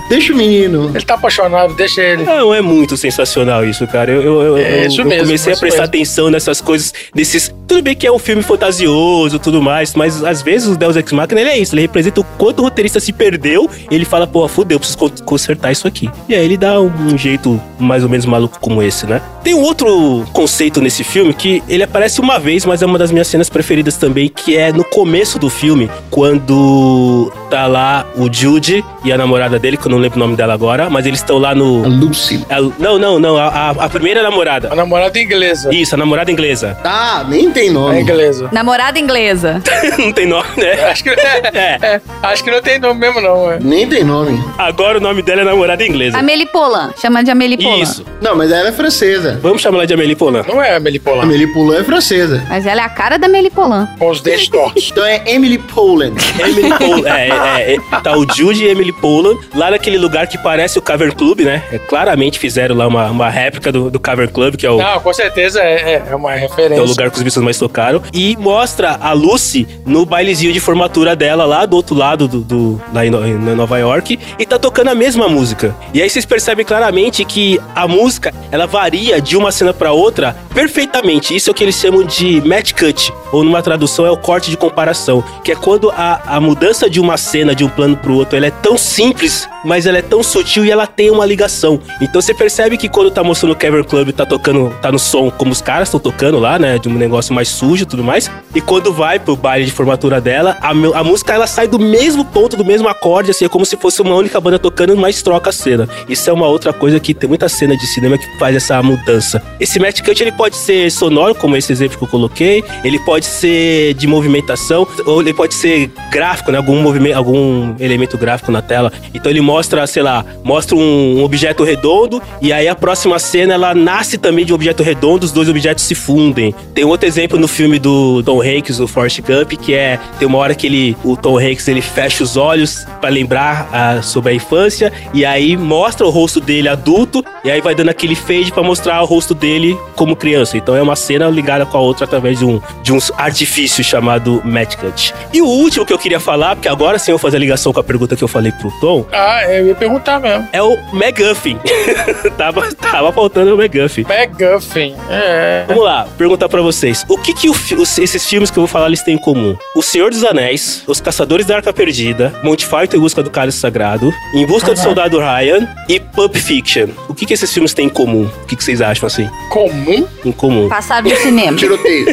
Speaker 3: Deixa o menino.
Speaker 4: Ele tá apaixonado, deixa ele.
Speaker 2: Não, é muito sensacional isso, cara. Eu, eu, eu-
Speaker 4: É
Speaker 2: eu-
Speaker 4: isso
Speaker 2: eu
Speaker 4: mesmo,
Speaker 2: comecei a
Speaker 4: isso
Speaker 2: prestar
Speaker 4: mesmo.
Speaker 2: atenção nessas coisas, desses. Tudo bem que é um filme fantasioso e tudo mais, mas às vezes o Deus Ex Machina ele é isso. Ele representa o quanto o roteirista se perdeu. E ele fala, pô, fudeu, preciso con- consertar isso aqui. E aí ele dá um, um jeito mais ou menos maluco como esse, né? Tem um outro conceito nesse filme que ele aparece uma vez, mas é uma das minhas cenas preferidas também, que é no começo do filme, quando tá lá o Jude e a namorada dele, que eu não lembro o nome dela agora, mas eles estão lá no.
Speaker 3: A Lucy.
Speaker 2: A- não, não, não. A, a- a primeira namorada.
Speaker 4: A namorada inglesa.
Speaker 2: Isso, a namorada inglesa.
Speaker 3: Ah, nem tem
Speaker 4: A
Speaker 3: nome.
Speaker 4: inglesa.
Speaker 1: Namorada inglesa.
Speaker 2: não tem nome, né?
Speaker 4: Acho que, é,
Speaker 2: É.
Speaker 4: é, acho que não tem nome mesmo, não. É.
Speaker 3: Nem tem nome.
Speaker 2: Agora o nome dela é namorada inglesa.
Speaker 1: Amélie Polan. Chama de Amélie Polan.
Speaker 2: Isso.
Speaker 3: Não, mas ela é francesa.
Speaker 2: Vamos chamar ela de Amélie Polan.
Speaker 4: Não é a Amelie
Speaker 3: A
Speaker 4: Polan,
Speaker 3: Emily Polan é francesa.
Speaker 1: Mas ela é a cara da Amélie Polan.
Speaker 4: com os dentes tortos.
Speaker 3: Então é Emily Poland.
Speaker 2: Emily Polan. É, é, é. Tá o Jude e Emily Polan lá naquele lugar que parece o Cavern Club, né? É, claramente fizeram lá uma, uma réplica do, do Cavern Club, que é o.
Speaker 4: Não, com certeza é, é- é uma
Speaker 2: que é
Speaker 4: referência.
Speaker 2: o lugar que os Beatles mais tocaram. E mostra a Lucy no bailezinho de formatura dela, lá do outro lado do, do, lá em No- em Nova York. E tá tocando a mesma música. E aí vocês percebem claramente que a música, ela varia de uma cena pra outra perfeitamente. Isso é o que eles chamam de match cut. Ou numa tradução é o corte de comparação. Que é quando a, a mudança de uma cena, de um plano pro outro, ela é tão simples, mas ela é tão sutil e ela tem uma ligação. Então você percebe que quando tá mostrando o Cavern Club, tá tocando, tá no som como os caras estão tocando lá, né? De um negócio mais sujo e tudo mais. E quando vai pro baile de formatura dela, a, mu- a música ela sai do mesmo ponto, do mesmo acorde, assim, é como se fosse uma única banda tocando, mas troca a cena. Isso é uma outra coisa que tem muita cena de cinema que faz essa mudança. Esse match cut ele pode ser sonoro, como esse exemplo que eu coloquei, ele pode ser de movimentação, ou ele pode ser gráfico, né? Algum movimento, algum elemento gráfico na tela. Então ele mostra, sei lá, mostra um objeto redondo e aí a próxima cena ela nasce também de um objeto redondo, os dois objetos se fundem. Tem um outro exemplo no filme do Tom Hanks, o Forrest Gump, que é tem uma hora que ele, o Tom Hanks ele fecha os olhos para lembrar ah, sobre a infância e aí mostra o rosto dele adulto e aí vai dando aquele fade para mostrar o rosto dele como criança. Então é uma cena ligada com a outra através de um de uns artifícios chamado match cut. E o último que eu queria falar, porque agora sim eu vou fazer a ligação com a pergunta que eu falei pro Tom,
Speaker 4: Ah, eu ia perguntar mesmo.
Speaker 2: é o McGuffin. tava, tava faltando o McGuffin.
Speaker 4: McGuffin. É.
Speaker 2: Vamos lá, perguntar pra vocês. O que, que o fi- os- esses filmes que eu vou falar eles têm em comum? O Senhor dos Anéis, Os Caçadores da Arca Perdida, Monty Python em Busca do Cálice Sagrado, Em Busca do Soldado Ryan e Pulp Fiction. O que, que esses filmes têm em comum? O que, que vocês acham, assim,
Speaker 4: Comum?
Speaker 2: em comum?
Speaker 10: Passaram no cinema.
Speaker 3: Tiroteio.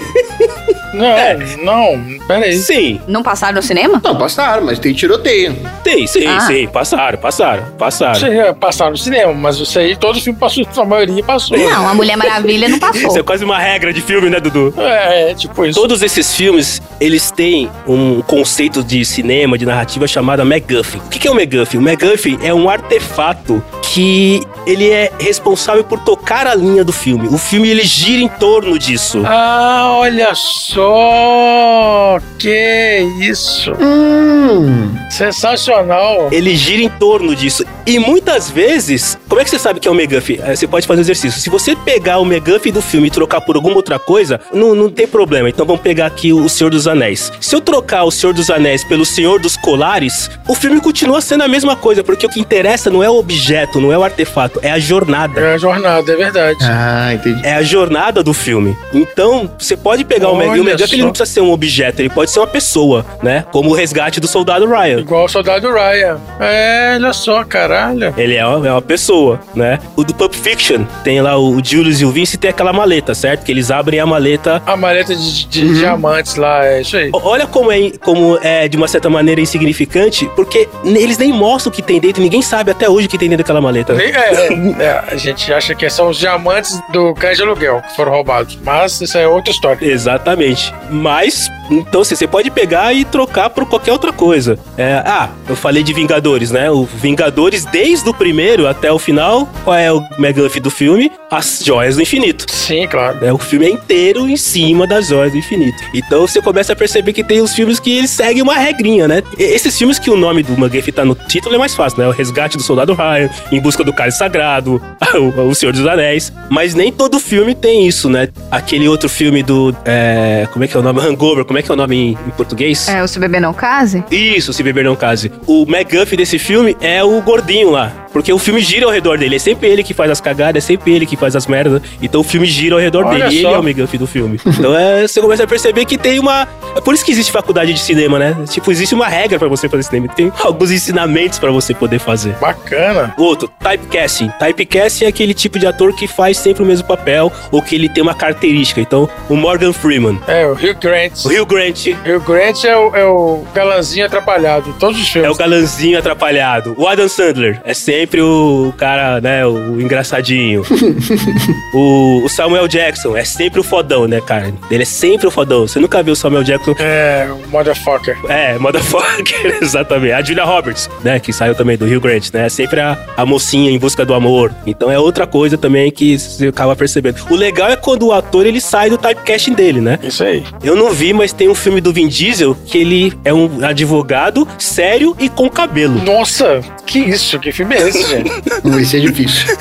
Speaker 4: Não, não. Peraí.
Speaker 2: Sim,
Speaker 10: Não passaram no cinema?
Speaker 3: Não, passaram, mas tem tiroteio.
Speaker 2: tem, sim,
Speaker 10: Ah.
Speaker 2: sim. Passaram, passaram, passaram.
Speaker 4: Você passar no cinema, mas isso aí, todo filme passou, a maioria passou.
Speaker 10: Não, a Mulher Maravilha não
Speaker 2: Isso é
Speaker 10: passou.
Speaker 2: quase uma regra de filme, né, Dudu?
Speaker 4: É, é, tipo isso.
Speaker 2: Todos esses filmes, eles têm um conceito de cinema, de narrativa chamada MacGuffin. O que que é o MacGuffin? O MacGuffin é um artefato que ele é responsável por tocar a linha do filme. O filme, ele gira em torno disso.
Speaker 4: Ah, olha só! Que isso!
Speaker 3: Hum.
Speaker 4: Sensacional!
Speaker 2: Ele gira em torno disso. E muitas vezes, como é que você sabe que é o MacGuffin? Eh, Você pode fazer um exercício. Se você pegar o MacGuffin do filme e trocar por alguma outra coisa, não, não tem problema. Então vamos pegar aqui o Senhor dos Anéis. Se eu trocar o Senhor dos Anéis pelo Senhor dos Colares, o filme continua sendo a mesma coisa, porque o que interessa não é o objeto, não é o artefato, é a jornada
Speaker 4: É a jornada, é verdade.
Speaker 3: Ah, entendi.
Speaker 2: é a jornada do filme. Então, você pode pegar o
Speaker 4: Olha
Speaker 2: Meg. O Meg
Speaker 4: só.
Speaker 2: ele não precisa ser um objeto, ele pode ser uma pessoa, né? Como o resgate do soldado Ryan.
Speaker 4: Igual o soldado Ryan. É, olha só, caralho.
Speaker 2: Ele é uma, é uma pessoa, né? O do Pulp Fiction tem lá o Julius e o Vince tem aquela maleta, certo? Que eles abrem a maleta.
Speaker 4: A maleta de, de diamantes lá, é isso aí.
Speaker 2: O- Olha como é, como é, de uma certa maneira, insignificante, porque n- eles nem mostram o que tem dentro, ninguém sabe até hoje o que tem dentro daquela maleta.
Speaker 4: Nem- É, é, é, a gente acha que são os diamantes do cães de aluguel que foram roubados. Mas isso é outra história.
Speaker 2: Exatamente. Mas, então, assim, você pode pegar e trocar por qualquer outra coisa. É, ah, eu falei de Vingadores, né? O Vingadores, desde o primeiro até o final, qual é o McGuff do filme? As Joias do Infinito.
Speaker 4: Sim, claro.
Speaker 2: É, o filme é inteiro em cima das joias do infinito. Então você começa a perceber que tem os filmes que eles seguem uma regrinha, né? E- esses filmes que o nome do McGuff tá no título é mais fácil, né? O Resgate do Soldado Ryan, Em Busca do Cálice Sagrado, o, o Senhor dos Anéis. Mas nem todo filme tem isso, né? Aquele outro filme do. é, como é que é o nome? Hangover, como é que é o nome em, em português?
Speaker 1: É, o Se Beber Não Case?
Speaker 2: Isso, se beber não case. O McGuff desse filme é o gordinho lá. Porque o filme gira ao redor dele. É sempre ele que faz as cagadas, é sempre ele que faz as merdas. Então o filme gira ao redor
Speaker 4: Olha
Speaker 2: dele. E
Speaker 4: só.
Speaker 2: ele é o McGuff do filme. Então é, você começa a perceber que tem uma. É por isso que existe faculdade de cinema, né? Tipo, existe uma regra pra você fazer cinema. Tem alguns ensinamentos pra você poder fazer.
Speaker 4: Bacana.
Speaker 2: Outro, typecasting. Typecasting é aquele tipo de ator que faz sempre o mesmo papel ou que ele tem uma característica. Então, o Morgan Freeman,
Speaker 4: É, o Hugh Grant.
Speaker 2: o Hugh Grant,
Speaker 4: Hugh Grant é o, é o galanzinho atrapalhado. Todos os
Speaker 2: É o
Speaker 4: filmes.
Speaker 2: galanzinho atrapalhado. O Adam Sandler é sempre o cara, né, o engraçadinho. o, o Samuel Jackson é sempre o fodão, né, cara? Ele é sempre o fodão. Você nunca viu o Samuel Jackson...
Speaker 4: É, o motherfucker.
Speaker 2: É, motherfucker, exatamente. A Julia Roberts, né, que saiu também do Rio Grande, né? É sempre a, a mocinha em busca do amor. Então é outra coisa também que você acaba percebendo. O legal é quando o ator, ele sai do typecasting dele, né?
Speaker 4: Isso aí.
Speaker 2: Eu não vi, mas tem um filme do Vin Diesel que ele é um advogado sério e com cabelo.
Speaker 4: Nossa, que isso? Que filme é esse, gente?
Speaker 3: Hum, Isso é difícil.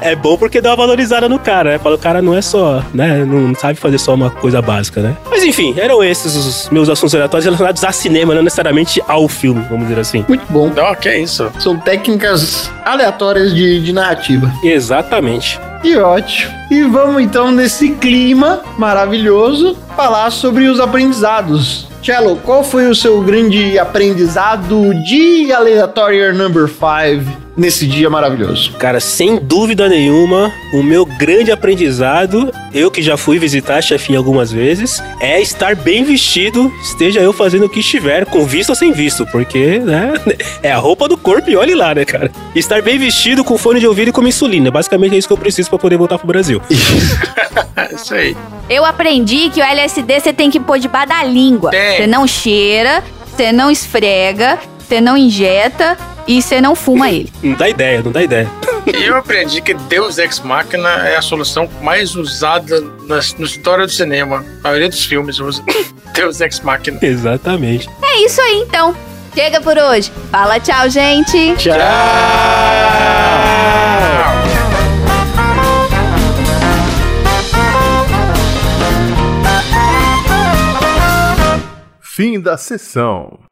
Speaker 2: É bom porque dá uma valorizada no cara, né? Fala, o cara não é só, né? Não sabe fazer só uma coisa básica, né? Mas enfim, eram esses os meus assuntos aleatórios relacionados a cinema, não necessariamente ao filme, vamos dizer assim.
Speaker 3: Muito bom.
Speaker 4: Não, que isso?
Speaker 3: São técnicas aleatórias de, de narrativa.
Speaker 2: Exatamente.
Speaker 3: E ótimo. E vamos então nesse clima maravilhoso falar sobre os aprendizados. Cello, qual foi o seu grande aprendizado de aleatório number 5 nesse dia maravilhoso?
Speaker 2: Cara, sem dúvida nenhuma, o meu grande aprendizado, eu que já fui visitar a chefinha algumas vezes, é estar bem vestido, esteja eu fazendo o que estiver, com visto ou sem visto, porque, né, é a roupa do corpo e olhe lá, né, cara? Estar bem vestido, com fone de ouvido e com insulina, basicamente é isso que eu preciso pra poder voltar pro Brasil.
Speaker 4: É isso aí.
Speaker 10: Eu aprendi que o LSD você tem que pôr debaixo da língua.
Speaker 4: Tem.
Speaker 10: Você não cheira, você não esfrega, você não injeta,
Speaker 1: e você não fuma ele.
Speaker 2: Não dá ideia, não dá ideia.
Speaker 4: Eu aprendi que Deus Ex Machina é a solução mais usada na, na história do cinema. A maioria dos filmes usa Deus Ex Machina.
Speaker 2: Exatamente.
Speaker 1: É isso aí, então. Chega por hoje. Fala tchau, gente.
Speaker 2: Ah!
Speaker 4: Ah!
Speaker 5: Fim da sessão.